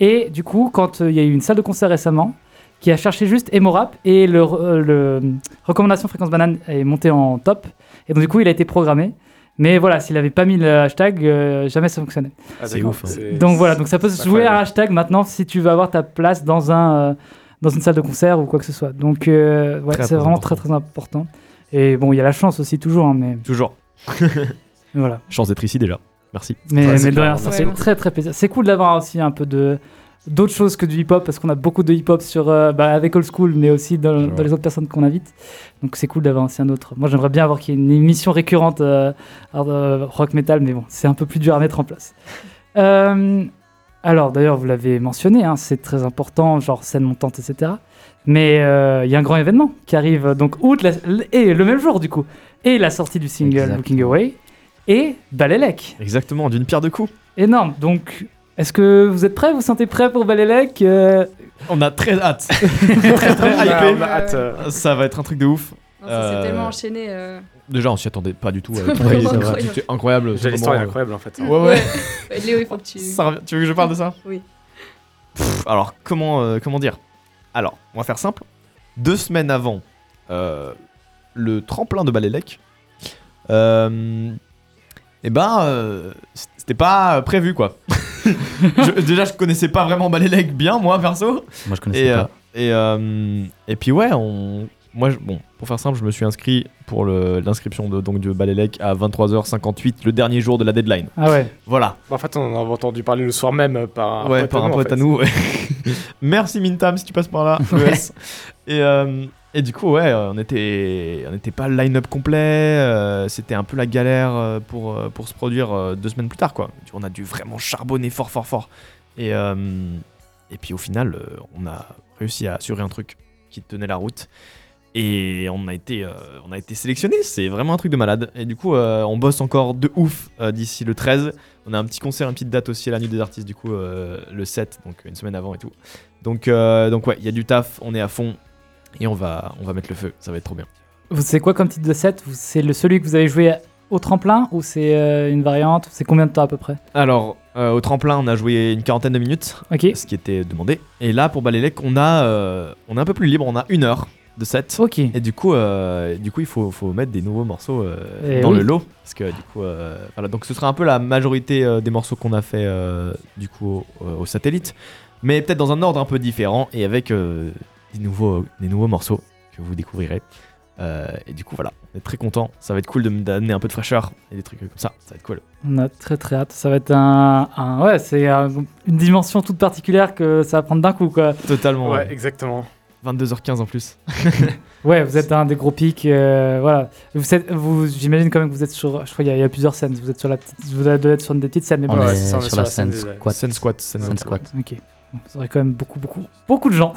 Speaker 1: Et du coup, quand euh, il y a eu une salle de concert récemment, qui a cherché juste emo rap et le, re- euh, le- recommandation Fréquence Banane est montée en top. Et donc du coup, il a été programmé. Mais voilà, s'il n'avait pas mis le hashtag, euh, jamais ça fonctionnait.
Speaker 2: Ah,
Speaker 5: C'est
Speaker 2: d'accord.
Speaker 5: ouf, hein.
Speaker 2: C'est-
Speaker 1: Donc voilà, donc ça peut se
Speaker 2: c'est
Speaker 1: jouer à un
Speaker 2: incroyable.
Speaker 1: hashtag maintenant si tu veux avoir ta place dans un euh, dans une salle de concert ou quoi que ce soit. Donc euh, ouais,
Speaker 5: Très,
Speaker 1: c'est
Speaker 5: très
Speaker 1: vraiment très
Speaker 5: important.
Speaker 1: très important. Et bon, il y a la chance aussi toujours, hein, mais
Speaker 5: Toujours.
Speaker 1: voilà.
Speaker 5: Chance d'être ici déjà. Merci.
Speaker 1: Mais,
Speaker 2: Ouais,
Speaker 1: mais
Speaker 2: c'est
Speaker 1: de
Speaker 2: clair,
Speaker 1: rien,
Speaker 2: on
Speaker 1: ça
Speaker 3: a
Speaker 1: fait
Speaker 3: beaucoup.
Speaker 1: très très plaisir. C'est cool d'avoir aussi un peu de d'autres choses que du hip-hop parce qu'on a beaucoup de hip-hop sur euh, bah, avec Old School, mais aussi dans,
Speaker 5: Je
Speaker 1: dans
Speaker 5: vois.
Speaker 1: les autres personnes qu'on invite. Donc c'est cool d'avoir aussi un autre. Moi, j'aimerais bien avoir qu'il y ait une émission récurrente euh, hard, euh, rock metal, mais bon, c'est un peu plus dur à mettre en place. Euh, alors d'ailleurs, vous l'avez mentionné, hein, c'est très important, genre scène montante, etc. Mais euh, il y a un grand événement qui arrive euh, donc août la- et le même jour du coup et la sortie du single
Speaker 4: Exactement.
Speaker 1: Looking Away et Balélec.
Speaker 5: Exactement, d'une pierre deux coups.
Speaker 1: Énorme. Donc, est-ce que vous êtes prêts Vous vous sentez prêts pour Balélec Euh,
Speaker 5: On a très hâte. très très
Speaker 2: Ah,
Speaker 5: hypé.
Speaker 2: on a hâte, euh,
Speaker 5: Ça va être un truc de ouf.
Speaker 3: Non, ça s'est
Speaker 5: Euh,
Speaker 3: tellement enchaîné. euh,
Speaker 5: Déjà, on s'y attendait pas du tout. euh,
Speaker 3: C'est
Speaker 5: avec-
Speaker 3: vraiment
Speaker 5: Ouais,
Speaker 3: incroyable.
Speaker 5: c'est vrai. C'est incroyable.
Speaker 2: Déjà,
Speaker 5: ce
Speaker 2: l'histoire est
Speaker 5: moment.
Speaker 2: incroyable en fait.
Speaker 5: Ouais, ouais.
Speaker 3: ouais, Léo, il faut que tu.
Speaker 5: Ça revient- tu veux que je parle de ça
Speaker 3: Oui.
Speaker 5: Pff, alors, comment, euh, comment dire Alors, on va faire simple. Deux semaines avant euh, le tremplin de Balélec, euh, eh ben, euh, c'était pas prévu, quoi. Je- déjà, je connaissais pas vraiment Balélec bien, moi, perso.
Speaker 4: Moi, je connaissais
Speaker 5: Et, euh,
Speaker 4: pas.
Speaker 5: et, euh, et puis, ouais, on... Moi, je- bon, pour faire simple, je me suis inscrit pour le- l'inscription de, donc, de Balélec à 23h58, le dernier jour de la deadline.
Speaker 1: Ah ouais.
Speaker 5: Voilà.
Speaker 2: En fait, on en a entendu parler le soir même euh, par un
Speaker 5: ouais,
Speaker 2: pote
Speaker 5: par
Speaker 2: à
Speaker 5: un
Speaker 2: nous, en
Speaker 5: pote
Speaker 2: fait.
Speaker 5: à nous. ouais. Merci Mintam si tu passes par là. ES. Et, euh, et du coup, ouais, euh, on était, on était pas le line-up complet. euh, C'était un peu la galère euh, pour, euh, pour se produire euh, deux semaines plus tard, quoi. Tu vois, On a dû vraiment charbonner fort, fort, fort. Et, euh, et puis au final, euh, on a réussi à assurer un truc qui tenait la route. Et on a été, euh, on a été sélectionné, c'est vraiment un truc de malade. Et du coup, euh, on bosse encore de ouf euh, d'ici le 13. On a un petit concert, une petite date aussi à la nuit des artistes, du coup, euh, le 7, donc une semaine avant et tout. Donc, euh, donc ouais, il y a du taf, on est à fond et on va, on va mettre le feu, ça va être trop bien.
Speaker 1: Vous savez quoi comme titre de set Vous- C'est le celui que vous avez joué au tremplin ou c'est euh, une variante C'est combien de temps à peu près
Speaker 5: Alors, euh, au tremplin, on a joué une quarantaine de minutes,
Speaker 1: Ok.
Speaker 5: ce qui était demandé. Et là, pour Balélec, on a, euh, on est un peu plus libre, on a une heure de set.
Speaker 1: Ok.
Speaker 5: Et du coup, euh, du coup, il faut, faut mettre des nouveaux morceaux euh,
Speaker 1: Eh
Speaker 5: dans
Speaker 1: oui.
Speaker 5: le lot, parce que du coup, euh, voilà. Donc, ce sera un peu la majorité euh, des morceaux qu'on a fait euh, du coup au, au satellite, mais peut-être dans un ordre un peu différent et avec euh, des nouveaux, des nouveaux morceaux que vous découvrirez. Euh, et du coup, voilà, on est très content. Ça va être cool de me- d'amener un peu de fraîcheur et des trucs comme ça. Ça va être cool.
Speaker 1: On a très très hâte. Ça va être un, un- ouais, c'est un- une dimension toute particulière que ça va prendre d'un coup quoi.
Speaker 5: Totalement.
Speaker 2: Ouais, exactement.
Speaker 5: 22h15 en plus.
Speaker 1: Ouais, vous êtes un des gros pics, euh, voilà. Vous êtes, vous, j'imagine quand même que vous êtes sur, je crois qu'il y a- il y, a plusieurs scènes. Vous êtes sur la, petite, vous devez être sur une des petites scènes, mais
Speaker 4: On
Speaker 1: bon,
Speaker 2: bah Ouais,
Speaker 4: est
Speaker 2: c'est ça, on est
Speaker 4: sur
Speaker 2: sur
Speaker 4: la
Speaker 2: la scène
Speaker 4: scène
Speaker 2: des-
Speaker 4: squat.
Speaker 5: Scène squat. Scène
Speaker 4: Scène squat.
Speaker 1: ok. Bon, ça aurait quand même beaucoup beaucoup beaucoup de gens.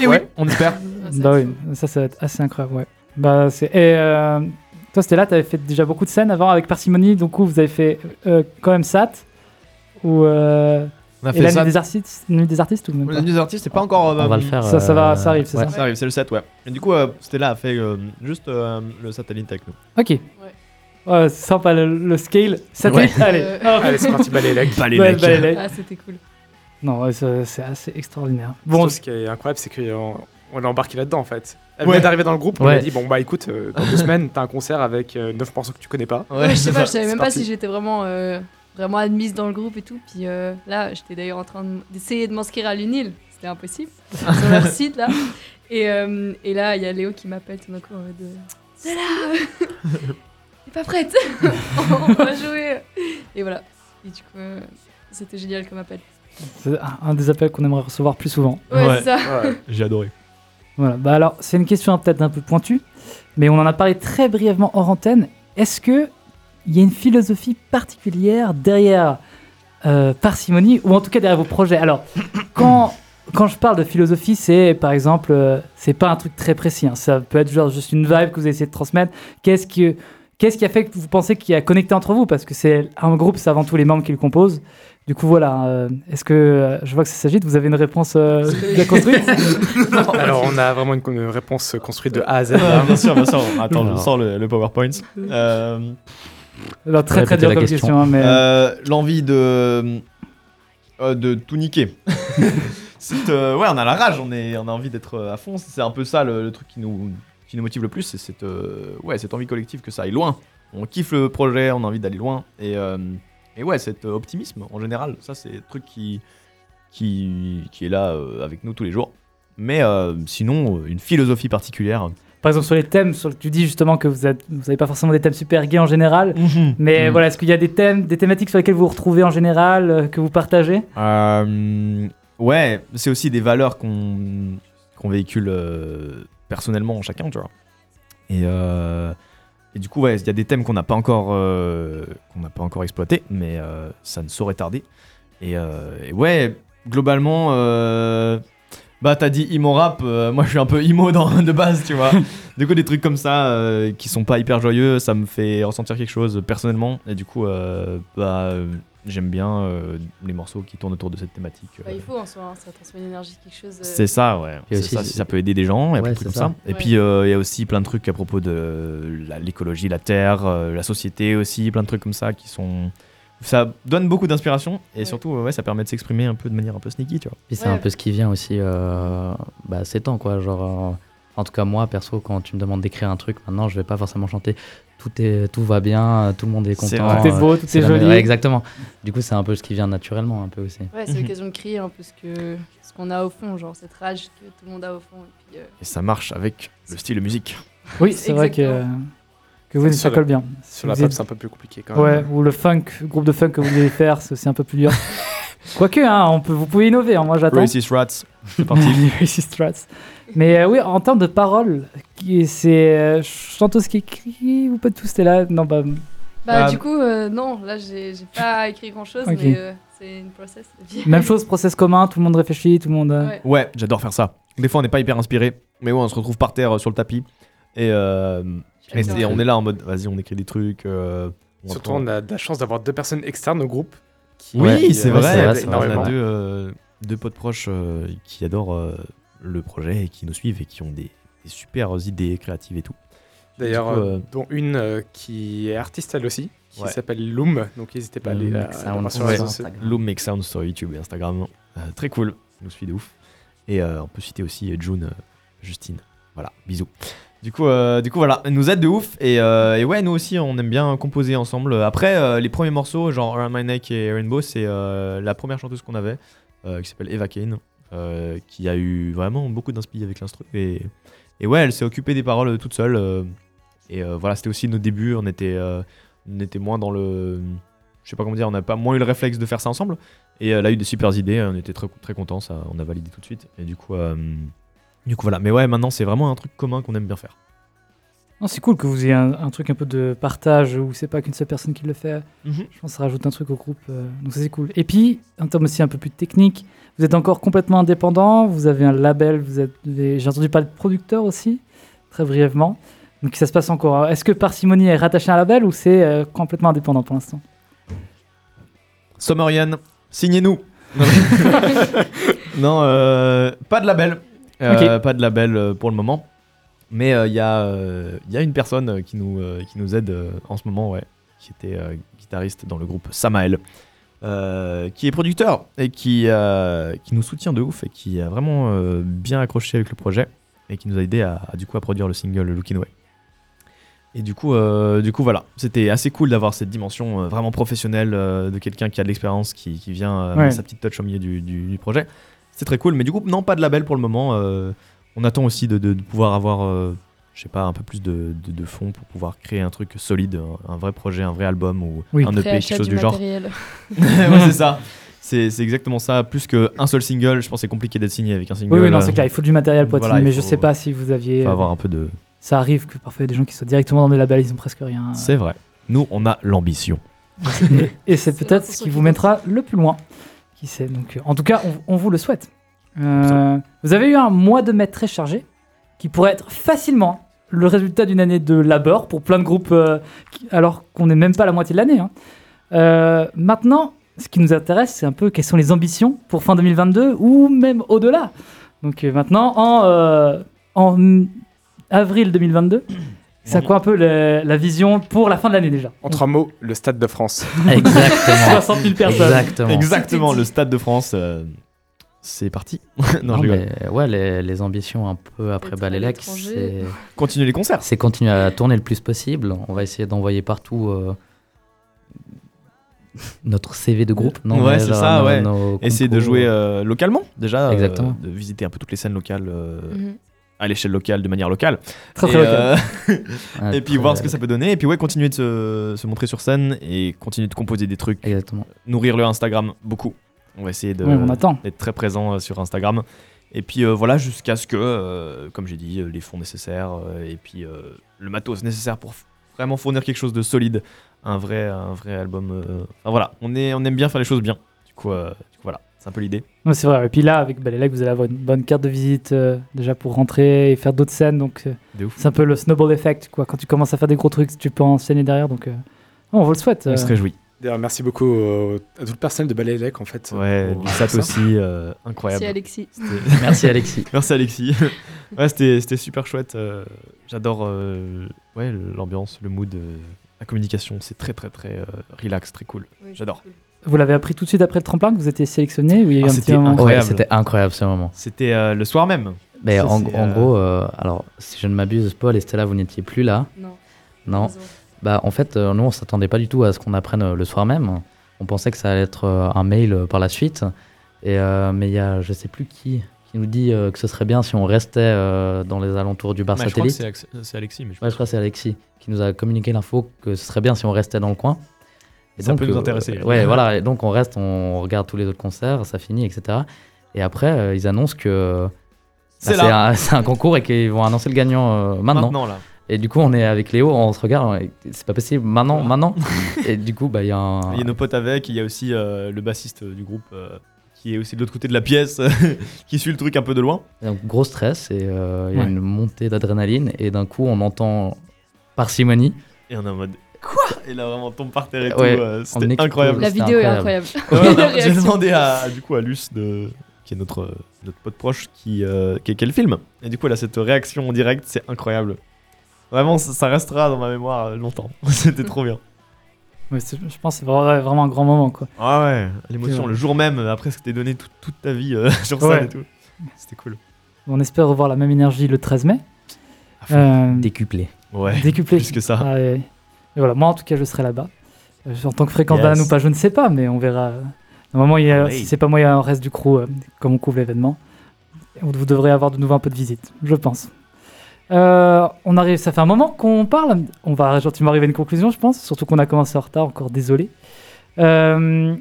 Speaker 5: Et Eh oui, on espère.
Speaker 3: Ah, ça,
Speaker 1: Bah
Speaker 3: c'est
Speaker 1: oui, ça, ça va être assez incroyable, ouais. Bah, c'est... Et euh, toi, c'était là, t'avais fait déjà beaucoup de scènes avant avec Parcimonie, donc où vous avez fait euh, quand même SAT ou euh,
Speaker 5: On a
Speaker 1: et
Speaker 5: fait
Speaker 1: la
Speaker 5: ça.
Speaker 1: nuit des artistes, nuit des artistes ou même
Speaker 5: La
Speaker 1: pas
Speaker 5: news artiste, c'est pas encore. euh,
Speaker 4: On va le faire.
Speaker 1: Ça, ça va,
Speaker 4: euh,
Speaker 1: ça arrive, c'est
Speaker 4: ouais.
Speaker 1: ça
Speaker 5: Ça arrive, c'est le 7, ouais. Et du coup, euh, Stella a fait euh, juste euh, le satellite avec nous.
Speaker 1: Ok. Ouais, c'est sympa le, le scale. Satellite,
Speaker 3: Ouais.
Speaker 1: allez.
Speaker 3: Euh,
Speaker 1: hop,
Speaker 2: Allez, c'est parti, Balélec.
Speaker 5: Balai
Speaker 1: ouais, bah, allez.
Speaker 3: Ah, c'était cool.
Speaker 1: Non, ouais, ça- c'est assez extraordinaire.
Speaker 2: Bon,
Speaker 1: Bon,
Speaker 2: ce qui est incroyable, c'est qu'on on l'a embarqué là-dedans en fait. Elle
Speaker 5: Ouais.
Speaker 2: vient d'arriver dans le groupe, on
Speaker 4: Ouais.
Speaker 2: lui a dit bon bah écoute, euh, dans deux semaines, t'as un concert avec 9 morceaux que tu connais pas.
Speaker 3: Ouais, je sais pas, je savais
Speaker 2: C'est
Speaker 3: même pas
Speaker 2: parti.
Speaker 3: si j'étais vraiment, euh, vraiment admise dans le groupe et tout. Puis euh, là, j'étais d'ailleurs en train de- d'essayer de m'inscrire à l'UNIL. C'était impossible. sur leur site, là. Et, euh, et là, il y a Léo qui m'appelle tout d'un coup en mode euh, C'est là T'es pas prête On va jouer Et voilà. Et du coup, euh, c'était génial comme appel.
Speaker 1: c'est un- un des appels qu'on aimerait recevoir plus souvent.
Speaker 3: Ouais,
Speaker 5: Ouais.
Speaker 3: c'est ça.
Speaker 2: Ouais.
Speaker 5: J'ai adoré.
Speaker 1: Voilà. Bah alors, c'est une question hein, peut-être un peu pointue, mais on en a parlé très brièvement hors antenne. Est-ce que il y a une philosophie particulière derrière euh, Parcimonie, ou en tout cas derrière vos projets Alors, quand, quand je parle de philosophie, c'est par exemple, euh, c'est pas un truc très précis. hein. Ça peut être genre juste une vibe que vous essayez de transmettre. Qu'est-ce que Qu'est-ce qui a fait que vous pensez qu'il y a connecté entre vous Parce que c'est un groupe, c'est avant tout les membres qui le composent. Du coup, voilà. euh, Est-ce que euh, je vois que ça s'agite Vous avez une réponse euh, bien construite
Speaker 2: Alors, on a vraiment une, une réponse construite de A à Z. là.
Speaker 5: Ah, bien sûr, bien sûr. Attends, je
Speaker 4: Alors.
Speaker 5: sors le, le PowerPoint. Euh,
Speaker 1: Alors, Très très
Speaker 4: Répétez
Speaker 1: dur
Speaker 4: la
Speaker 1: comme question,
Speaker 4: question.
Speaker 1: hein, mais
Speaker 5: euh, L'envie de. euh, de tout niquer. C'est, euh, ouais, on a la rage, on, est, on a envie d'être euh, à fond. C'est un peu ça le, le truc qui nous, qui nous motive le plus. C'est cette, euh, ouais, cette envie collective que ça aille loin. On kiffe le projet, on a envie d'aller loin. Et, euh, et ouais, cet euh, optimisme en général, ça c'est le truc qui, qui, qui est là euh, avec nous tous les jours. Mais euh, sinon, euh, une philosophie particulière.
Speaker 1: par exemple sur les thèmes, sur, tu dis justement que vous êtes, vous avez pas forcément des thèmes super gays en général. Mais
Speaker 4: Mm.
Speaker 5: Mhm.
Speaker 1: voilà, est-ce qu'il y a des thèmes, des thématiques sur lesquelles vous vous retrouvez en général, euh, que vous partagez
Speaker 5: Euh, ouais, c'est aussi des valeurs qu'on qu'on véhicule euh, personnellement chacun, tu vois. Et, euh, et du coup, ouais, il y a des thèmes qu'on n'a pas encore euh, qu'on n'a pas encore exploité, mais euh, ça ne saurait tarder. Et, euh, et ouais, globalement, euh, bah t'as dit emo rap, euh, moi je suis un peu emo dans, de base, tu vois. du coup, des trucs comme ça euh, qui sont pas hyper joyeux, ça me fait ressentir quelque chose personnellement. Et du coup, euh, bah euh, j'aime bien euh, les morceaux qui tournent autour de cette thématique. euh,
Speaker 3: Bah,
Speaker 7: il faut en soi, hein, ça transmet l'énergie, quelque chose. euh,
Speaker 5: c'est ça, ouais.
Speaker 4: Et
Speaker 5: C'est
Speaker 4: aussi,
Speaker 5: ça,
Speaker 4: c'est-
Speaker 5: si ça peut aider des gens, il y a plein de
Speaker 4: Ouais,
Speaker 5: trucs
Speaker 4: c'est
Speaker 5: comme ça. Et
Speaker 7: Ouais.
Speaker 5: puis, euh, il y a aussi plein de trucs à propos de euh, la- l'écologie, la terre, euh, la société aussi, plein de trucs comme ça qui sont. Ça donne beaucoup d'inspiration et
Speaker 7: Ouais.
Speaker 5: surtout, euh, ouais, ça permet de s'exprimer un peu de manière un peu sneaky, tu vois.
Speaker 4: Puis c'est
Speaker 7: Ouais.
Speaker 4: un peu ce qui vient aussi euh, bah, ces temps, quoi. Genre, euh, en tout cas, moi, perso, quand tu me demandes d'écrire un truc, maintenant, je vais pas forcément chanter. Tout, est, tout va bien, euh, tout le monde est
Speaker 5: C'est
Speaker 4: content.
Speaker 5: vrai.
Speaker 1: Tout
Speaker 4: euh,
Speaker 1: est beau, tout
Speaker 4: c'est
Speaker 1: est
Speaker 4: la meilleure- ouais,
Speaker 1: joli.
Speaker 4: exactement. Du coup, c'est un peu ce qui vient naturellement, un peu aussi.
Speaker 7: Ouais,
Speaker 3: Mhm.
Speaker 7: c'est l'occasion de crier
Speaker 3: hein,
Speaker 7: un peu ce que- ce qu'on a au fond, genre cette rage que tout le monde a au fond. Et puis, euh,
Speaker 5: Et ça marche avec le style de musique.
Speaker 1: Oui, c'est vrai que,
Speaker 7: Exactement.
Speaker 1: que vous, ça
Speaker 2: Sur la-
Speaker 1: colle bien.
Speaker 2: Sur la
Speaker 1: Vous êtes-
Speaker 2: table, c'est un peu plus compliqué quand
Speaker 1: Ouais,
Speaker 2: même.
Speaker 1: ou le funk, groupe de funk que vous voulez faire, c'est aussi un peu plus dur. Quoique, hein, on peut, vous pouvez innover, hein, moi j'attends.
Speaker 5: Racist Rats, c'est parti.
Speaker 1: Racist Strats. Mais euh, oui, en termes de paroles, qui- c'est euh, chanteuse qui écrit ou pas tous t'es là Non, bah
Speaker 7: Bah,
Speaker 5: Ah.
Speaker 7: du coup, euh, non, là, j'ai j'ai pas écrit grand chose,
Speaker 1: Ok.
Speaker 7: mais euh, c'est une process. de vie.
Speaker 1: même chose, process commun, tout le monde réfléchit, tout le monde. euh,
Speaker 7: Ouais.
Speaker 5: Ouais, j'adore faire ça. Des fois, on n'est pas hyper inspiré, mais ouais, on se retrouve par terre euh, sur le tapis et, euh,
Speaker 7: J'aime
Speaker 5: et
Speaker 7: bien.
Speaker 5: c'est- on est là en mode, vas-y, on écrit des trucs. euh, on
Speaker 2: Surtout,
Speaker 5: reprend-
Speaker 2: on a de la chance d'avoir deux personnes externes au groupe. qui-
Speaker 5: Oui,
Speaker 2: qui,
Speaker 5: c'est
Speaker 2: euh,
Speaker 5: vrai.
Speaker 2: aident
Speaker 4: c'est vrai, c'est
Speaker 5: on
Speaker 4: vrai.
Speaker 2: énormément.
Speaker 5: a deux, euh, deux potes proches euh, qui adorent euh, le projet et qui nous suivent et qui ont des, des super idées créatives et tout.
Speaker 2: D'ailleurs,
Speaker 5: Du coup,
Speaker 2: euh,
Speaker 5: euh,
Speaker 2: dont une euh, qui est artiste elle aussi, qui
Speaker 5: Ouais.
Speaker 2: s'appelle Loom. Donc, n'hésitez pas
Speaker 5: Bah,
Speaker 2: à aller
Speaker 4: Euh,
Speaker 5: euh,
Speaker 2: la, la voir sur les
Speaker 5: ouais.
Speaker 2: réseaux sociaux.
Speaker 5: Loom Make Sound sur YouTube et Instagram. Euh, très cool. Il nous suit de ouf. Et euh, on peut citer aussi June, euh, Justine. Voilà, bisous. Du coup, euh, du coup, voilà, elle nous aide de ouf. Et, euh, et ouais, nous aussi, on aime bien composer ensemble. Après, euh, les premiers morceaux, genre Around My Neck et Rainbow, c'est euh, la première chanteuse qu'on avait, euh, qui s'appelle Eva Kane, euh, qui a eu vraiment beaucoup d'inspiration avec l'instru. Et, et ouais, elle s'est occupée des paroles toute seule. euh, et euh, voilà, c'était aussi nos débuts. On était, euh, on était moins dans le. Je sais pas comment dire, on n'a pas moins eu le réflexe de faire ça ensemble. Et euh, elle a eu des super idées, hein, on était très, très contents, ça, on a validé tout de suite. Et du coup, euh, du coup voilà. Mais ouais, maintenant c'est vraiment un truc commun qu'on aime bien faire.
Speaker 1: Non, c'est cool que vous ayez un, un truc un peu de partage où c'est pas qu'une seule personne qui le fait.
Speaker 5: Mhm.
Speaker 1: Je pense que ça rajoute un truc au groupe, euh, donc ça c'est cool. Et puis, en termes aussi un peu plus techniques, vous êtes encore complètement indépendant, vous avez un label, vous êtes, des- j'ai entendu parler de producteur aussi, très brièvement. Donc ça se passe encore. hein. Est-ce que Parcimonie est rattaché à un label ou c'est euh, complètement indépendant pour l'instant
Speaker 5: Sommerian, signez-nous Non, euh, pas de label. Euh, Pas de label euh, pour le moment. Mais euh, il y, a, euh, il y a une personne euh, qui nous, euh, qui nous aide euh, en ce moment, ouais, qui était euh, guitariste dans le groupe Samael, euh, qui est producteur et qui, euh, qui nous soutient de ouf et qui a vraiment euh, bien accroché avec le projet et qui nous a aidé à, à, du coup, à produire le single Looking Away. Et du coup, euh, du coup voilà, c'était assez cool d'avoir cette dimension euh, vraiment professionnelle euh, de quelqu'un qui a de l'expérience, qui, qui vient euh,
Speaker 1: Ouais.
Speaker 5: mettre sa petite touch au milieu du, du- du projet. C'est très cool, mais du coup, non, pas de label pour le moment. euh, on attend aussi de, de- de pouvoir avoir, euh, je sais pas, un peu plus de, de, de fonds pour pouvoir créer un truc solide, un, un vrai projet, un vrai album ou
Speaker 1: Oui.
Speaker 5: un EP,
Speaker 7: Préachat
Speaker 5: quelque chose
Speaker 7: du
Speaker 5: du genre. Euh,
Speaker 7: matériel.
Speaker 5: ouais, c'est ça. C'est c'est exactement ça. Plus qu'un seul single, je pense que c'est compliqué d'être signé avec un single.
Speaker 1: Oui, oui, non,
Speaker 5: euh,
Speaker 1: c'est clair, il faut du matériel pour être
Speaker 5: voilà,
Speaker 1: signé, mais
Speaker 5: il
Speaker 1: je
Speaker 5: faut-
Speaker 1: sais pas si vous aviez.
Speaker 5: Faut avoir un peu de.
Speaker 1: Ça arrive que parfois il y a des gens qui soient directement dans des labels, ils ont presque rien.
Speaker 5: C'est vrai. Nous, on a l'ambition.
Speaker 1: Et c'est
Speaker 7: C'est
Speaker 1: peut-être
Speaker 7: notre
Speaker 1: ce qui vous mettra le plus loin. Qui sait donc, euh, En tout cas, on, on vous le souhaite. Euh, vous avez eu un mois de mai très chargé, qui pourrait être facilement le résultat d'une année de labeur pour plein de groupes, euh, qui- alors qu'on n'est même pas à la moitié de l'année. hein. Euh, maintenant, ce qui nous intéresse, c'est un peu quelles sont les ambitions pour fin 2022 ou même au-delà. Donc euh, maintenant, en, euh, en avril 2022, c'est à quoi un peu la, la vision pour la fin de l'année déjà
Speaker 2: Entre un mot, le Stade de France.
Speaker 4: Exactement.
Speaker 1: 60 000 personnes.
Speaker 4: Exactement.
Speaker 5: Exactement, le Stade de France. euh, C'est parti. non,
Speaker 1: Ah,
Speaker 4: Non,
Speaker 5: je rigole.
Speaker 4: mais ouais, les, les ambitions un peu après
Speaker 7: Être à
Speaker 4: Balélec, c'est
Speaker 7: l'étranger.
Speaker 5: Continuez les concerts.
Speaker 4: c'est continuer à tourner le plus possible. On va essayer d'envoyer partout euh, notre CV de groupe. Non,
Speaker 5: Ouais,
Speaker 4: mais
Speaker 5: c'est
Speaker 4: genre
Speaker 5: ça,
Speaker 4: nos-
Speaker 5: ouais.
Speaker 4: nos
Speaker 5: Essayez de
Speaker 4: concours.
Speaker 5: jouer euh, localement, déjà. euh,
Speaker 4: Exactement.
Speaker 5: de visiter un peu toutes les scènes locales euh,
Speaker 3: Mm.
Speaker 7: Mhm.
Speaker 5: à l'échelle locale, de manière locale.
Speaker 1: Très,
Speaker 5: Et,
Speaker 1: très local.
Speaker 5: euh,
Speaker 4: Ouais,
Speaker 5: et puis
Speaker 4: très-
Speaker 5: voir ce que ça peut donner. Et puis ouais, continuer de se, se montrer sur scène et continuer de composer des trucs.
Speaker 4: Exactement.
Speaker 5: Nourrir le Instagram beaucoup. On va essayer de-
Speaker 1: Ouais, on attend.
Speaker 5: d'être très présent euh, sur Instagram. Et puis euh, voilà, jusqu'à ce que, euh, comme j'ai dit, euh, les fonds nécessaires euh, et puis euh, le matos nécessaire pour f- vraiment fournir quelque chose de solide, un vrai, un vrai album. euh, enfin, voilà, on, est, on aime bien faire les choses bien. Du coup, euh, du coup, voilà, c'est un peu l'idée.
Speaker 1: Non, c'est vrai. Et puis là, avec Balélec, vous allez avoir une bonne carte de visite euh, déjà pour rentrer et faire d'autres scènes. Donc, euh,
Speaker 5: De ouf.
Speaker 1: c'est un peu le snowball effect. Quoi. Quand tu commences à faire des gros trucs, tu peux enchaîner derrière. Donc, euh, on vous le souhaite. euh.
Speaker 5: On se réjouit.
Speaker 2: D'ailleurs, merci beaucoup euh, à tout le personnel de Balélec en fait.
Speaker 5: Ouais,
Speaker 2: Pour-
Speaker 5: du SAT
Speaker 2: pour ça.
Speaker 5: aussi, euh,
Speaker 7: Merci
Speaker 5: incroyable.
Speaker 7: Alexis.
Speaker 5: C'était-
Speaker 4: Merci Alexis.
Speaker 5: Merci Alexis. ouais, c'était c'était super chouette. euh, J'adore euh, ouais, l'ambiance, le mood, euh, la communication. C'est très très très euh, relax, très cool. J'adore.
Speaker 1: Vous l'avez appris tout de suite après le tremplin que vous étiez sélectionné ou il y a eu
Speaker 5: Ah,
Speaker 1: un petit
Speaker 5: c'était
Speaker 1: moment
Speaker 5: incroyable.
Speaker 4: Ouais, c'était incroyable ce moment.
Speaker 5: C'était euh, le soir même.
Speaker 4: Mais
Speaker 5: Ça,
Speaker 4: en,
Speaker 5: c'est,
Speaker 4: en
Speaker 5: euh,
Speaker 4: gros, euh, alors si je ne m'abuse, Paul et Stella, vous n'étiez plus là.
Speaker 7: Non.
Speaker 4: Non. Bah, en fait, euh, nous, on s'attendait pas du tout à ce qu'on apprenne euh, le soir même. On pensait que ça allait être euh, un mail euh, par la suite. Et, euh, mais il y a, je sais plus qui, qui nous dit euh, que ce serait bien si on restait euh, dans les alentours du bar
Speaker 5: Ouais, Bah, je crois que
Speaker 4: satellite.
Speaker 5: c'est Ax- c'est Alexis, mais je
Speaker 4: Ouais, je crois que c'est Alexis qui nous a communiqué l'info que ce serait bien si on restait dans le coin. Et
Speaker 5: Ça peut nous
Speaker 4: euh,
Speaker 5: intéresser.
Speaker 4: ouais, voilà. Et donc on reste, on regarde tous les autres concerts, ça finit, etc. Et après, euh, ils annoncent que euh,
Speaker 5: C'est
Speaker 4: bah,
Speaker 5: là.
Speaker 4: un, c'est un concours et qu'ils vont annoncer le gagnant euh, maintenant.
Speaker 5: maintenant là.
Speaker 4: Et du coup, on est avec Léo, on se regarde, on est- c'est pas possible, maintenant,
Speaker 5: Voilà.
Speaker 4: maintenant. et du coup, bah, il y a un.
Speaker 5: Il y a nos potes avec, il y a aussi euh, le bassiste euh, du groupe euh, qui est aussi de l'autre côté de la pièce, qui suit le truc un peu de loin.
Speaker 4: Donc, gros stress et euh, il y a
Speaker 1: Ouais.
Speaker 4: une montée d'adrénaline. Et d'un coup, on entend parcimonie.
Speaker 5: Et on est en mode quoi Et là vraiment on tombe par terre et
Speaker 4: Ouais,
Speaker 5: tout. euh,
Speaker 4: on
Speaker 5: C'était
Speaker 4: explose.
Speaker 5: incroyable.
Speaker 7: La
Speaker 4: C'était
Speaker 7: vidéo est
Speaker 4: incroyable.
Speaker 7: incroyable.
Speaker 5: Ouais,
Speaker 7: La
Speaker 5: J'ai
Speaker 7: réaction.
Speaker 5: demandé à, du coup à Luce, de, qui est notre, euh, notre pote proche, qui, euh, qui est quel film. Et du coup, elle a cette réaction en direct, c'est incroyable. Vraiment, ça, ça restera dans ma mémoire euh, longtemps. C'était trop bien.
Speaker 1: Ouais, c'est- Je pense que c'est vra- vraiment un grand moment. Quoi.
Speaker 5: Ah ouais,
Speaker 1: C'est
Speaker 5: l'émotion
Speaker 1: vrai.
Speaker 5: le jour même, euh, après ce que t'es donné tout- toute ta vie euh, sur scène
Speaker 1: Ouais.
Speaker 5: et tout. C'était cool.
Speaker 1: On espère revoir la même énergie le 13 mai.
Speaker 5: À fond.
Speaker 1: Euh,
Speaker 4: Décuplé.
Speaker 5: Ouais,
Speaker 1: décuplé.
Speaker 5: Ah, plus que ça.
Speaker 1: Ah, ouais. Et voilà, moi en tout cas, je serai là-bas. Euh, en tant que fréquent
Speaker 5: Yes.
Speaker 1: banane ou pas, je ne sais pas, mais on verra. euh, Normalement, il y a-
Speaker 5: Ah oui.
Speaker 1: si c'est pas moi, il y a un reste du crew, euh, comme on couvre l'événement. Vous vous devrez avoir de nouveau un peu de visite, je pense. Euh, on arrive, ça fait un moment qu'on parle. On va gentiment arriver à une conclusion, je pense. Surtout qu'on a commencé en retard, encore désolé. Euh,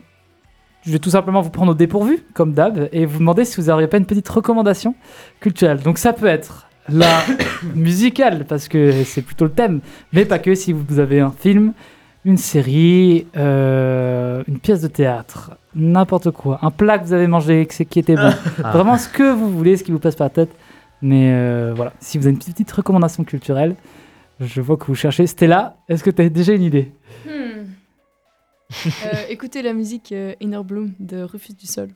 Speaker 1: je vais tout simplement vous prendre au dépourvu, comme d'hab, et vous demander si vous n'auriez pas une petite recommandation culturelle. Donc ça peut être la musicale, parce que c'est plutôt le thème, mais pas que si vous avez un film, une série, euh, une pièce de théâtre, n'importe quoi, un plat que vous avez mangé, que c'est- qui était bon.
Speaker 4: Ah.
Speaker 1: Vraiment ce que vous voulez, ce qui vous passe par la tête. Mais euh, voilà, si vous avez une petite recommandation culturelle, je vois que vous cherchez. Stella, est-ce que tu as déjà une idée
Speaker 7: Hmm. Euh, écoutez la musique euh, Inner Bloom de Rufus du Sol.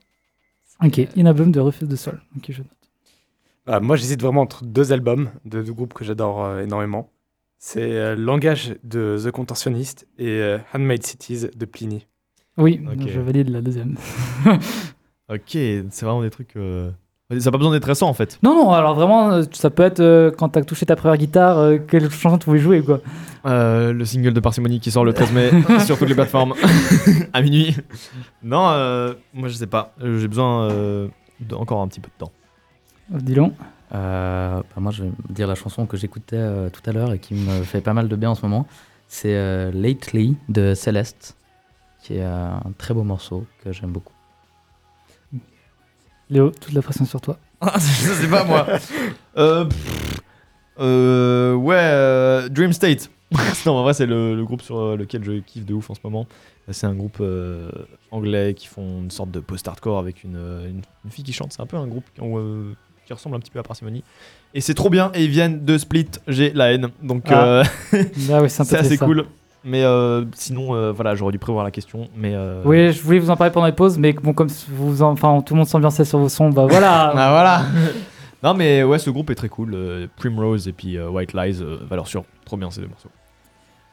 Speaker 1: Ok, Inablum Euh, de Refuse de Sol. Ok, je note.
Speaker 2: Ah, moi, j'hésite vraiment entre deux albums de deux groupes que j'adore euh, énormément. C'est euh, Langage de The Contentionniste et euh, Handmade Cities de Pliny.
Speaker 1: Oui,
Speaker 5: Ok.
Speaker 1: je valide la deuxième.
Speaker 5: Ok, c'est vraiment des trucs. euh, Ça n'a pas besoin d'être récent en fait.
Speaker 1: Non, non, alors vraiment, euh, ça peut être euh, quand t'as touché ta première guitare, euh, quelle chanson tu voulais jouer, quoi.
Speaker 5: Euh, le single de Parcimonie qui sort le 13 mai sur toutes les plateformes à minuit. Non, euh, moi je sais pas. Euh, J'ai besoin euh, d'encore un petit peu de temps.
Speaker 1: Euh, Dis donc.
Speaker 4: Euh, bah, moi, je vais me dire la chanson que j'écoutais euh, tout à l'heure et qui me fait pas mal de bien en ce moment. C'est euh, Lately de Celeste, qui est euh, un très beau morceau que j'aime beaucoup.
Speaker 1: Léo, toute la pression sur toi.
Speaker 5: Ah, je sais pas moi. Euh, pff, euh, ouais, euh, Dream State. non, en vrai, c'est le, le groupe sur euh, lequel je kiffe de ouf en ce moment. C'est un groupe euh, anglais qui font une sorte de post-hardcore avec une, euh, une- une fille qui chante. C'est un peu un groupe qui, ont, euh, qui ressemble un petit peu à Parsimony. Et c'est trop bien. Et ils viennent de Split. J'ai la haine. Donc,
Speaker 1: Ah.
Speaker 5: euh,
Speaker 1: Ah oui, c'est un peu
Speaker 5: c'est assez
Speaker 1: ça.
Speaker 5: cool. Mais euh, sinon, euh, voilà, j'aurais dû prévoir la question. Mais euh,
Speaker 1: Oui, je voulais vous en parler pendant les pauses, mais bon, comme vous en- enfin, tout le monde s'ambiançait sur vos sons, bah voilà.
Speaker 5: Ah voilà Non mais ouais ce groupe est très cool, euh, Primrose et puis euh, White Lies, euh, valeur sûre, trop bien ces deux morceaux.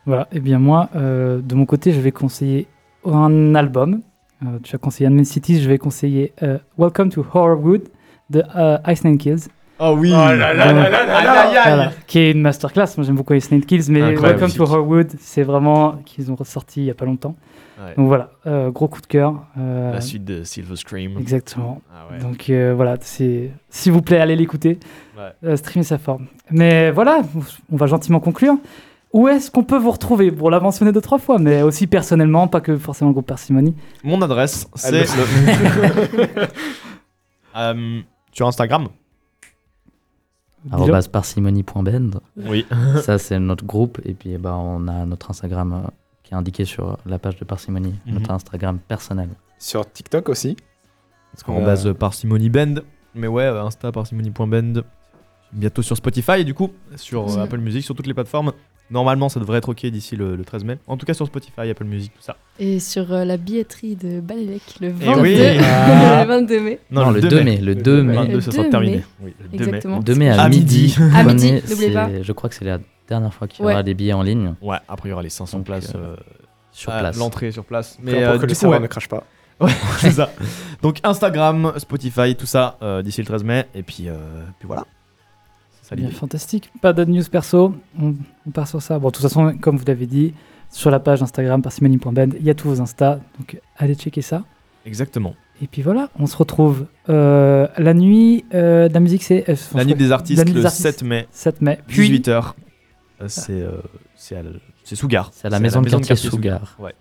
Speaker 1: Voilà, et bien moi, euh, de mon côté, je vais conseiller un album. Euh, tu as conseillé Unman City, je vais conseiller euh, Welcome to Horrorwood de euh, Ice Nine Kills,
Speaker 5: Ah oui
Speaker 2: Oh là là là là là là
Speaker 1: Voilà, qui est une masterclass. Moi, j'aime beaucoup Ice Nine Kills, mais
Speaker 5: Incroyable.
Speaker 1: Welcome to Horrorwood, c'est vraiment qu'ils ont ressorti il y a pas longtemps.
Speaker 5: Ouais.
Speaker 1: Donc voilà, euh, gros coup de cœur. euh,
Speaker 5: La suite de Silver Scream.
Speaker 1: Exactement.
Speaker 5: Ah ouais.
Speaker 1: Donc euh, voilà, c'est s'il vous plaît, allez l'écouter.
Speaker 5: Ouais.
Speaker 1: Euh, streamer sa forme. Mais voilà, on va gentiment conclure. Où est-ce qu'on peut vous retrouver Bon, On l'a mentionné deux, trois fois, mais aussi personnellement, pas que forcément le groupe Parcimonie.
Speaker 5: Mon adresse
Speaker 2: Ah,
Speaker 5: c'est le- Euh, sur Instagram
Speaker 1: Dis-le.
Speaker 4: Arrobas parcimonie.band.
Speaker 5: Oui.
Speaker 4: Ça, c'est notre groupe. Et puis, eh ben, on a notre Instagram euh, qui est indiqué sur la page de Parcimonie,
Speaker 5: Mhm.
Speaker 4: notre Instagram personnel.
Speaker 2: Sur TikTok aussi. Parce
Speaker 5: En base euh, parsimony band. Mais ouais, euh, Insta parsimony.band. Bientôt sur Spotify et du coup sur euh,
Speaker 7: Mhm.
Speaker 5: Apple Music, sur toutes les plateformes. Normalement ça devrait être ok d'ici le, le 13 mai. En tout cas sur Spotify, Apple Music, tout ça.
Speaker 7: Et sur euh, la billetterie de Balélec le
Speaker 5: Eh
Speaker 7: 22,
Speaker 5: oui.
Speaker 7: le 22 mai.
Speaker 4: Non, le 2 mai. Le 2 mai.
Speaker 7: Le
Speaker 5: 22, ça sera
Speaker 7: 2 mai.
Speaker 5: terminé. Oui, le 2 mai.
Speaker 7: Exactement.
Speaker 4: 2 mai à,
Speaker 5: À
Speaker 4: midi.
Speaker 5: midi.
Speaker 7: À
Speaker 4: Prenez,
Speaker 7: midi, n'oubliez
Speaker 4: c'est-
Speaker 7: pas.
Speaker 4: Je crois que c'est la dernière fois qu'il y
Speaker 7: Ouais.
Speaker 4: aura des billets en ligne
Speaker 5: Ouais, après il y aura les 500
Speaker 4: Donc,
Speaker 5: places
Speaker 4: euh,
Speaker 5: euh,
Speaker 4: sur
Speaker 5: à
Speaker 4: place.
Speaker 5: l'entrée sur place.
Speaker 2: Mais
Speaker 5: Mais euh,
Speaker 2: que
Speaker 5: du
Speaker 2: le
Speaker 5: coup,
Speaker 2: serveur ne
Speaker 5: ouais,
Speaker 2: crache pas.
Speaker 5: c'est ça. Donc Instagram, Spotify, tout ça euh, d'ici le 13 mai. Et puis, euh, puis voilà. C'est ça
Speaker 1: Bien,
Speaker 5: l'idée.
Speaker 1: fantastique. Pas de news perso. On, on part sur ça. Bon, de toute façon, comme vous l'avez dit, sur la page Instagram parcimonie.band, il y a tous vos Insta. Donc allez checker ça.
Speaker 5: Exactement.
Speaker 1: Et puis voilà, on se retrouve euh, la nuit euh, de la musique, c'est. euh,
Speaker 5: La nuit des
Speaker 1: La
Speaker 5: artistes,
Speaker 1: nuit des
Speaker 5: le
Speaker 1: artistes.
Speaker 5: 7 mai,
Speaker 1: 7 mai. Puis- Ah.
Speaker 5: 18h. C'est euh, c'est à la- c'est Sougar.
Speaker 4: C'est à la maison de quartier Sougar.
Speaker 5: Ouais,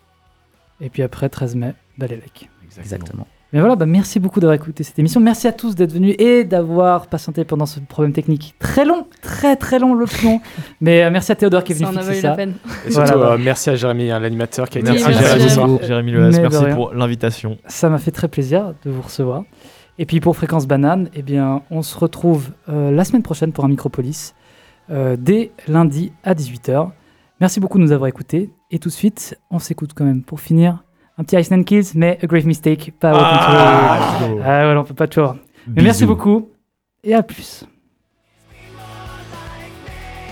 Speaker 1: Et puis après, 13 mai, Balélec.
Speaker 5: exactement.
Speaker 4: Exactement.
Speaker 1: Mais voilà, bah merci beaucoup d'avoir écouté cette émission. Merci à tous d'être venus et d'avoir patienté pendant ce problème technique très long, très très long, le plus long. Mais euh, merci à Théodore qui est
Speaker 7: Ça
Speaker 1: venu
Speaker 7: en a valu
Speaker 1: fixer ça.
Speaker 7: la peine.
Speaker 2: Et surtout,
Speaker 1: Voilà.
Speaker 2: euh, merci à Jérémy, hein, l'animateur, qui a été
Speaker 7: Merci,
Speaker 2: très généreux ce
Speaker 7: Jérémy.
Speaker 2: soir.
Speaker 5: Jérémy Loas,
Speaker 1: Mais de
Speaker 5: merci
Speaker 1: rien.
Speaker 5: pour l'invitation.
Speaker 1: Ça m'a fait très plaisir de vous recevoir. Et puis pour Fréquence Banane, eh bien, on se retrouve euh, la semaine prochaine pour un Micropolis euh, dès lundi à 18h. Merci beaucoup de nous avoir écoutés. Et tout de suite, on s'écoute quand même pour finir. Un petit Ice and Kills, mais A Grave
Speaker 5: Ah.
Speaker 1: Ah, Mistake, pas Welcome to- Ah, voilà, on peut pas toujours. Mais merci beaucoup et à plus.